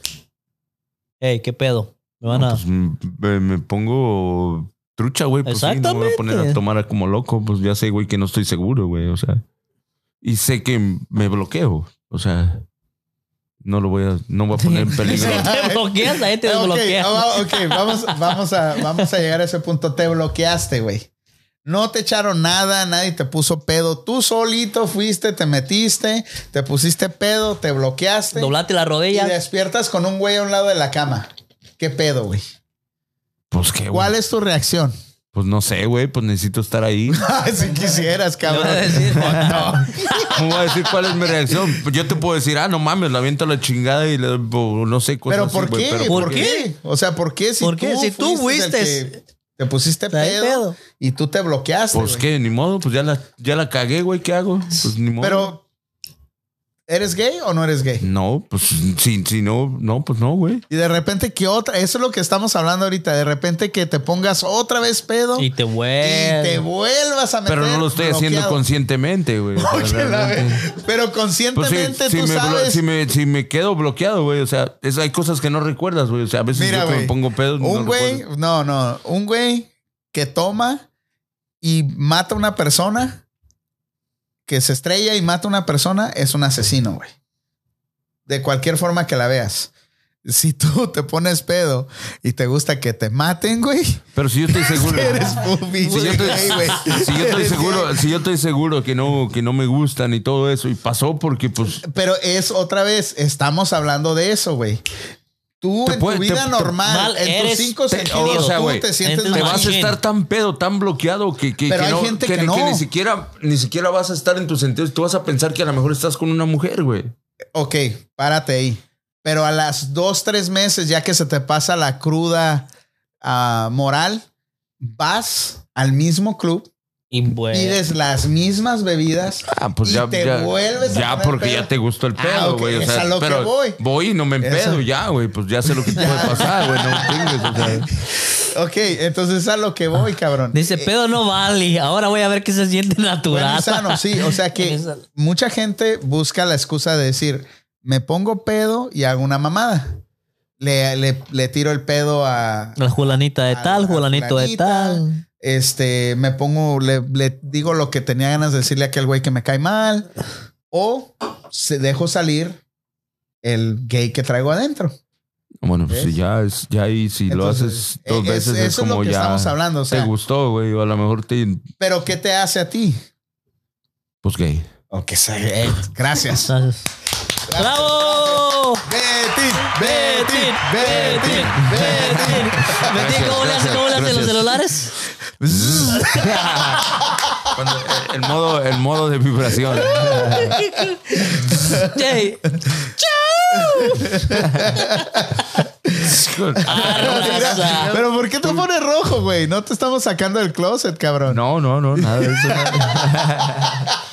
Ey, ¿qué pedo? Me van a...
Pues, mm, me, me pongo trucha, güey. Pues sí, no me voy a poner a
Exactamente.
tomar a como loco. Pues ya sé, güey, que no estoy seguro, güey. O sea, y sé que me bloqueo. O sea, no lo voy a, no voy a poner
[laughs]
en peligro.
[laughs] Te bloqueas, la gente te
Eh,
bloquea.
ah, ok, vamos, vamos, a, vamos a llegar a ese punto. Te bloqueaste, güey. No te echaron nada, nadie te puso pedo. Tú solito fuiste, te metiste, te pusiste pedo, te bloqueaste.
Doblate la
y
rodilla.
despiertas con un güey a un lado de la cama. ¿Qué pedo, güey?
Pues qué, güey.
¿Cuál es tu reacción? [laughs] Ah,
Pues no sé, güey, pues necesito estar ahí.
si quisieras, cabrón.
Le voy
[laughs]
a decir.
¿Cómo voy a decir cuál es mi reacción? Pues Yo te puedo decir, ah, no mames, la aviento a la chingada y le doy, po- Pues no sé cosas
Pero
así,
¿por
güey,
qué?
pero
¿Por
¿por qué?
qué? O sea, ¿por qué si
¿Por qué?
tú
Si tú
fuiste el
fuiste-
que te pusiste
Trae
pedo,
pedo.
y tú te bloqueaste?
Pues
güey?
qué, ni modo, pues ya la, ya la cagué, güey, ¿qué hago? Pues ni modo.
Pero ¿eres gay o no eres gay?
No, pues si, si no, no, pues no, güey.
Y de repente que otra, eso es lo que estamos hablando ahorita, de repente que te pongas otra vez pedo
Y
y,
te vuelves.
te vuelvas a meter.
Pero no lo estoy haciendo
bloqueado.
conscientemente, güey. O sea,
[laughs] Oye, la
realmente.
ve- Pero
Pues sí,
conscientemente
si,
tú
me, blo-
sabes.
si me- si me quedo bloqueado, güey. O sea, es- hay cosas que no recuerdas, güey. O sea, a veces
Mira,
yo que
güey.
me pongo pedo. Pues no
un güey,
recuerdo.
no, no, un güey que toma y mata a una persona, que se estrella y mata a una persona, es un asesino, güey. De cualquier forma que la veas. Si tú [laughs] te pones pedo y te gusta que te maten,
[laughs]
güey,
Pero si
[laughs]
yo estoy seguro.
eres pupi,
Si yo, estoy, [laughs]
gay, güey.
si
[laughs]
yo estoy
Eres
seguro,
gay.
si yo estoy seguro que no, que no me gustan y todo eso, y pasó porque pues
Pero es otra vez, estamos hablando de eso, güey. Tú
Te
en
puede-
tu
te-
vida
te-
normal,
mal
en tus
eres-
cinco
te-
sentidos,
o sea,
tú
güey,
te sientes
te
entonces
vas a
Machín.
estar tan pedo, tan bloqueado que, que,
Pero
que
hay
no,
gente que no.
ni siquiera, ni siquiera vas a estar en tus sentidos. Tú vas a pensar que a lo mejor estás con una mujer, güey.
ok, párate ahí. Pero a las dos, tres meses, ya que se te pasa la cruda ah, moral, vas al mismo club,
Y vuelves.
pides las mismas bebidas.
Ah, pues
Y
ya,
te
ya,
vuelves a
ya
poner
porque
pedo.
ya te gustó el
Ah,
pedo,
ok,
güey. o
es
sea,
a lo que
pero
voy.
voy y no me
Eso.
empedo ya, güey. Pues ya sé lo que
[laughs]
puede pasar, güey. No me chingues, pues, o sea.
Ok, entonces a lo que voy, cabrón.
Dice, pedo no vale. Ahora voy a ver qué se siente
Bueno
natural.
y sano, sí. O sea
[laughs]
que
Bueno y sano.
mucha gente busca la excusa de decir, me pongo pedo y hago una mamada. Le, le- le tiro el pedo a...
[laughs] La julanita de
a-
tal,
a
julanito de
fulanita,
tal.
Este, me pongo, le, le digo lo que tenía ganas de decirle a aquel güey que me cae mal. O se dejo salir el gay que traigo adentro.
Bueno, pues
¿Ves?
si ya, es, ya ahí, si lo
Entonces,
haces dos
eh, es-
veces, es,
eso es lo
como
que
ya.
estamos hablando, o sea.
te gustó, güey. O a lo mejor te.
Pero ¿qué te hace a ti?
Pues gay.
O que sea, eh, gracias.
Gracias. ¡Bravo!
Betín, Betín,
Betín,
Betín,
Betín,
Betín.
Betín, ¿cómo le hace,
gracias,
cómo le hace los
[laughs]
gracias.
celulares?
Cuando- eh, el- el, modo, el modo de vibración.
Jay, arrasa.
Pero ¿por qué te pones rojo, güey? No te estamos sacando del closet, cabrón.
No, no, no, nada de eso.
A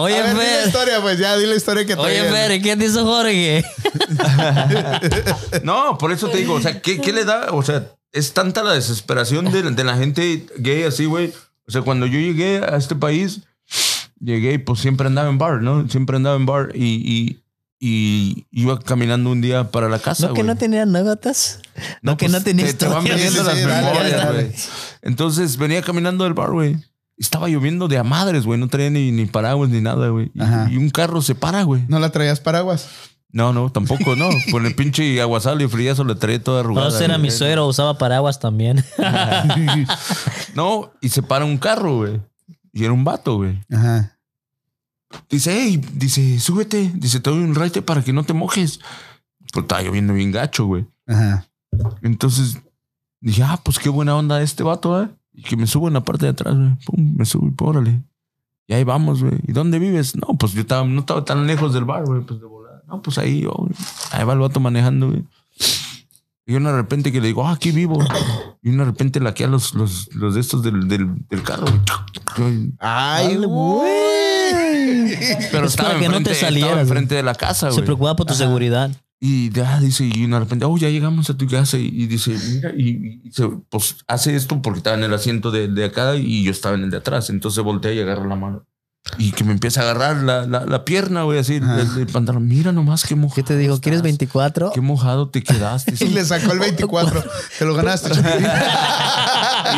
Oye,
ver, di la
Fer.
historia, pues ya, di la historia que
Oye,
traías.
Fer, ¿y ¿qué te hizo Jorge?
No, por eso te digo, o sea, ¿qué, qué le da? O sea, es tanta la desesperación de, de la gente gay así, güey. O sea, cuando yo llegué a este país, llegué y pues siempre andaba en bar, ¿no? Siempre andaba en bar y, y, y iba caminando un día para la casa.
¿No que
güey.
no tenía anécdotas? ¿No, que no
pues,
tenía
te- te van
historias?
viniendo
Sí,
las
sí, dale,
memorias,
dale.
güey. Entonces venía caminando del bar, güey. Estaba lloviendo de a madres, güey. No traía ni, ni paraguas ni nada, güey. Y,
Ajá.
y un carro se para, güey.
¿No la traías paraguas?
No, no, tampoco,
[laughs]
no. Con el pinche aguasal y friazo le traía toda arrugada.
Oh,
No, ese era
güey.
mi suero, usaba paraguas
[laughs]
también.
[laughs] No, y se para un carro, güey. Y era un vato, güey.
Ajá.
Dice, hey, dice, súbete. Dice, te doy un raite para que no te mojes. Pues estaba lloviendo bien gacho, güey.
Ajá.
Entonces dije, ah, pues qué buena onda este vato, ¿eh? Y que me subo en la parte de atrás, güey. Pum, me subo y pum, órale. Y ahí vamos, güey. ¿Y dónde vives? No, pues yo estaba, no estaba tan lejos del bar, güey, pues de volada. No, pues ahí yo, güey. ahí va el vato manejando, güey. Y una de repente que le digo, ah, aquí vivo. Y una de repente laquea los, los, los de estos del, del, del carro, güey. Yo-
Ay,
Dale,
güey.
Pero
Es
estaba
para que no te
enfrente, estaba
salieras,
enfrente de la casa,
Se
güey.
preocupaba por tu seguridad.
Y ya dice, y de repente, oh, ya llegamos a tu casa. Y, y dice, mira, y, y se- pues hace esto porque estaba en el asiento de, de acá y yo estaba en el de atrás. Entonces voltea y agarra la mano. Y que me empieza a agarrar la, la, la pierna, güey, así, el, el- el pantalón. Mira nomás qué mojado.
¿Qué te digo? ¿Quieres
estás.
24?
Qué mojado te quedaste.
[laughs]
Y le sacó el 24. Te lo ganaste. chiquitín.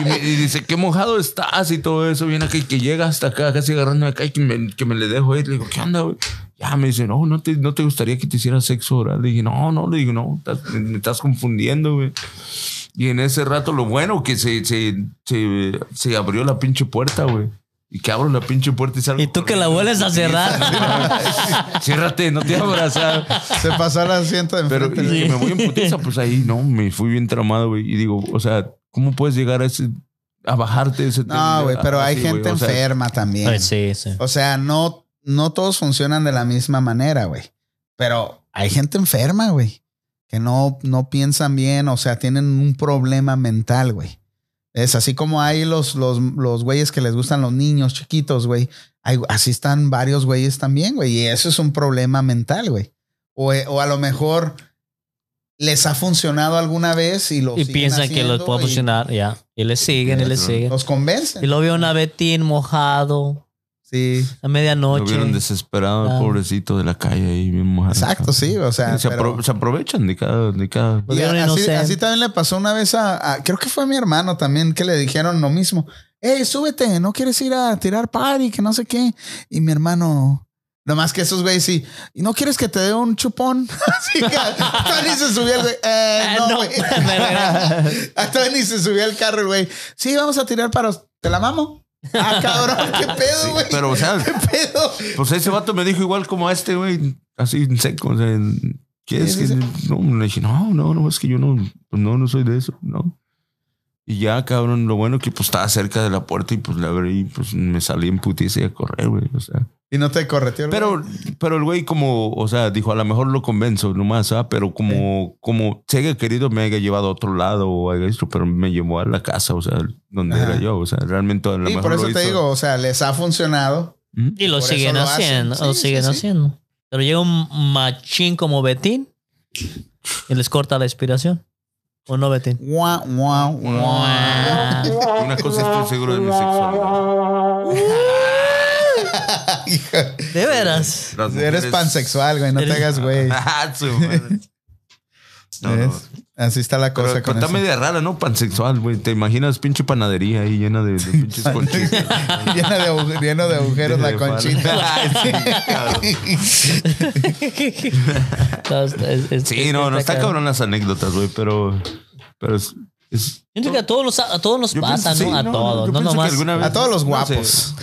y, me, y dice, qué mojado estás y todo eso. Viene aquí que llega hasta acá, casi agarrándome acá y que me, que me le dejo ir. Le digo, ¿qué onda, güey? Ya me dice, no, no te, no te gustaría que te hiciera sexo oral. Le dije, no, no, le digo, no, estás- me estás confundiendo, güey. Y en ese rato, lo bueno que se, se, se, se abrió la pinche puerta, güey. Y que abro la pinche puerta y salgo.
Y tú que la
corriendo.
vuelves
[laughs]
a cerrar.
Ciérrate, no te ah. abrazar.
Se pasó al asiento de
Pero
enfrente.
Sí.
y que me voy en putiza, pues ahí no, me fui bien tramado, güey. Y digo, o sea, ¿cómo puedes llegar a ese, a bajarte de ese
No, güey, pero hay
así, güey?
gente
O sea,
enferma también.
Ay, sí, sí.
O sea, no, no todos funcionan de la misma manera, güey. Pero hay gente enferma, güey. Que no, no piensan bien, o sea, tienen un problema mental, güey. Es así como hay los, los, los güeyes que les gustan los niños chiquitos, güey. Hay- Así están varios güeyes también, güey. Y eso es un problema mental, güey. O, eh, o a lo mejor les ha funcionado alguna vez y lo
Y
siguen
piensan que los
haciendo
puede
y
funcionar, ya. Y le siguen, y le siguen.
Los
Y
convencen.
lo veo una Betín mojado
Sí.
a
Lo
medianoche.
vieron desesperado, el
Ah.
pobrecito de la calle ahí, bien mojado.
Exacto, sí. O sea,
se,
pero-
apro- se aprovechan de cada, de cada.
Lo
Y
vieron
a- así,
inocente.
así también le pasó una vez a, a- creo que fue a mi hermano también, que le dijeron lo mismo. Hey, súbete, no quieres ir a tirar party, que no sé qué. Y mi hermano, nomás que esos güeyes sí, ¿y no quieres que te dé un chupón? [laughs] Así que todavía ni se subió el güey. "Eh,
Ah,
no,
no,
güey.
me
[laughs]
regreso.
Todavía ni se subió el carro, el güey. Sí, vamos a tirar paros. ¿Te la mamo? Ah, cabrón, qué pedo, güey.
Pero,
[laughs]
o sea,
¿Qué pedo?
pues
[laughs]
ese vato me dijo igual como a este, güey, así en seco. O sea, ¿quieres
Sí,
que.?
sí,
No, le dije, no, no, no, es que yo no, pues no, no soy de eso, no. Y ya, cabrón, lo bueno que pues estaba cerca de la puerta y pues la abrí y pues me salí en putiza y a correr, güey, o sea.
Y no te correteó. el güey.
Pero, pero el güey como, o sea, dijo, a lo mejor lo convenzo nomás, ¿ah? Pero como, como se haya querido, me haya llevado a otro lado o haga esto, pero me llevó a la casa, o sea, donde
Ajá.
era yo, o sea, realmente a lo
Y
mejor
por eso
lo
te
hizo.
digo, o sea, les ha funcionado.
¿Mm?
Y lo
Por eso
siguen
lo hacen.
haciendo, lo
Sí,
siguen
sí, sí.
haciendo. Pero llega un machín como Betín y les corta la inspiración. ¿O no, Betín?
Guau, guau,
[laughs]
guau.
Una cosa estoy seguro de mi sexualidad.
Hijo,
De veras.
Las
Eres
mujeres-
pansexual, güey. No te
Eres-
hagas, güey.
[laughs] Ah, su madre. No, no.
¿Ves? Así está la
Pero,
cosa
pero
con
está
eso.
media rara, ¿no? Pansexual, güey. ¿Te imaginas pinche panadería ahí llena de, de pinches conchitas?
[laughs] lleno, de agu- lleno de agujeros la
De pan.
conchita.
[laughs] Ay,
[laughs]
sí, cabrón.
Está- es- es-
Sí, no, no está
cabrón.
cabrón las anécdotas, güey, pero. Pero es. es-
Yo creo que a todos, los- a todos nos
yo
pasa,
pienso-
¿no?
sí,
A todos,
yo
no
pienso que
nomás.
alguna vez-
A todos los
no sé.
guapos.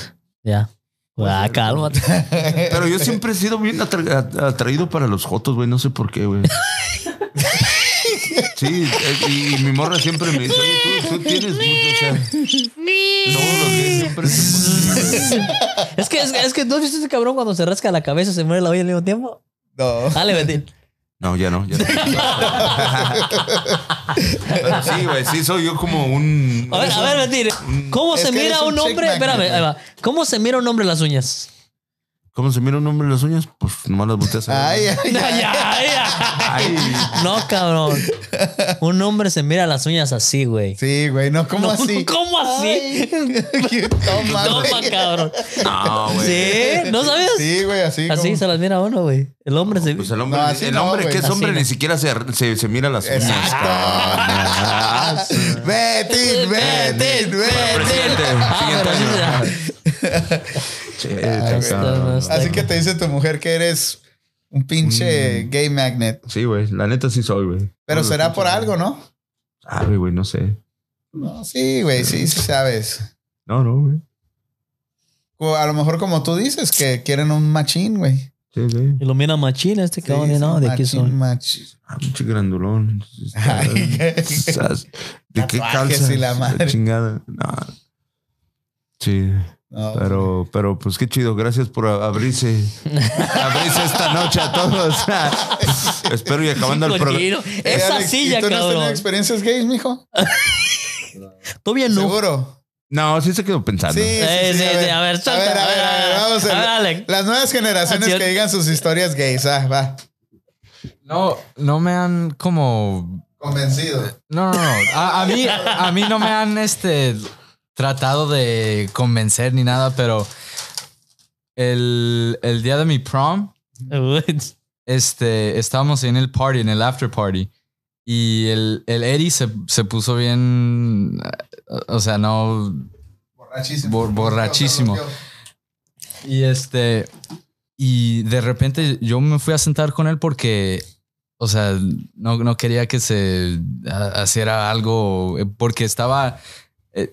Ya. Ah, cálmate.
Pero yo siempre he sido bien atra- a- atraído para los jotos, güey. No sé por qué, güey. Sí, eh, y, y mi morra siempre me dice, oye, tú, tú tienes mucho, o sea, todos los días siempre se
[laughs] es, que, es, que- es que no has visto ese cabrón cuando se rasca la cabeza se muere la olla al mismo tiempo.
No.
Dale, Betín.
No, ya no, ya no. Pero sí, güey, sí soy yo como un...
A ver, a ver, Betín. ¿Cómo
Es
se
que
mira
eres un
un hombre?
checkmate,
Espérame,
güey.
ahí va. ¿Cómo se mira un hombre las uñas?
¿Cómo se mira un hombre las uñas? Pues nomás las volteas. a
Ay,
ver.
ay,
Ya,
ay.
ya,
Ay,
ya. [laughs] No, cabrón. Un hombre se mira las uñas así, güey.
Sí, güey. No, ¿cómo
[laughs] No,
así?
¿Cómo así?
Ay. [laughs] Toma,
Toma,
güey.
cabrón.
no, güey.
¿Sí? ¿No sabías?
Sí, güey, así.
Así
como-
se las mira uno, güey. El hombre se...
Pues el hombre,
No, así
el
no,
hombre
güey.
que es
Así
hombre
no.
ni siquiera se, se, se mira las uñas. cabrón.
Exacto. Betín, Betín, Betín.
Presidente,
Ah, pero
siguiente
así se-
[laughs]
año. Sí, está
está,
cabrón.
Ah, no está.
Así que te dice tu mujer que eres un pinche gay magnet.
Sí, güey, la neta sí soy, güey.
Pero
No,
será
no
por
sé.
algo, ¿no?
Sabe, güey, no sé.
No, sí, güey, sí, sí sabes.
No, no, güey.
O a lo mejor como tú dices, que quieren un machín, güey.
Sí, sí.
Ilumina machina este
Sí,
cabrón.
sí,
no, de aquí
machín,
son.
machín.
Ah, pinche grandulón.
[laughs] Ay,
[laughs]
qué-
Sas- ¿De qué
Tatuajes
calza?
y la madre.
chingada. No. Sí,
No,
pero, pero pues qué chido. Gracias por a-
[laughs]
abrirse, abrirse esta noche a todos. [laughs] Espero y acabando el programa.
Cochino.
Eh,
Esa
Alex,
silla,
¿y ¿Tú no has tenido
cabrón.
experiencias gays, mijo?
Tú bien, Ah, no.
Seguro.
No, sí se quedó pensando.
Sí, sí,
Eh,
sí,
sí, sí, a ver,
a
suelta,
ver, a
a
ver,
ver,
a ver, vamos
a ver,
a ver.
Alex.
Las nuevas generaciones
Acción.
que digan sus historias gays, ah, va.
No, no me han como.
Convencido.
No, no, no. A, a mí, a mí no me han este tratado de convencer ni nada, pero el, el día de mi prom, este, estábamos en el party, en el after party. Y el, el Eddie se, se puso bien. eh, O sea, no.
Borrachísimo.
Bor- borrachísimo. Y este. Y de repente yo me fui a sentar con él porque, o sea, no, no quería que se ha- hiciera algo, eh, porque estaba, eh,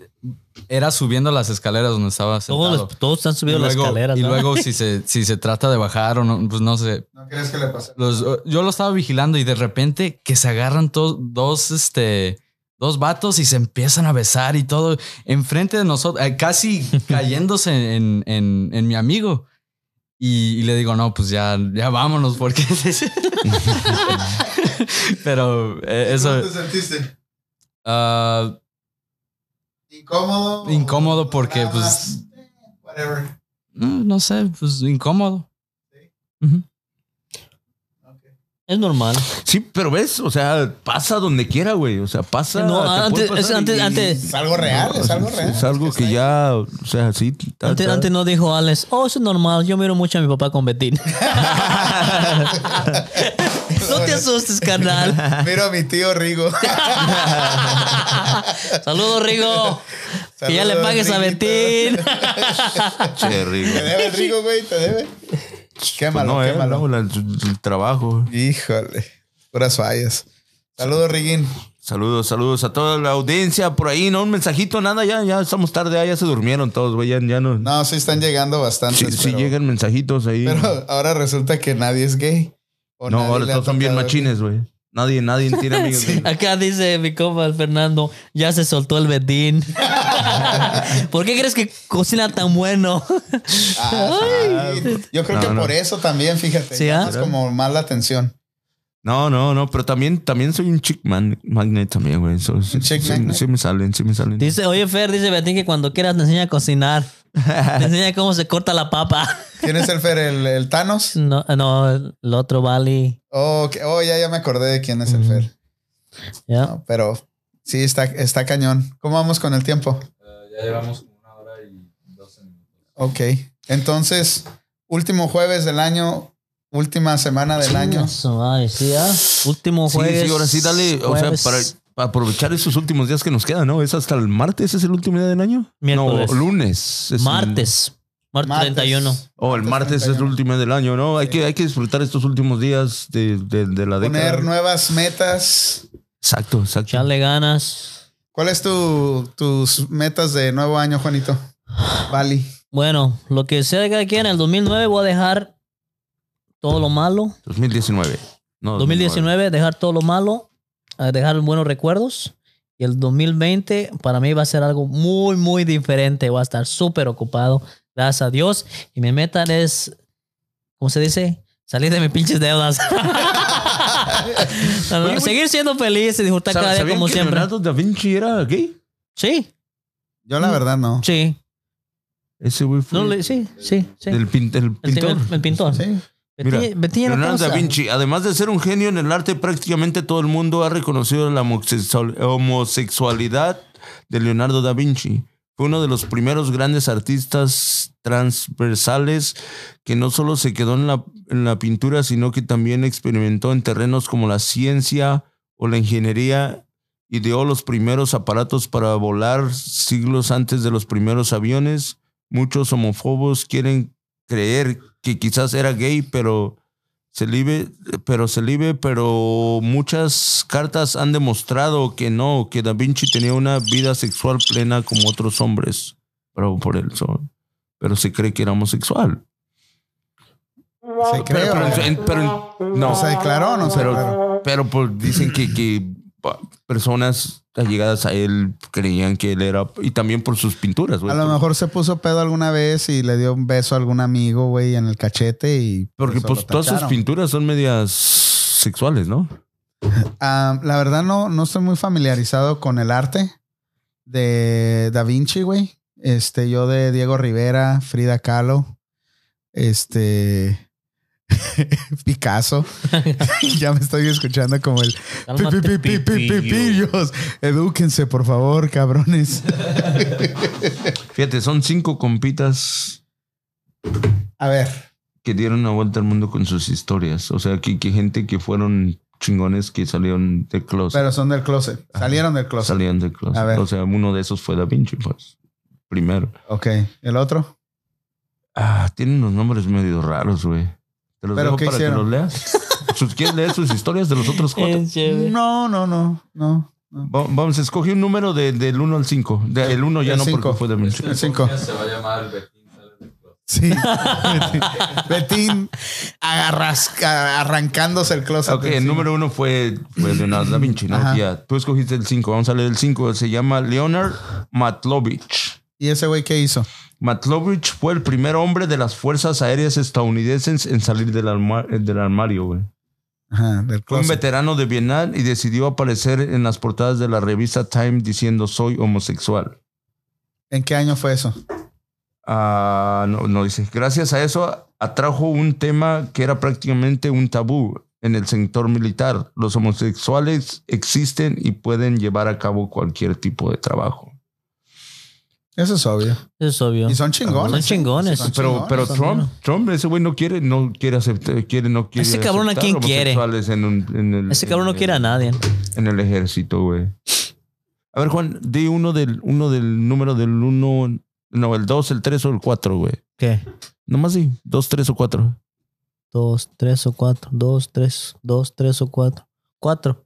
era subiendo las escaleras donde estaba
Todos,
sentado.
los- todos están subidos las
luego-
escaleras.
y
¿no? [laughs]
luego si se, si se trata de bajar o no, pues no sé.
¿No crees que le pase?
Los, eh, yo lo estaba vigilando y de repente que se agarran to- dos, este, dos vatos y se empiezan a besar y todo enfrente de nosotros, eh, casi cayéndose en, en- en mi amigo. Y, y le digo, no, pues ya, ya vámonos porque... [laughs] Pero eh, eso...
¿Cómo te sentiste?
ah,
¿Incómodo?
Incómodo porque,
Nada
pues,
más, eh, Whatever.
no, no sé, pues incómodo.
Es normal.
Sí, pero ves, o sea, pasa donde quiera, güey. O sea, pasa.
No,
te puede
antes-
pasar
es- antes- antes-
Es algo real, es algo real.
Es algo que ya, o sea, sí. ta-
Antes,
ta-
antes no dijo Alex, oh, eso es normal, yo miro mucho a mi papá
[laughs]
con Betín. [laughs] no te asustes, carnal.
[laughs] Miro a mi tío Rigo. [laughs]
Saludos, Rigo. que ya le
Saludos,
pagues a
Riguito.
Betín.
[laughs] Che, rico.
[laughs] Te debe el Rigo, güey, te debe.
Pues
Quémalo,
no, eh,
quémalo.
no, la- el trabajo.
Híjole. Puras fallas. Saludos, Riguín.
Saludos, saludos a toda la audiencia por ahí, no un mensajito, nada, ya, ya estamos tarde, ah, ya se durmieron todos, güey, ya, ya no.
No, sí están llegando
si,
bastantes. pero,
llegan mensajitos ahí.
pero ahora resulta que nadie es gay. O
no,
nadie
ahora
le ha
todos son bien
tocado-
machines, güey.
[laughs]
Nadie, nadie tiene amigos.
Acá dice mi compa el Fernando, ya se soltó el
[laughs]
Betín. ¿Por qué crees que cocina tan bueno?
[laughs]
Ah, sí. yo creo
pues, No,
que
no.
por eso también, fíjate.
Sí, ¿ah?
Es como más la atención.
No, no, no, pero también, también soy un chick man- magnet también, güey. So, sí,
chick
sí-
magnet?
sí me salen, sí me salen.
Dice, oye, Fer, dice Betín que cuando quieras te enseña a cocinar. Te enseña cómo se corta la papa. [laughs]
¿Quién es el Fer? ¿El, el Thanos?
No, no, el otro Bali.
Oh, que- oh, ya, ya me acordé de quién es el Fer.
Ya.
No, pero sí, está, está cañón. ¿Cómo vamos con el tiempo?
Eh, Ya llevamos una hora y doce minutos.
Ok. Entonces, último jueves del año, última semana del año.
Eso, ay, sí, ah. Último
Sí,
jueves.
sí, ahora sí, dale, o
jueves,
sea, para, para aprovechar esos últimos días que nos quedan, ¿no? Es hasta el martes, es el último día del año.
Miércoles.
No, lunes. es el-
Martes. Martes,
Martes.
31.
O Oh, el martes es el
31.
último del año, ¿no? Hay, que, hay que disfrutar estos últimos días de, de- de la década.
Poner nuevas metas.
Exacto, exacto.
Echarle ganas.
¿Cuál es tu, tus metas de nuevo año, Juanito? Bali.
Bueno, lo que sea que aquí en el 2009 voy a dejar todo lo malo.
2019. No,
2019, dejar todo lo malo. eh, Dejar buenos recuerdos. Y el 2020 para mí va a ser algo muy, muy diferente. Voy a estar súper ocupado. Gracias a Dios. Y mi meta es, ¿cómo se dice? Salir de mis pinches deudas. [laughs] No, no,
Oye, güey.
seguir siendo feliz y disfrutar
¿Sab-
cada día
¿Sabían
como
que
siempre.
Leonardo da Vinci era gay?
Sí,
Yo la verdad no.
sí.
Ese güey fue
No, le- sí, sí, sí.
el, pin- el
El,
pintor.
el- el pintor.
Sí.
Mira,
Betín- Betín era
Leonardo da
cosa.
Vinci, además de ser un genio en el arte, prácticamente todo el mundo ha reconocido la homosexual- homosexualidad de Leonardo da Vinci. Fue uno de los primeros grandes artistas transversales que no solo se quedó en la, en la pintura, sino que también experimentó en terrenos como la ciencia o la ingeniería. Ideó los primeros aparatos para volar siglos antes de los primeros aviones. Muchos homófobos quieren creer que quizás era gay, pero se libe, pero se libe, pero muchas cartas han demostrado que no, que Da Vinci tenía una vida sexual plena como otros hombres. Pero por él, so- pero se cree que era homosexual.
Se cree.
Pero,
¿o no?
pero en- pero en- no,
¿Se declaró o no se declaró?
pero, pero pues, dicen que, que pa- personas allegadas a él creían que él era, y también por sus pinturas, güey.
A lo mejor se puso pedo alguna vez y le dio un beso a algún amigo, güey, en el cachete y... por
Porque
eso
pues
lo
todas sus
tacharon.
pinturas son medias sexuales, ¿no?
Ah, la verdad no, no estoy muy familiarizado con el arte de Da Vinci, güey. Este, yo de Diego Rivera, Frida Kahlo, este, [laughs] Picasso. [laughs] ya me estoy escuchando como el...
Cálmate,
pi- pi- pi- pi-
pipillo.
pillos. Edúquense, por favor, cabrones.
Fíjate, son cinco compitas
A ver,
que dieron una vuelta al mundo con sus historias. O sea, que, que gente que fueron chingones que salieron de closet.
pero son del closet. Salieron del closet.
salieron de closet.
A ver.
O sea, uno de esos fue Da Vinci, pues. Primero.
Ok, ¿el otro?
Ah, tienen unos nombres medio raros, güey. Te los
¿Pero
dejo
qué
para que
hicieron?
los leas. Sus- ¿Quieres leer sus historias de los otros cuatro?
Es
Eh,
chévere.
No, no, no, no. no.
Va- Vamos, escogí un número de- del 1 al 5. el 1 ya
El
no
cinco.
porque fue de mucho.
El 5.
Se va a llamar Betín.
Sí. [laughs] Betín agarras, a- arrancándose el closet.
Ok, el número 1 fue, fue Leonardo da Vinci, ¿no?
Ajá.
Ya, tú escogiste el 5. Vamos a leer el 5. Se llama Leonard Matlovich.
¿Y ese güey qué hizo?
Matlovich fue el primer hombre de las fuerzas aéreas estadounidenses en salir del, arma- del armario, güey.
Ajá, del
Fue un
closet.
veterano de Vietnam y decidió aparecer en las portadas de la revista Time diciendo soy homosexual.
¿En qué año fue eso?
Ah, no, no dice. Gracias a eso atrajo un tema que era prácticamente un tabú en el sector militar. Los homosexuales existen y pueden llevar a cabo cualquier tipo de trabajo.
Eso es obvio.
Es obvio.
Y son
Son
chingones.
chingones.
Son
Pero,
chingones,
pero
son
Trump,
buenos.
Trump, ese güey no quiere, no quiere aceptar, quiere, no quiere.
Ese cabrón, ¿a
aceptar
quién quiere?
homosexuales En un- en el-
Ese cabrón no
en el-
quiere a nadie.
En el ejército, güey. A ver, Juan, di uno del, uno del número del 1, no, el 2, el 3 o el 4, güey.
¿Qué?
Nomás di 2, 3 o 4.
Dos, tres o cuatro. Dos, tres. Dos, tres o cuatro. Cuatro.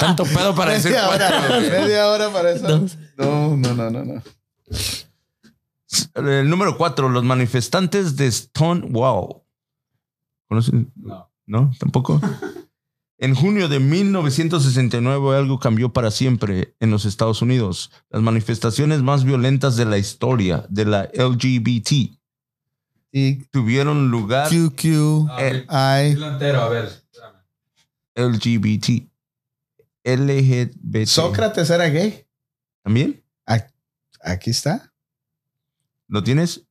Tanto pedo para decir
Media hora, [laughs]
4.
media hora para eso.
[laughs]
No, no, no, no. no.
El número 4, los manifestantes de Stonewall. ¿Conocen?
No.
No, tampoco. En junio de 1969 algo cambió para siempre en los Estados Unidos. Las manifestaciones más violentas de la historia de la LGBT
Y
tuvieron lugar
QQ,
el
I,
entero, a ver.
LGBT. LGBT.
Sócrates era gay.
¿También?
Aquí está.
¿Lo tienes?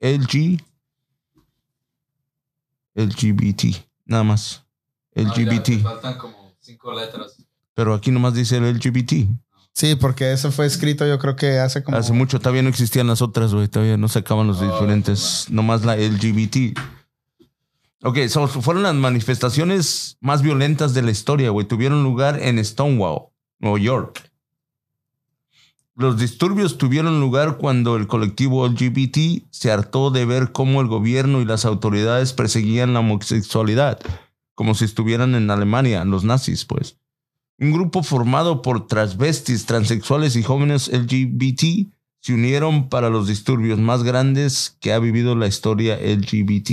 LG. LGBT. Nada más.
Ah,
LGBT.
faltan como cinco letras.
Pero aquí nomás dice el LGBT.
Sí, porque eso fue escrito yo creo que hace como...
Hace mucho todavía no existían las otras, güey. Todavía no sacaban los diferentes. Nomás la LGBT. Ok, so, fueron las manifestaciones más violentas de la historia, güey. Tuvieron lugar en Stonewall, Nueva York. Los disturbios tuvieron lugar cuando el colectivo LGBT se hartó de ver cómo el gobierno y las autoridades perseguían la homosexualidad, como si estuvieran en Alemania, los nazis, pues. Un grupo formado por transvestis, transexuales y jóvenes LGBT se unieron para los disturbios más grandes que ha vivido la historia LGBT.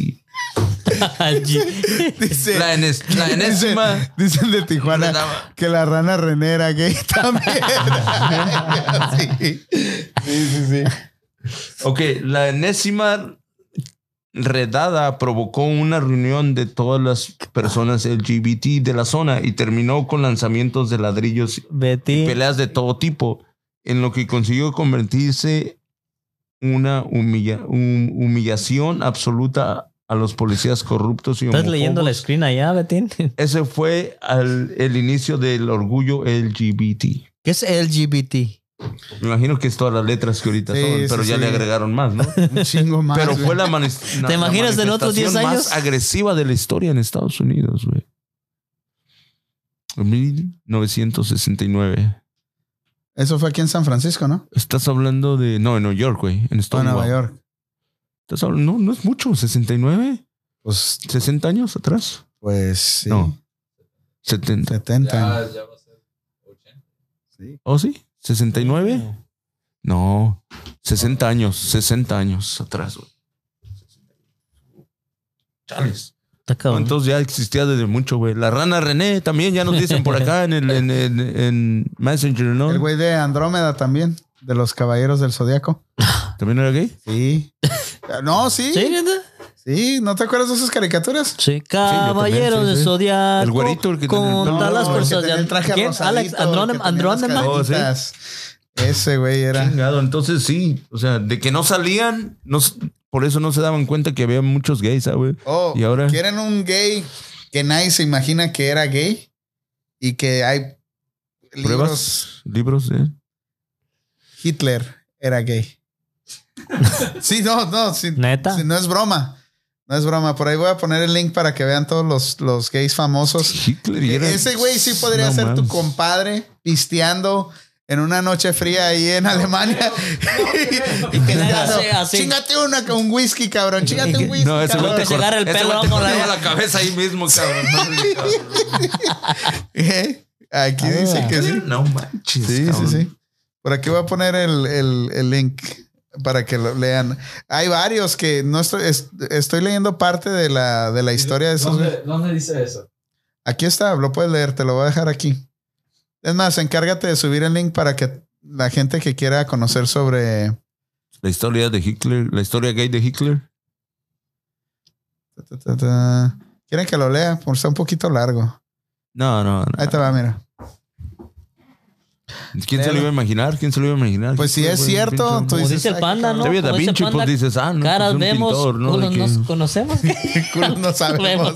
Dice,
La, enes- la
dice,
enésima.
[laughs] dicen de Tijuana que la rana René era gay [laughs] también. sí. sí, sí, sí.
Ok, la enésima redada provocó una reunión de todas las personas LGBT de la zona y terminó con lanzamientos de ladrillos y
Betty.
peleas de todo tipo, en lo que consiguió convertirse una humilla- hum- humillación absoluta a los policías corruptos y
¿Estás
homófobos.
leyendo la screen allá, Betín?
Ese fue al- el inicio del orgullo LGBT.
¿Qué es LGBT?
Me imagino que es todas las letras que ahorita
Sí,
son,
sí,
pero ya
sí.
le agregaron más, ¿no?
Un chingo [laughs] más.
Pero
güey.
fue la, mani- la- la
imaginas en otros 10
manifestación
años?
más agresiva de la historia en Estados Unidos, güey. En 1969.
Eso fue aquí en San Francisco, ¿no?
Estás hablando de. No, en Nueva York, güey. En
O en
Stonewall.
Nueva York.
Estás hablando- no, no es mucho. 69,
Pues,
60 años atrás.
pues sí.
No. 70.
70. años.
ya va a ser 80.
¿Oh, sí? ¿69? No. 60 años. 60 años atrás, güey. Chales.
Está
No,
cabrón.
entonces ya existía desde mucho, güey. La rana René también, ya nos dicen por acá en el en, en- en Messenger, ¿no?
El güey de Andrómeda también, de los Caballeros del Zodíaco.
¿También era gay? [laughs]
Sí. No, sí.
¿Sí,
Sí,
neta?
¿no te acuerdas de esas caricaturas?
Sí,
también,
caballeros
sí,
de
sí.
zodiaco.
El güerito, el que tenía-
Con
No,
todas las
el que
personas.
tenía el traje
¿Quién?
rosadito,
Alex,
el que
Andrónima.
tenía las
Andrónima.
Oh, sí.
cadenitas. Ese güey era.
Chingado, entonces sí. O sea, de que no salían, no s- por eso no se daban cuenta que había muchos gays, ¿sabes? güey?
Oh,
¿Y ahora?
quieren un gay que nadie se imagina que era gay y que hay libros.
¿Pruebas? ¿Libros? eh?
Hitler era gay. sí, no, no, sí,
Neta.
sí, no es broma. No es broma. Por ahí voy a poner el link para que vean todos los, los gays famosos.
Hitler y era-
Ese E, güey sí podría
No
ser tu
mames.
compadre pisteando en una noche fría ahí en Alemania. y
que nadie
ya no,
hace así.
Chingate una, con un whisky, cabrón. Chingate un whisky.
No, ese
cabrón.
güey te
se agarra el
corta- ese
pelo,
güey te
vamos, la-
corta la cabeza ahí mismo, cabrón.
¿Eh? Aquí dice que sí.
No manches.
Sí, sí,
cabrón.
sí. Por aquí voy a poner el, el- el link para que lo lean. Hay varios que no estoy, es- estoy leyendo parte de la, de la historia de esos. güey.
dice eso?
Aquí está, lo puedes leer, te lo voy a dejar aquí. Es más, encárgate de subir el link para que la gente que quiera conocer sobre.
La historia de Hitler, la historia gay de Hitler.
ta, ta, ta, ta. Quieren que lo lea, porque está un poquito largo.
No, no. no.
Ahí te va, mira.
¿Quién se lo iba a imaginar? ¿Quién se lo iba a imaginar?
Pues si
Hitler
es
fue un
cierto,
pinche-
tú
Como
dices.
dice el
"Ay,
panda,
cabrón,
¿no?
Te vi Da
Como dice
Vinci,
Panda,
pues dices, ah, no. pues,
Caras
un
vemos,
pintor, ¿no?
culos
De que-
nos
Ah,
conocemos.
[laughs]
[laughs]
culo, no sabemos.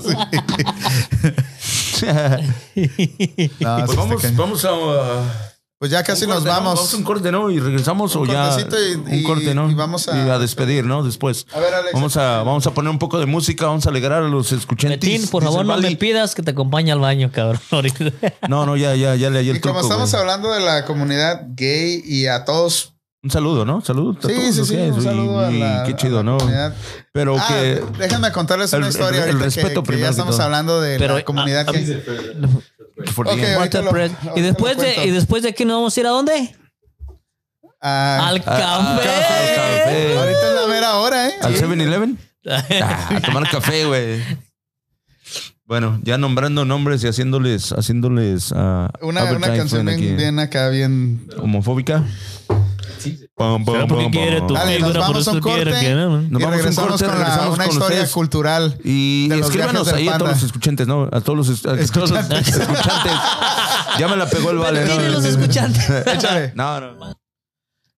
[laughs] No, sí
Pues
está
vamos,
cañón.
vamos a.
Pues ya casi
un
nos
corte, ¿no?
vamos.
Vamos a un corte, ¿no? Y regresamos
Un
o ya.
cortecito y-
un
y-
corte, ¿no?
y vamos a-
Y despedir, ¿no? Después.
A ver, Alex.
Vamos a, vamos a poner un poco de música, vamos a alegrar a los escuchantes.
Betín, por
Dice
favor,
el
no me
Bali.
pidas que te acompañe al baño, cabrón. [laughs] ahorita.
No, no, ya, ya, ya le hallé el
Y como
truco,
estamos
güey.
hablando de la comunidad gay y a todos.
Un saludo, ¿no? Saludos. a
Sí,
todos
sí,
los
sí.
gays,
Un
y-
saludo a
y
la,
Qué
a
chido,
la
¿no?
comunidad.
Pero
Ah,
que.
déjame contarles una
el-
historia
el- el
ahorita que-
respeto
que,
primero
ya
que
estamos
todo.
hablando de
Pero, ah,
la comunidad
a- a-
gay.
for
Ok,
the end.
ahorita lo-
Waterpress.
ahorita
y
lo
después de
cuento.
y después de aquí nos vamos a ir a dónde?
Ah,
Al
Ah,
café.
café.
ahorita es la mera hora, ¿eh?
¿Al
[laughs]
7-Eleven?
[laughs]
Ah, a tomar café, güey. Bueno, ya nombrando nombres y haciéndoles, haciéndoles ah,
Una, una
advertisement
canción bien,
aquí.
bien acá, bien.
homofóbica. Pam, pam,
Será porque
pam,
quiere
pam.
tu-
Dale, nos
figura, por
vamos a un
eso quiere
corte
que no, [laughs] ¿no?
y
Nos vamos a un
regresamos
corte,
con la-
regresamos
una
con
historia
ustedes.
cultural.
[laughs] Y
de los
escríbanos
viajes del
ahí a todos
panda.
los escuchantes, ¿no? A todos los, a- a todos
[laughs]
los
Escuchantes.
escuchantes. ya me la pegó
[laughs]
el vale.
Betín
¿no?
y los [laughs] escuchantes.
Échale.
No, no.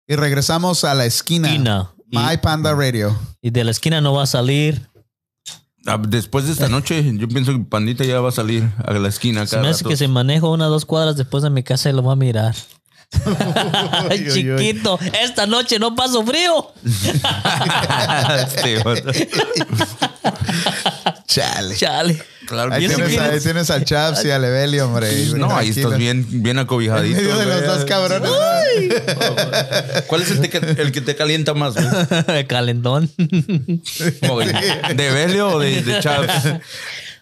Y regresamos a la esquina.
Esquina. Y,
My Panda Radio.
y de la esquina no va a salir.
Ah, Después de esta noche, yo pienso que Pandita ya va a salir a la esquina.
Se me
Cada
hace
rato.
que se manejo una o dos cuadras después de mi casa y lo va a mirar.
uy, uy.
[laughs] Chiquito, esta noche no paso frío.
[laughs]
[laughs]
Este, bueno.
Chale.
Chale. [laughs]
claro
Ahí
que sí.
tienes, ahí tienes al Chaps y al Evelio, hombre. Y
No, ahí
tranquilos.
estás bien, bien
En
acobijadito.
medio de los
güey.
dos cabrones.
¿Cuál es el, te- el que te calienta más? güey?
Calentón. [laughs]
Como de- ¿De Belio o de, de Chaps?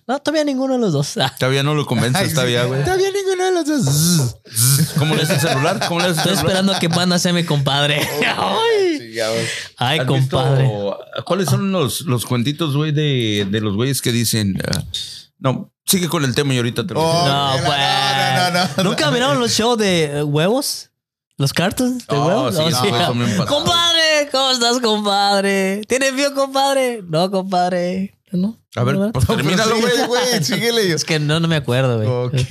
No, todavía ninguno de los dos. [laughs]
Todavía no lo convences, todavía, güey.
Está bien ninguno de los dos.
¿Cómo le haces el celular? ¿Cómo le haces el
Estoy
celular?
esperando a que Panda sea mi compadre. [laughs] Ay, Ay,
¿Has
compadre.
visto- ¿Cuáles son los, los cuentitos, güey, de, de los güeyes que dicen... ah, no, sigue con el tema y ahorita te lo...
Oh,
No,
mira,
pues.
no, no, no, no.
¿Nunca miraron los shows de eh, huevos? ¿Los cartoons de
Oh,
huevos?
sí,
Oh,
esos güeyes son bien pasados.
compadre, ¿cómo estás, compadre? ¿Tienes frío, compadre? No, compadre. No.
A ver,
No,
pues
Pero
termínalo, güey.
síguele, güey. Síguele yo.
es que no, no me acuerdo, güey.
Ok.
[laughs]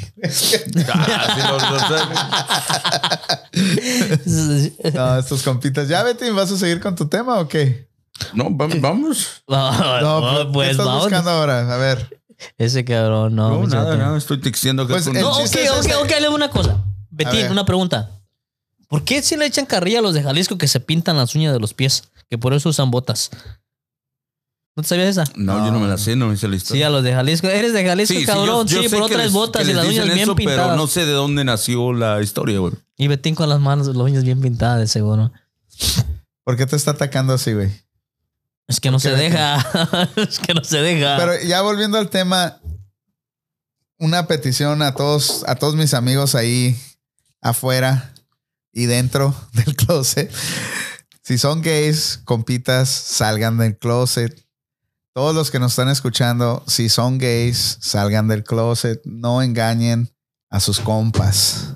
Ah, sí, lo-
No, estos compitas. Ya, Betín, ¿vas a seguir con tu tema o qué?
lo- no, va- vamos.
No,
no,
pero ¿qué
pues
estás
vamos.
buscando ahora? A ver.
Ese cabrón, no.
No,
mi
nada,
chato.
nada. Estoy texteando acá
Pues,
con-
el
No, ok,
chiste es
ok,
ese.
ok, le hago una cosa. Betín,
ver.
una pregunta. ¿Por qué si le echan carrilla a los de Jalisco que se pintan las uñas de los pies? Que por eso usan botas. ¿No te sabías esa?
No, yo no me la sé, no me hice la
Sí,
historia.
a los de Jalisco. Eres de Jalisco, cabrón.
yo- yo
sí,
sé
por
que
otras
les-
botas
que
y
les
las uñas
dicen
bien
eso,
pintadas.
Pero no sé de dónde nació la historia, güey.
Y Betín con las manos, las uñas bien pintadas, de seguro.
¿Por qué te está atacando así, güey?
Es que no se
Ok, Betín.
deja. [laughs] es que no se deja.
Pero ya volviendo al tema, una petición a todos, a todos mis amigos ahí afuera y dentro [laughs] del closet. Si son gays, compitas, salgan del closet. Todos los que nos están escuchando, si son gays, salgan del closet. No engañen a sus compas.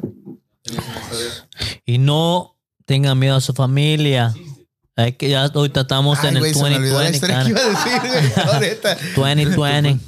y no tengan miedo a su familia. Hay que ya hoy tratamos
Ay,
en el
güey, se me olvidó la
2020.
historia que
cara.
iba a decir, güey,
[laughs]
ahorita.
[laughs]
2020.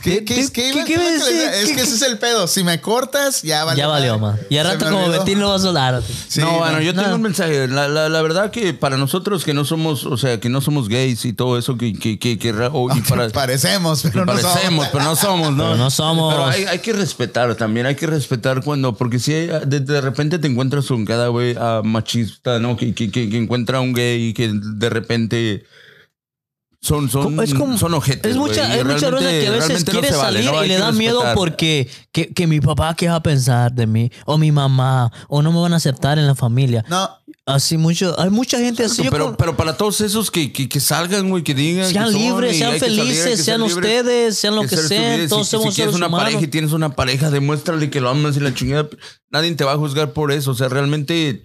¿Qué, qué, qué iba-
qué iba a
es que
decir?
Es que ese es el pedo. Si me cortas, ya valió.
ya valió,
madre.
man. Y al
Se
rato
me
como
olvidó.
Betín lo va a solar.
Sí,
no, bueno, yo
no.
tengo un mensaje. La, la, la verdad que para nosotros que no somos, o sea, que no somos gays y todo eso, que, que, que, que ra- o- y para,
Parecemos, pero no somos.
parecemos, pero no somos, ¿no?
Pero no somos.
Pero hay, hay que respetar también, hay que respetar cuando, porque si hay- de, de repente te encuentras con cada güey ah, machista, ¿no? Que, que, que, que encuentra un gay y que de repente son, son,
Es como-
son ojetes.
Es mucha,
güey, y
hay mucha raza
realmente-
que a veces
realmente no
quiere
se vale,
salir
¿no?
y
Hay
le
que
da miedo
respetar.
porque que, que mi papá qué va a pensar de mí, o mi mamá, o no me van a aceptar en la familia.
No,
Así mucho, hay mucha gente así. yo
pero,
con-
pero para todos esos que, que, que salgan, güey, que digan. que
sean
son,
libres,
y
sean
hay que salir, hay que
felices,
ser
sean
libres,
ustedes, sean lo
hay
que
ser
sean,
felices.
todos
Si-
somos
Si tienes
seres
una
humanos.
pareja y tienes una pareja, demuéstrale que lo amas y la chingada. Nadie te va a juzgar por eso. O sea, realmente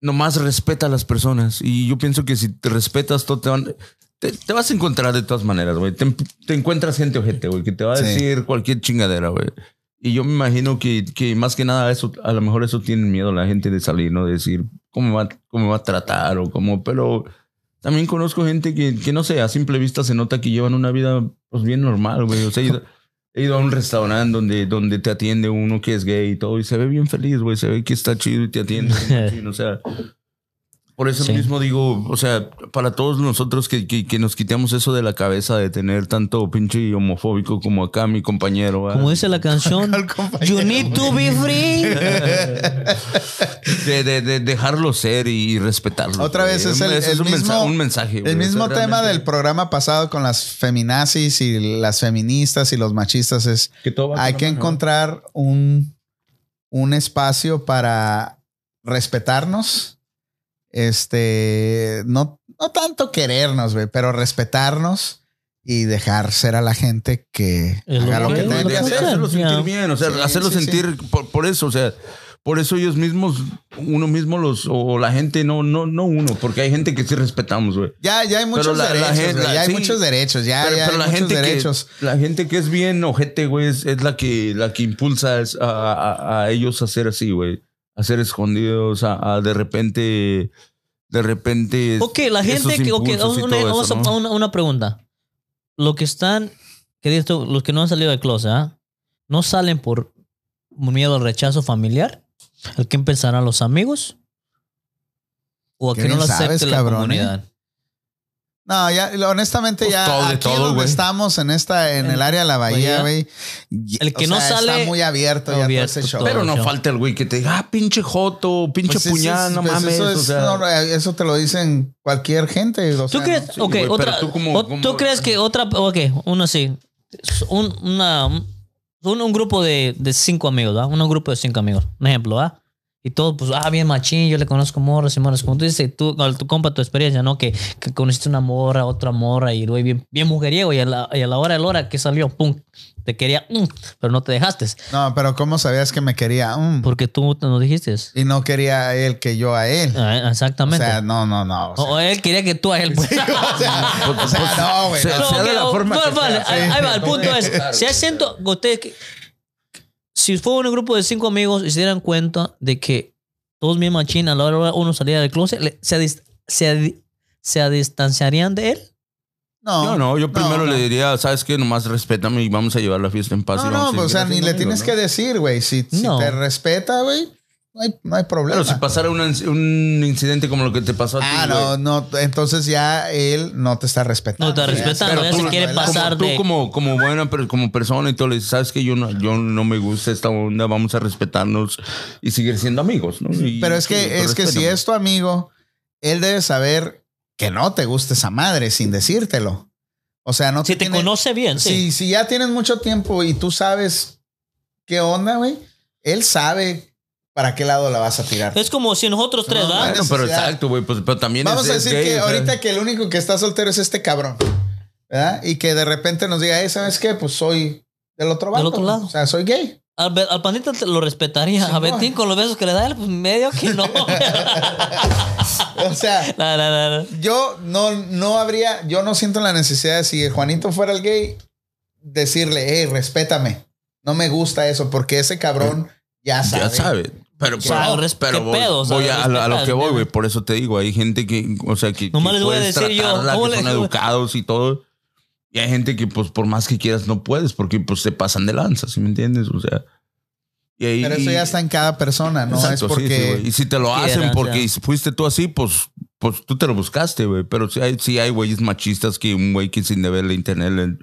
nomás respeta a las personas. Y yo pienso que si te respetas, todo te van- Te, te vas a encontrar de todas maneras, güey. Te, te encuentras gente ojete, güey, que te va a
Sí.
decir cualquier chingadera, güey. Y yo me imagino que, que más que nada eso, a lo mejor eso tiene miedo la gente de salir, ¿no? De decir cómo va, cómo va a tratar o cómo, pero también conozco gente que, que no sé, a simple vista se nota que llevan una vida pues bien normal, güey. O sea, he ido, he ido a un restaurante donde, donde te atiende uno que es gay y todo, y se ve bien feliz, güey. Se ve que está chido y te atiende. bien machín, o sea, por eso
Sí.
mismo digo, o sea, para todos nosotros que, que, que nos quitemos eso de la cabeza de tener tanto pinche homofóbico como acá mi compañero. ¿verdad?
Como dice la canción,
[laughs]
You need to be free.
De, de- de dejarlo ser y respetarlo.
Otra vez
güey.
es el,
Ese
el
un,
mismo,
mensa- un mensaje. güey.
el
O sea,
mismo tema
realmente
del programa pasado con las feminazis y las feministas y los machistas es
que todo va
hay
con la
que
mano.
encontrar un, un espacio para respetarnos. Este, no, no tanto querernos, güey, pero respetarnos y dejar ser a la gente que
Es lo
haga lo
que-
que
es lo
tenga
de
que
que
hacer.
sea.
pues, hacerlo sentir
Ya.
bien, o sea,
Sí,
hacerlo
sí, sí.
sentir Por, por eso, o sea, por eso ellos mismos, uno mismo los, o la gente, no, no, no uno, porque hay gente que sí respetamos, güey.
Ya, ya hay muchos
la- la
derechos,
gen-
güey,
la-
ya hay
sí.
muchos derechos, ya,
Pero,
Ah, ya
pero
hay
la
muchos
gente
derechos.
que la gente que es bien ojete, güey, es, es la que la que impulsa es a, a- a ellos a ser así, güey, a ser escondidos, a, a de repente, de repente.
Ok, la gente
esos
que. ok,
impulsos y
una,
todo
vamos
eso,
a-
¿no?
una, una pregunta. Los que están. Que dices tú, los que no han salido del closet, ¿ah? ¿no salen por miedo al rechazo familiar? ¿Al que empezarán los amigos? ¿O a
Qué
que no
bien
lo acepte
sabes,
la
cabrón,
eh?
comunidad?
No, ya, honestamente,
Pues
ya
todo de
aquí
todo,
donde
güey.
estamos, en esta, en
En
el área de la bahía,
bahía.
güey. y-
El que no
está
sale-
muy abierto, ya todo ese
Abierto
show.
todo.
Pero no
Yo.
falta el güey que te diga, ah, pinche joto, pinche
Pues eso
puñal,
es-
no
pues
mames.
Eso,
o
es
sea.
nor- eso te lo dicen cualquier gente. o
¿Tú
sea,
crees,
¿no?
sí,
ok,
güey, pero
otra,
tú como-
o-
como-
¿tú crees que otra, ok, uno sí, un, una, un, un grupo de, de cinco amigos, ¿ah? Un grupo de cinco amigos, un ejemplo, ¿ah? Y todo, pues, ah, bien machín, yo le conozco morras y morras. Como tú dices, tú, con tu compa, tu experiencia, ¿no? Que, que conociste una morra, otra morra y güey, bien, bien mujeriego y a, la, y a la hora de la hora que salió, pum, te quería, mm, pero no te dejaste.
No, pero ¿cómo sabías que me quería? Mm,
Porque tú no dijiste.
y no quería a él que yo a él.
Ah,
O
Exactamente.
sea, no, no, no. O
O-
sea,
o él quería que tú a
[laughs]
él. pues.
[laughs]
[laughs]
o sea, no, güey.
sea-
no.
No,
de
ok,
la
o-
forma
bueno,
que
vale,
sea,
ahí-
sí.
ahí va, el punto
Claro,
es,
claro.
si hay ciento, ustedes que- si fue un grupo de cinco amigos y se dieran cuenta de que todos bien machín a la hora uno salía del closet, le- se, dis- se, adi- se distanciarían de él.
No,
Yo no, yo primero
no.
le diría, ¿sabes qué? Nomás respétame y vamos a llevar la fiesta en paz. y
No,
vamos a
no, pues, o
seguir
sea, ni
haciendo
le
amigos,
tienes
¿no?
que decir, güey. Si, si
No.
te respeta, güey, no hay, no hay problema.
Pero si pasara un, un incidente como lo que te pasó a ti.
Ah,
güey,
no, no, entonces ya él no te está respetando.
No te
Ya,
respeta,
pero
no, ya
tú-
se quiere
no,
pasar.
como, tú
de-
como, como buena per- como persona y todo, le dices, sabes que yo no, yo no me gusta esta onda, vamos a respetarnos y seguir siendo amigos, ¿no? Y-
Pero es
sí,
que, es que si
respétame.
es tu amigo, él debe saber que no te gusta esa madre sin decírtelo. O sea, no
si te
tiene-
conoce bien, sí.
Si, si ya tienes mucho tiempo y tú sabes qué onda, güey, él sabe para qué lado la vas a tirar.
Es como si nosotros tres,
No,
¿verdad?
bueno,
Bueno, pero
necesidad.
exacto, güey, pues, pero también
Vamos
es-
a
es
decir
gay,
que
o sea,
ahorita que el único que está soltero es este cabrón, ¿verdad? Y que de repente nos diga, "Eh, ¿sabes qué? Pues soy del otro
Del
lado.
otro lado.
O sea, soy gay.
Al, Be- al pandita te lo respetaría. a Betín con los besos que le da él, pues medio que no. [laughs]
O sea,
La, la, la, la.
yo no, no habría, yo no siento la necesidad de si Juanito fuera el gay, decirle, hey, respétame. No me gusta eso, porque ese cabrón ya sabe.
Ya sabe. Pero,
sea,
pero-
al res-
pero
¿qué
voy,
pedo? O sea,
voy a, a lo- a lo que
respetar,
voy, güey.
¿entiendes?
Por eso te digo, hay gente que, o sea, que,
Nomás
que
les voy a
puedes
decir yo,
tratarla,
¿cómo
que
le-
son educados y todo. Y hay gente que, pues, por más que quieras, no puedes, porque, pues, se pasan de lanza, ¿sí me entiendes? O sea. Y ahí,
Pero eso ya está en cada persona, ¿no?
Exacto,
es
sí, sí,
porque.
güey. y si te lo hacen
quieran,
porque
o sea.
fuiste tú así, pues, pues tú te lo buscaste, güey. Pero sí hay, sí hay güeyes machistas que un güey que sin deber le internet le-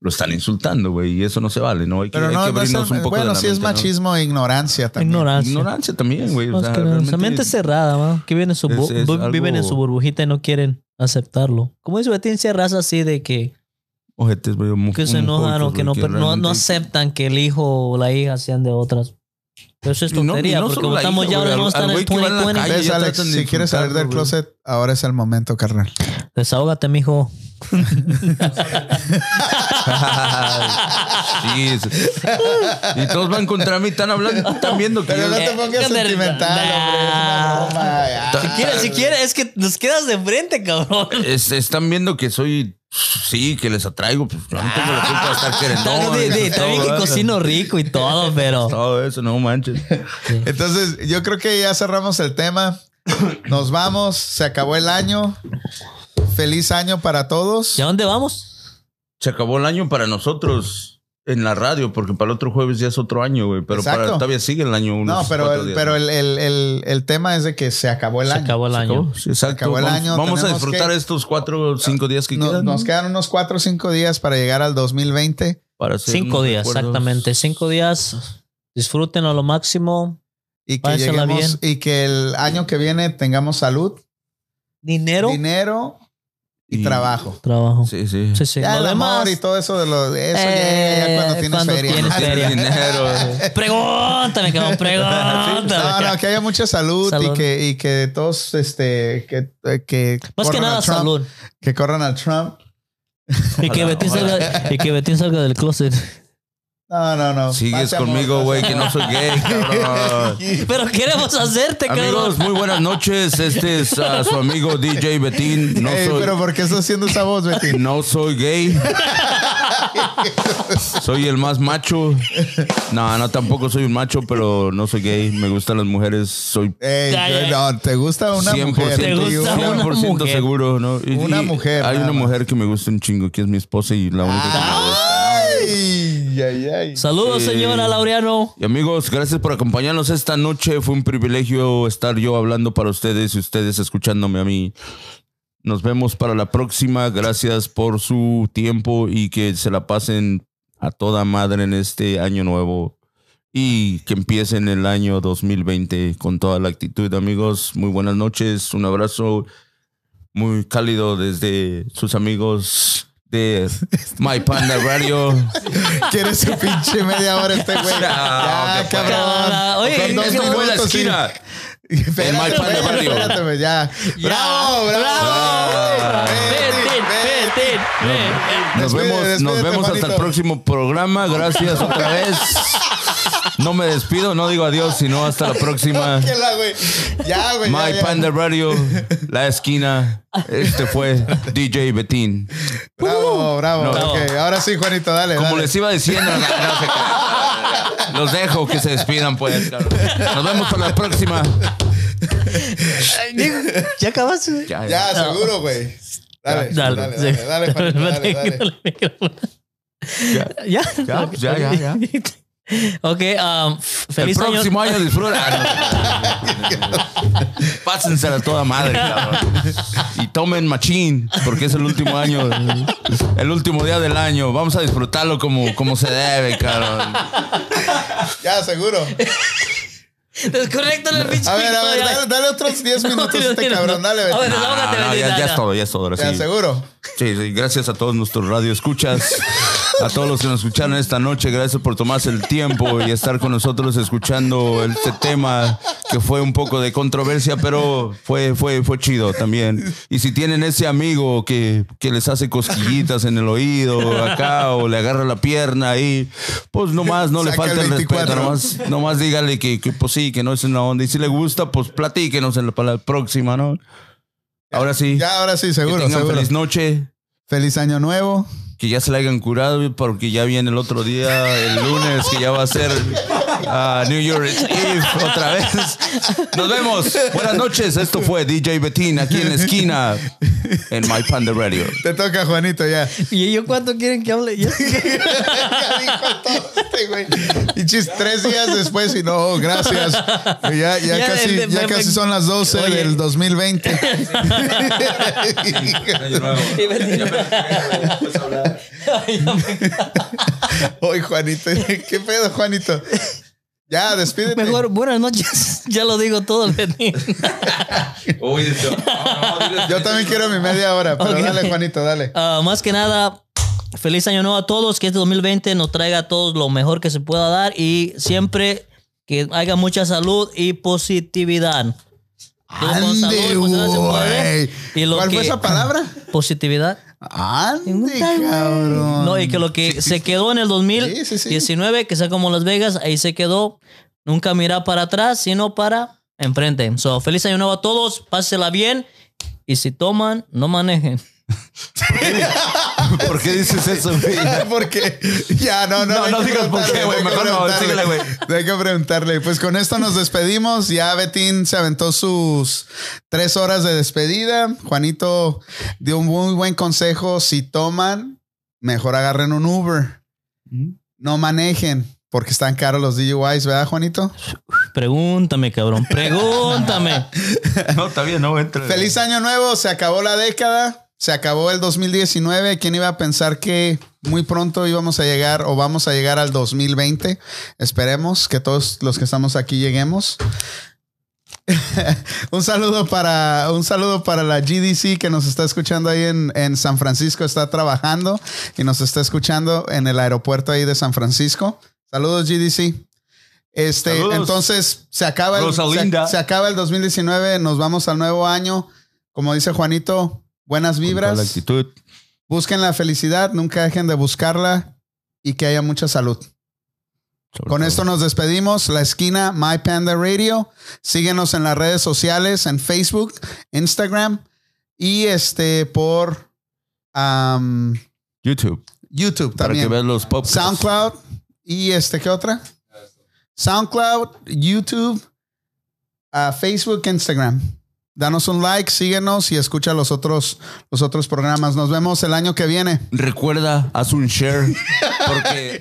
lo están insultando, güey, y eso no se vale, ¿no? Hay que,
Pero
hay
no,
que
no es,
abrirnos un poco de
bueno,
la
sí es
mente, ¿no?
machismo e ignorancia también.
Ignorancia.
Ignorancia también, güey. o
Ah, Más
sea,
que nada.
realmente-
Su mente es cerrada, ¿no? Que viven en, su bu-
es- es
bu- viven en
algo-
su burbujita y no quieren aceptarlo. Como dice, tienen cierta raza así de que,
Ojetes, güey, mu-
que se
mu-
enojan o
muchos,
que,
güey,
no, pero no, no
realmente-
aceptan que el hijo o la hija sean de otras. Pero eso es
Y no- y no
tontería,
solo
porque
la
estamos
hija,
ya,
güey,
ahora
al-
no
al
están en
güey que va en la
2020.
calle.
¿Ves,
ya
Alex?
tratan de
Si quieres salir del
insultarlo,
closet, ahora es el momento, carnal.
Desahógate, mijo.
[laughs] Sí, es- y todos van contra mí, están hablando, están viendo que
Pero no
yo-
te pongas
Qué
sentimental,
verdad.
hombre. Es una broma.
Si
Ah.
quieres, si quieres, es que nos quedas de frente, cabrón.
es- están viendo que soy sí, que les atraigo, pues yo no tengo la culpa de estar
Ah, [laughs] Está
querendón,
de- de-
eso,
está bien
todo,
que
¿verdad?
cocino rico y todo,
[laughs]
pero.
Todo eso, no manches.
Entonces, yo creo que ya cerramos el tema. Nos vamos. Se acabó el año. Feliz año para todos.
¿Y a dónde vamos?
Se acabó el año para nosotros en la radio, porque para el otro jueves ya es otro año, güey. Pero para,
Exacto.
todavía sigue el año. Unos
No, pero,
cuatro
el,
días.
pero el, el- el- el tema es de que se acabó el
Se
año.
acabó el
Se
año.
acabó, sí, exacto.
acabó el
vamos
año,
vamos a
tenemos
disfrutar
que-
estos cuatro o cinco días que
No-
quedan.
nos quedan unos cuatro o cinco días para llegar al 2020.
para hacer
Cinco
unos
días,
recuerdos.
exactamente. Cinco días. Disfrútenlo a lo máximo.
Y que,
Pásala
lleguemos, y que el año que viene tengamos salud,
Dinero.
dinero y, trabajo.
Trabajo.
Sí, sí.
Sí, sí.
Ya
Lo
el
demás.
amor y todo eso de lo eso
eh,
llega ya cuando tienes feria.
tienes feria.
Dinero. eh.
[laughs]
Pregúntame, cabrón.
No,
Pregúntame.
no, que haya mucha salud,
Salud.
Y, que, y que todos, este, que, eh, que
Más que
corran
nada,
al Trump,
salud.
Que corran al Trump.
Y que Betín salga- y que Betín salga del
[laughs]
closet.
No, no, [laughs] no.
Sigues
Pase amor,
conmigo,
pase
güey, que
amor.
no soy
[laughs]
gay, cabrón.
Pero queremos hacerte, cabrón.
Amigos, muy buenas noches. Este es ah, su amigo DJ Betín. No
Ey,
soy,
pero ¿por qué estás haciendo esa voz,
[laughs]
Betty?
no soy gay. Soy el más macho. No, no, tampoco soy un macho, pero no soy gay. Me gustan las mujeres. Soy
Ey,
Ya, ya.
no, te gusta una
100%,
mujer.
Te gusta
tío?
una
100%
mujer.
seguro, ¿no? Y-
Una
y
mujer,
Hay
nada
una
más. Ah.
mujer que me gusta un chingo, que es mi esposa y la única que me gusta.
Ay, ay, ay.
Saludos,
Sí.
señora Laureano.
Y amigos, gracias por acompañarnos esta noche. Fue un privilegio estar yo hablando para ustedes y ustedes escuchándome a mí. Nos vemos para la próxima. Gracias por su tiempo y que se la pasen a toda madre en este año nuevo y que empiecen el año 2020 con toda la actitud, amigos. Muy buenas noches. Un abrazo muy cálido desde sus amigos de My Panda
[laughs]
Radio.
Quieres
[laughs]
su pinche media hora este
[laughs]
güey. ya,
qué
cabrón.
Oye,
Son dos
es que
voy a la
minutos, sí.
Ah, pues. esquina.
[laughs] Espérate,
Mike Pan de
espérate,
Barrio.
espérate, pues, ya. Bravo, bravo.
Ah.
Betty,
Betín,
Betty.
Betín, Betín.
Nos
Despide,
vemos, nos
despídete,
vemos hasta el
Juanito.
próximo programa. Gracias otra vez. No me despido, no digo adiós, sino hasta
[laughs]
la próxima.
Que la, güey. Ya, güey. ya,
Ah. My
ya.
Panda Radio, La Esquina. Este fue DJ Betín.
Bravo, bravo.
Uh. No.
Ok, ahora sí, Juanito, dale.
Como
dale.
les iba diciendo, no, no se crean. los dejo que se despidan, pues. cabrón. Nos vemos para la próxima.
¿Ya acabaste?
Ya, ya.
Ya, seguro, güey. Dale, dale,
Dale,
dale,
sí.
dale, dale,
[laughs]
[laughs]
Juanito, dale, dale.
Dale, micrófono. Ya,
ya,
Ok.
ya, ya, ya.
[laughs] Ok, um, f-
El
feliz año.
próximo año disfruta. Ah, no. Pásensela toda madre, cabrón. Y tomen machín, porque es el último año, el último día del año. Vamos a disfrutarlo como, como se debe, cabrón.
Ya, seguro.
Desconéctale el pinche.
A ver, a ver, dale,
micrófono, ya.
dale otros 10 minutos a este
[laughs] No, no, Ah, no.
cabrón. Dale,
A
Betty.
ver,
No, no,
desahógate,
no,
Betín,
ya, ya
dale.
es todo, ya es todo. ahora
Ya,
sí.
seguro.
Sí, sí, gracias a todos nuestros radioescuchas, a todos los que nos escucharon esta noche, gracias por tomarse el tiempo y estar con nosotros escuchando este tema que fue un poco de controversia, pero fue, fue, fue chido también. Y si tienen ese amigo que, que les hace cosquillitas en el oído, acá, o le agarra la pierna ahí, pues nomás no le
Saca el
falta el respeto,
24.
nomás, nomás dígale que, que, pues sí, que no es una onda. Y si le gusta, pues platíquenos en la, para la próxima, ¿no? Ahora sí.
Ya, ahora sí,
Que
seguro,
tengan
seguro.
feliz noche.
Feliz año nuevo.
Que ya se la hayan curado porque ya viene el otro día, el lunes, que ya va a ser ah, New Year's Eve otra vez. Nos vemos. Buenas noches. Esto fue DJ Betín aquí en la esquina en My Panda Radio.
Te toca, Juanito,
[laughs]
ya.
¿Y ellos cuánto quieren que hable? Ya.
Ya dijo todo este güey. Y chis, tres días después y no,
[laughs]
gracias. Ya, ya,
Ya,
casi,
de-
ya
de-
casi son las 12
Oye.
del 2020. [laughs]
[laughs] Y Betín-
Hoy, Juanito. [laughs] ¿Qué pedo, Juanito? Ya, despídete.
Mejor, buenas noches. [laughs] Ya lo digo todo, Lenín.
[laughs] Uy, no, no, diles-
Yo también quiero mi media hora, pero
Ok.
dale, Juanito, dale.
Ah, más que nada, feliz año nuevo a todos. Que este 2020 nos traiga a todos lo mejor que se pueda dar y siempre que haya mucha salud y positividad. Todo con salud,
Ande,
pues, positividad se puede.
güey.
Y lo
¿Cuál fue
que-
esa palabra?
Positividad.
Ande,
Puta, güey.
cabrón.
No, y que lo que se quedó en el 2019,
Sí, sí, sí.
que sea como Las Vegas, ahí se quedó. Nunca mirar para atrás, sino para enfrente. So, feliz año nuevo a todos, pásela bien. Y si toman, no manejen. [laughs]
¿Por qué dices eso,
[laughs]
güey?
Porque ya, no, no.
No,
hay
no
que
digas por qué,
preguntarle, hay
güey.
que
Mejor no,
preguntarle.
síguele, güey.
Hay que preguntarle. Pues con esto nos despedimos. Ya Betín se aventó sus tres horas de despedida. Juanito dio un muy buen consejo. Si toman, mejor agarren un Uber. No manejen, porque están caros los DUIs, ¿verdad, Juanito?
Pregúntame, cabrón. Pregúntame.
No, está bien, no entra.
Feliz año nuevo, se acabó la década, se acabó el 2019. ¿Quién iba a pensar que muy pronto íbamos a llegar o vamos a llegar al 2020? Esperemos que todos los que estamos aquí lleguemos. [laughs] un saludo para un saludo para la GDC que nos está escuchando ahí en, en San Francisco, está trabajando y nos está escuchando en el aeropuerto ahí de San Francisco. Saludos GDC. Este,
Saludos.
entonces se acaba el,
Rosalinda.
se- se acaba el 2019, nos vamos al nuevo año. Como dice Juanito, buenas
Con la
vibras.
actitud.
Busquen la felicidad, nunca dejen de buscarla y que haya mucha salud. Con esto nos despedimos. La esquina My Panda Radio. Síguenos en las redes sociales, en Facebook, Instagram y este por am,
YouTube.
YouTube
Para que
también.
veas los pop.
SoundCloud y este, ¿qué otra? SoundCloud, YouTube, ah, Facebook, Instagram. Danos un like, síguenos y escucha los otros, los otros programas. Nos vemos el año que viene.
Recuerda, haz un share. Porque